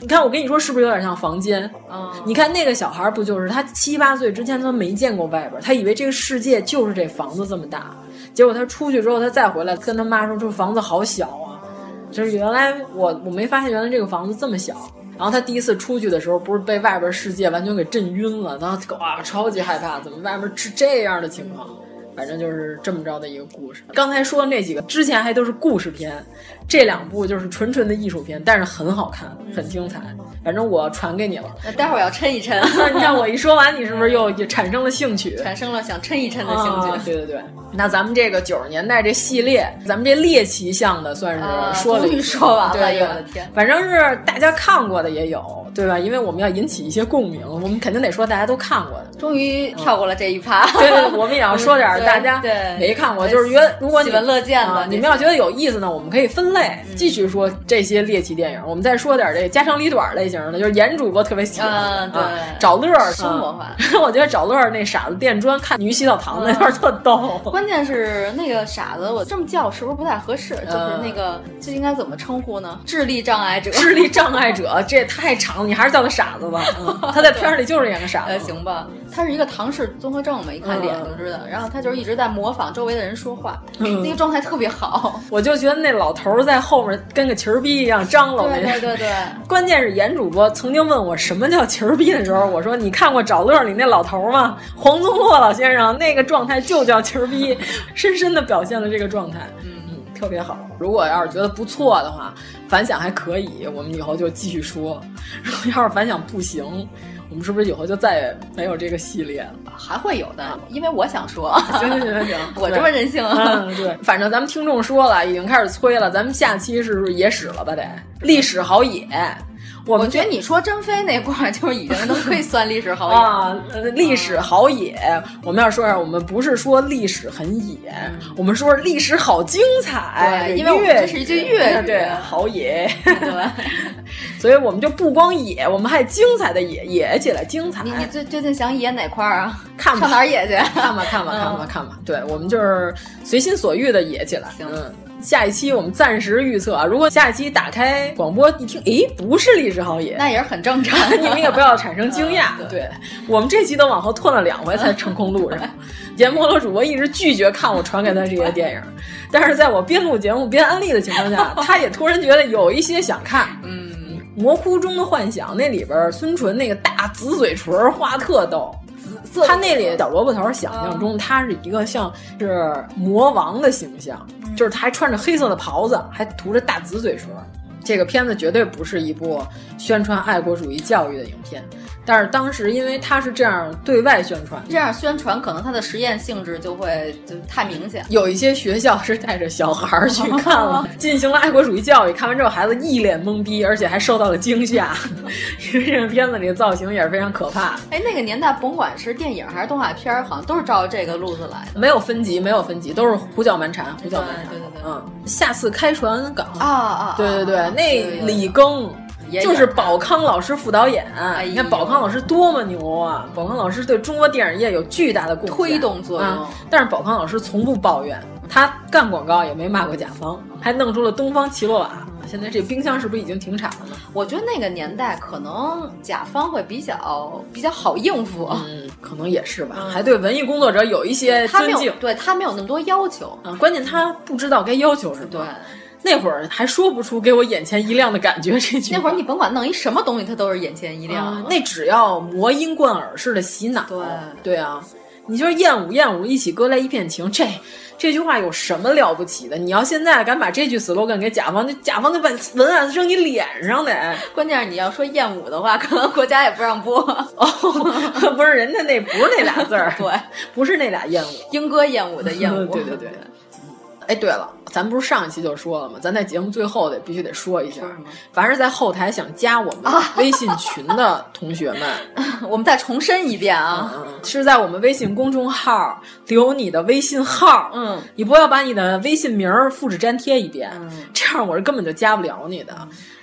你看，我跟你说，是不是有点像房间？
嗯，
你看那个小孩儿不就是他七八岁之前他没见过外边儿，他以为这个世界就是这房子这么大，结果他出去之后他再回来跟他妈说这房子好小啊，就是原来我我没发现原来这个房子这么小。然后他第一次出去的时候，不是被外边世界完全给震晕了，然后哇超级害怕，怎么外面是这样的情况？反正就是这么着的一个故事。刚才说的那几个之前还都是故事片，这两部就是纯纯的艺术片，但是很好看，很精彩。反正我传给你了。
那待会儿要抻一 抻。
你看我一说完，你是不是又也产生了兴趣？
嗯产生了想抻一抻的兴趣。
啊对对对，那咱们这个九十年代这系列，咱们这猎奇向的算
啊
是说了一
终于说完了
对对
哎呦我的天
反正是大家看过的也有，对吧？因为我们要引起一些共鸣，我们肯定得说大家都看过的。
终于跳过了这一趴。
嗯 对对，对我们也要说点儿
嗯对
大家
对
没看过，就是觉得如果你
喜闻乐见的
啊
这嗯
你们要觉得有意思呢，我们可以分类，继续说这些猎奇电影。我们再说点儿这家长里短儿类型的，就是严主播特别喜欢的
嗯对嗯
啊，找乐儿
生活化。
啊 我觉得找乐儿那傻子垫砖看女洗澡堂那段儿特逗。
嗯 关键是那个傻子，我这么叫是不是不太合适？
呃
就是那个，这应该怎么称呼呢？智力障碍者，
智力障碍者，这也太长了，你还是叫他傻 子吧。嗯他在片儿里就是演个傻
呃，
子。
行吧，他是一个唐氏综合症嘛，一看脸
嗯
就知道。然后他就是一直在模仿周围的人说话，
嗯
那个状态特别 好。
我就觉得那老头儿在后面跟个旗儿逼一样张罗那
对对对对，
关键是严主播曾经问我什么叫旗儿逼的时候，我说你看过《找乐》里那老头儿吗？黄宗洛老先生那个状态就叫旗儿逼，深深的表现了这个状态，嗯，特别好。如果要是觉得不错的话，反响还可以，我们以后就继续说。如果要是反响不行，我们是不是以后就再也没有这个 系列了？
还会有的，因为我想说，
啊行行行行，
我这么任性
嗯，对，反正咱们听众说了，已经开始催了，咱们下期是不是野史了吧？得历史好野，我
我
们
觉得你说甄妃那块儿 就已经能可以算历史好友了。
啊，呃历史好野，我们要说一下，我们不是说历史很野，我们说历史好精彩，
对因为我们
粤
这是一句粤语
对，好野，
对，
所以我们就不光野，我们还精彩的野，野起来精彩。
你你最最近想演哪块儿啊？
看吧
上哪儿野去？嗯
看吧，看吧，看吧，看吧。对，我们就是随心所欲的野起来。嗯，下一期我们暂时预测啊，如果下一期打开广播一听，诶，不是历史好野，。
那也是很正常
你们也不要产生惊讶。对我们这期都往后拖了两回才成功录上。节目的主播一直拒绝看我传给他这些电影，但是在我边录节目边安利的情况下，他也突然觉得有一些想看。嗯，魔窟中的幻想那里边儿孙淳那个大紫嘴唇儿画特逗。他那里小萝卜头想象中，他是一个像是魔王的形象，就是他还穿着黑色的袍子，还涂着大紫嘴唇。这个片子绝对不是一部宣传爱国主义教育的影片，但是当时因为他是这样对外宣传，
这样宣传，可能它的实验性质就会就太明显。
有一些学校是带着小孩儿去看 了，进行了爱国主义教育。看完之后，孩子一脸懵逼，而且还受到了惊吓，因为这个片子里的造型也是非常可怕的。
哎，那个年代，甭管是电影还是动画片儿，好像都是照这个路子来的。
没有分级，没有分级，都是胡搅蛮缠，胡搅蛮缠。
对对对
嗯，下次开船港
啊啊！
对对对，那李庚
也有哎
就是宝康老师副导演。
呦
你看宝康老师多么牛啊！宝康老师对中国电影业有巨大的贡献
推动作用
啊但是宝康老师从不抱怨，他干广告也没骂过甲方，还弄出了东方奇洛瓦。现在这冰箱是不是已经停产了呢？
我觉得那个年代可能甲方会比较比较好应付，
嗯，可能也是吧，还对文艺工作者有一些
他没
尊
有
敬。
对他没有那么多要求。
啊，关键他不知道该要求什么。
对，
那会儿还说不出给我眼前一亮的感觉这句
那
话。
会儿你甭管弄一什么东西，他都是眼前一亮。
啊，那只要魔音贯耳式的洗脑，对啊，你就是燕舞燕舞一起歌来一片情，这这句话有什么了不起的？你要现在敢把这句 slogan 给甲方，那甲方就把文案扔你脸上得。
关键是你要说艳舞的话，可能国家也不让播。
不是人家那不是那俩字儿，
对，
不是那俩燕舞，，
莺歌燕舞的燕舞
对对对。哎，对了，咱不是上一期就说了吗？咱在节目最后得必须得说啊一下，凡是在后台想加我们微信群的同学们，
我们再重申一遍啊，
是在我们微信公众号留你的微信号，
嗯，
你不要把你的微信名儿复制粘贴一遍，这样嗯
嗯
我是根本就加不了你的。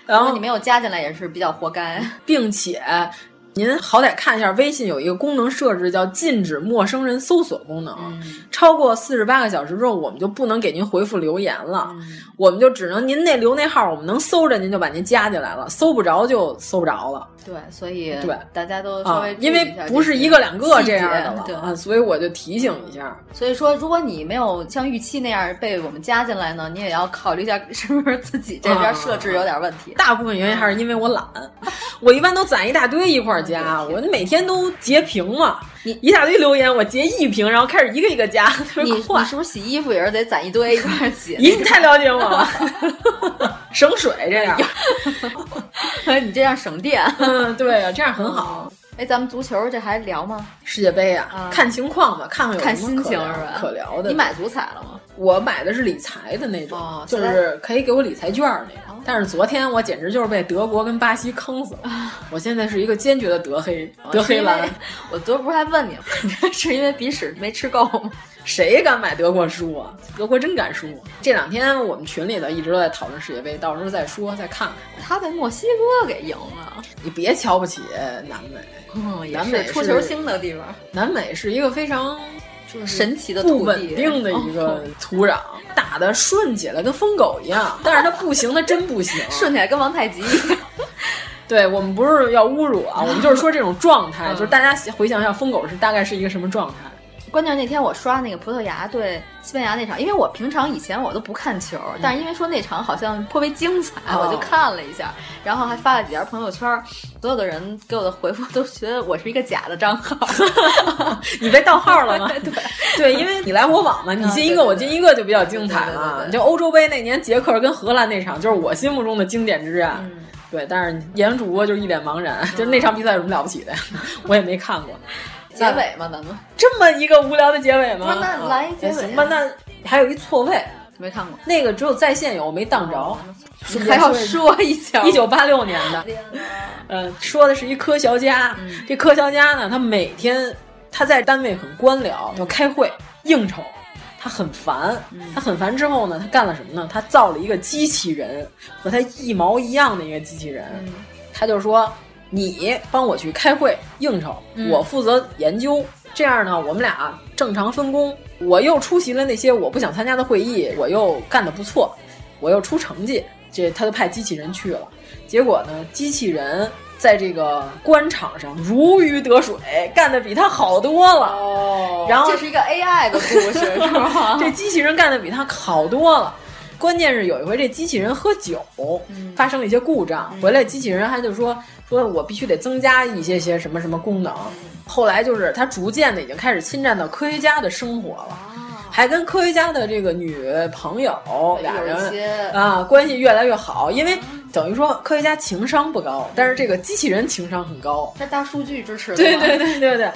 然
如
后
果你没有加进来也是比较活该。
并且您好歹看一下，微信有一个功能设置叫禁止陌生人搜索功能，
嗯
超过四十八个小时之后，我们就不能给您回复留言了，
嗯
我们就只能您那留那号，我们能搜着您就把您加进来了，搜不着就搜不着了。
对，所以
对
大家都稍微
啊，因为不是一个两个这样的了，啊，所以我就提醒一下。
所以说，如果你没有像预期那样被我们加进来呢，你也要考虑一下是不是自己这边设置有点问题。啊、
大部分原因还是因为我懒， 我一般都攒一大堆一块 儿加，我每天都截屏嘛，你一大堆留言我截一屏，然后开始一个一个加，特
别
快。
你是不是洗衣服也是得攒一堆一块儿洗？
咦，你太了解我了， 省水这样，
你这样省电。
嗯，对啊，这样很好。
哎，咱们足球这还聊吗？
世界杯啊，看情况吧，看看有
哦看心情是吧？
可聊的。
你买足哦彩了吗？
我买的是理财的那种，就是可以给我理财券那
哦
种。但是昨天我简直就是被德国跟巴西坑死了，
哦
我现在是一个坚决的德黑德黑蓝。
我昨不是还问你吗？是因为鼻屎没吃够吗？
谁敢买德国输啊？德国真敢输！啊这两天我们群里头一直都在讨论世界杯，到时候再说再看看。
他被墨西哥给赢了，
你别瞧不起南美。
嗯，
南美
出球星的地方。
南美是一个非常就是
神奇的、哦
不稳 定的一个土壤，打的顺起来跟疯狗一样，但是它不行，它真不行，
顺起来跟王太 极一样。
对我们不是要侮辱 啊，我们就是说这种状
嗯
态，就是大家回想一下疯狗是大概是一个什么状态。
关键是那天我刷那个葡萄牙对西班牙那场，因为我平常以前我都不看球，嗯、但是因为说那场好像颇为精彩，哦、我就看了一下，然后还发了几条朋友圈。所有的人给我的回复都觉得我是一个假的账号，
你被盗号了吗？
对啊
对，因为你来我往嘛，你进一个我进一个就比较精彩了。就欧洲杯那年捷克跟荷兰那场，就是我心目中的经典之战。嗯对，但是演主播就是一脸茫然，就是
嗯
那场比赛有什么了不起的， 我也没看过。
结尾吗？咱们
这么一个无聊的结尾吗？啊哎
那来一结尾啊
吧。那还有一错位，
没看过。
那个只有在线有，我没当
哦
着。
还要说一下，
一九八六年的，嗯，说的是一科学家。
嗯
这科学家呢，他每天他在单位很官僚，要开会应酬。他很烦，他很烦之后呢，他干了什么呢？他造了一个机器人，和他一毛一样的一个机器人。嗯、他就说：“你帮我去开会应酬，嗯、我负责研究。这样呢，我们俩正常分工。我又出席了那些我不想参加的会议，我又干得不错，我又出成绩。这他就派机器人去了。结果呢，机器人。”在这个官场上如鱼得水，干的比他好多了。哦，然后
这是一个 AI 的故事，是 吧？
这机器人干的比他好多了。关键是有一回这机器人喝酒，嗯、发生了一些故障，回来机器人还就说说我必须得增加一些些什么什么功能。后来就是他逐渐的已经开始侵占到科学家的生活了。还跟科学家的这个女朋友俩人啊关系越来越好，因为等于说科学家情商不高，但是这个机器人情商很高，
这大数据支持的。
对对对对对，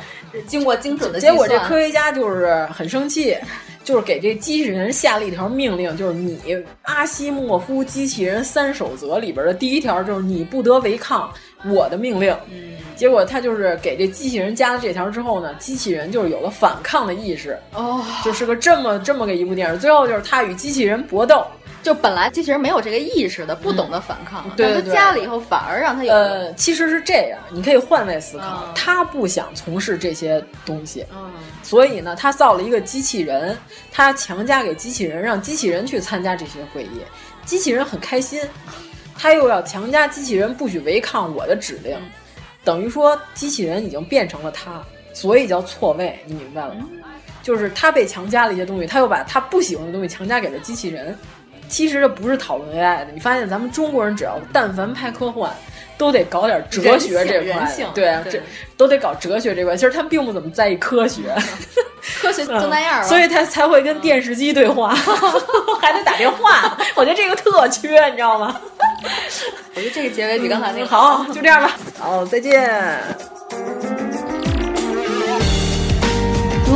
经过精准的
结果，这科学家就是很生气，就是给这机器人下了一条命令，就是你阿西莫夫机器人三守则里边的第一条就是你不得违抗我的命令。嗯。结果他就是给这机器人加了这条之后呢，机器人就是有了反抗的意识
哦，
就是个这么这么个一部电影。最后就是他与机器人搏斗，
就本来机器人没有这个意识的，不懂得反抗，嗯、
对对对
加了以后反而让他有。
呃，其实是这样，你可以换位思考，哦、他不想从事这些东西，
嗯、
所以呢，他造了一个机器人，他强加给机器人，让机器人去参加这些会议，机器人很开心，他又要强加机器人不许违抗我的指令。嗯等于说，机器人已经变成了他，所以叫错位，你明白了吗？就是他被强加了一些东西，他又把他不喜欢的东西强加给了机器人。其实这不是讨论 AI 的，你发现咱们中国人只要但凡拍科幻，都得搞点哲学这块，对啊，这都得搞哲学这块。其实他们并不怎么在意科学，
科学就那样、嗯，
所以他才会跟电视机对话， 还得打电话。我觉得这个特缺，你知道吗？
我觉得这个结尾比刚才那个、嗯、
好，就这样吧。好，再见。
如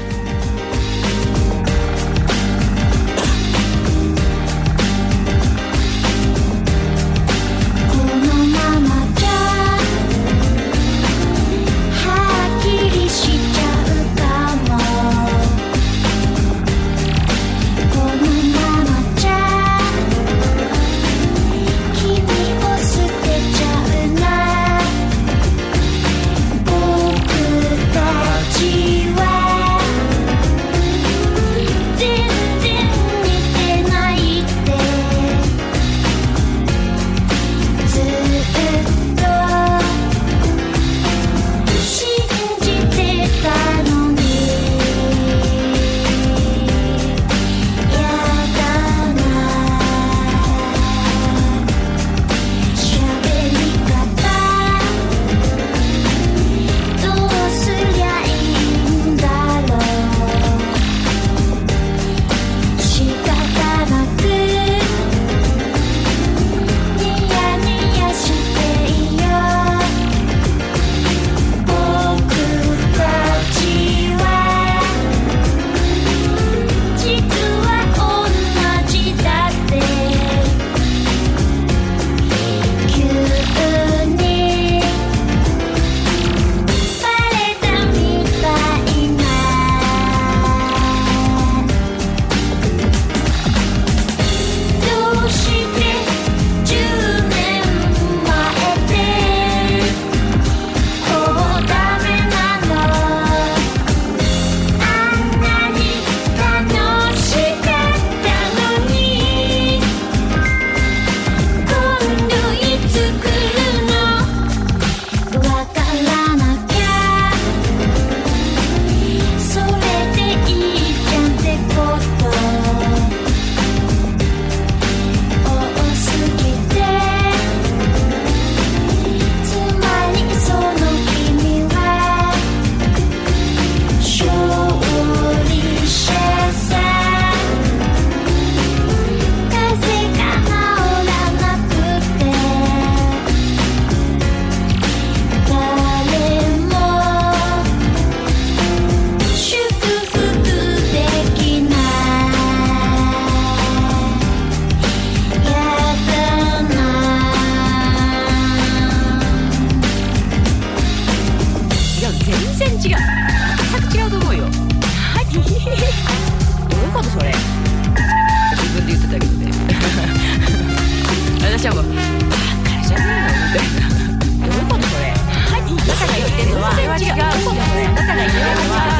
私は会社員のみたいなどういうことこれはいだから言ってるのはだから言ってるのは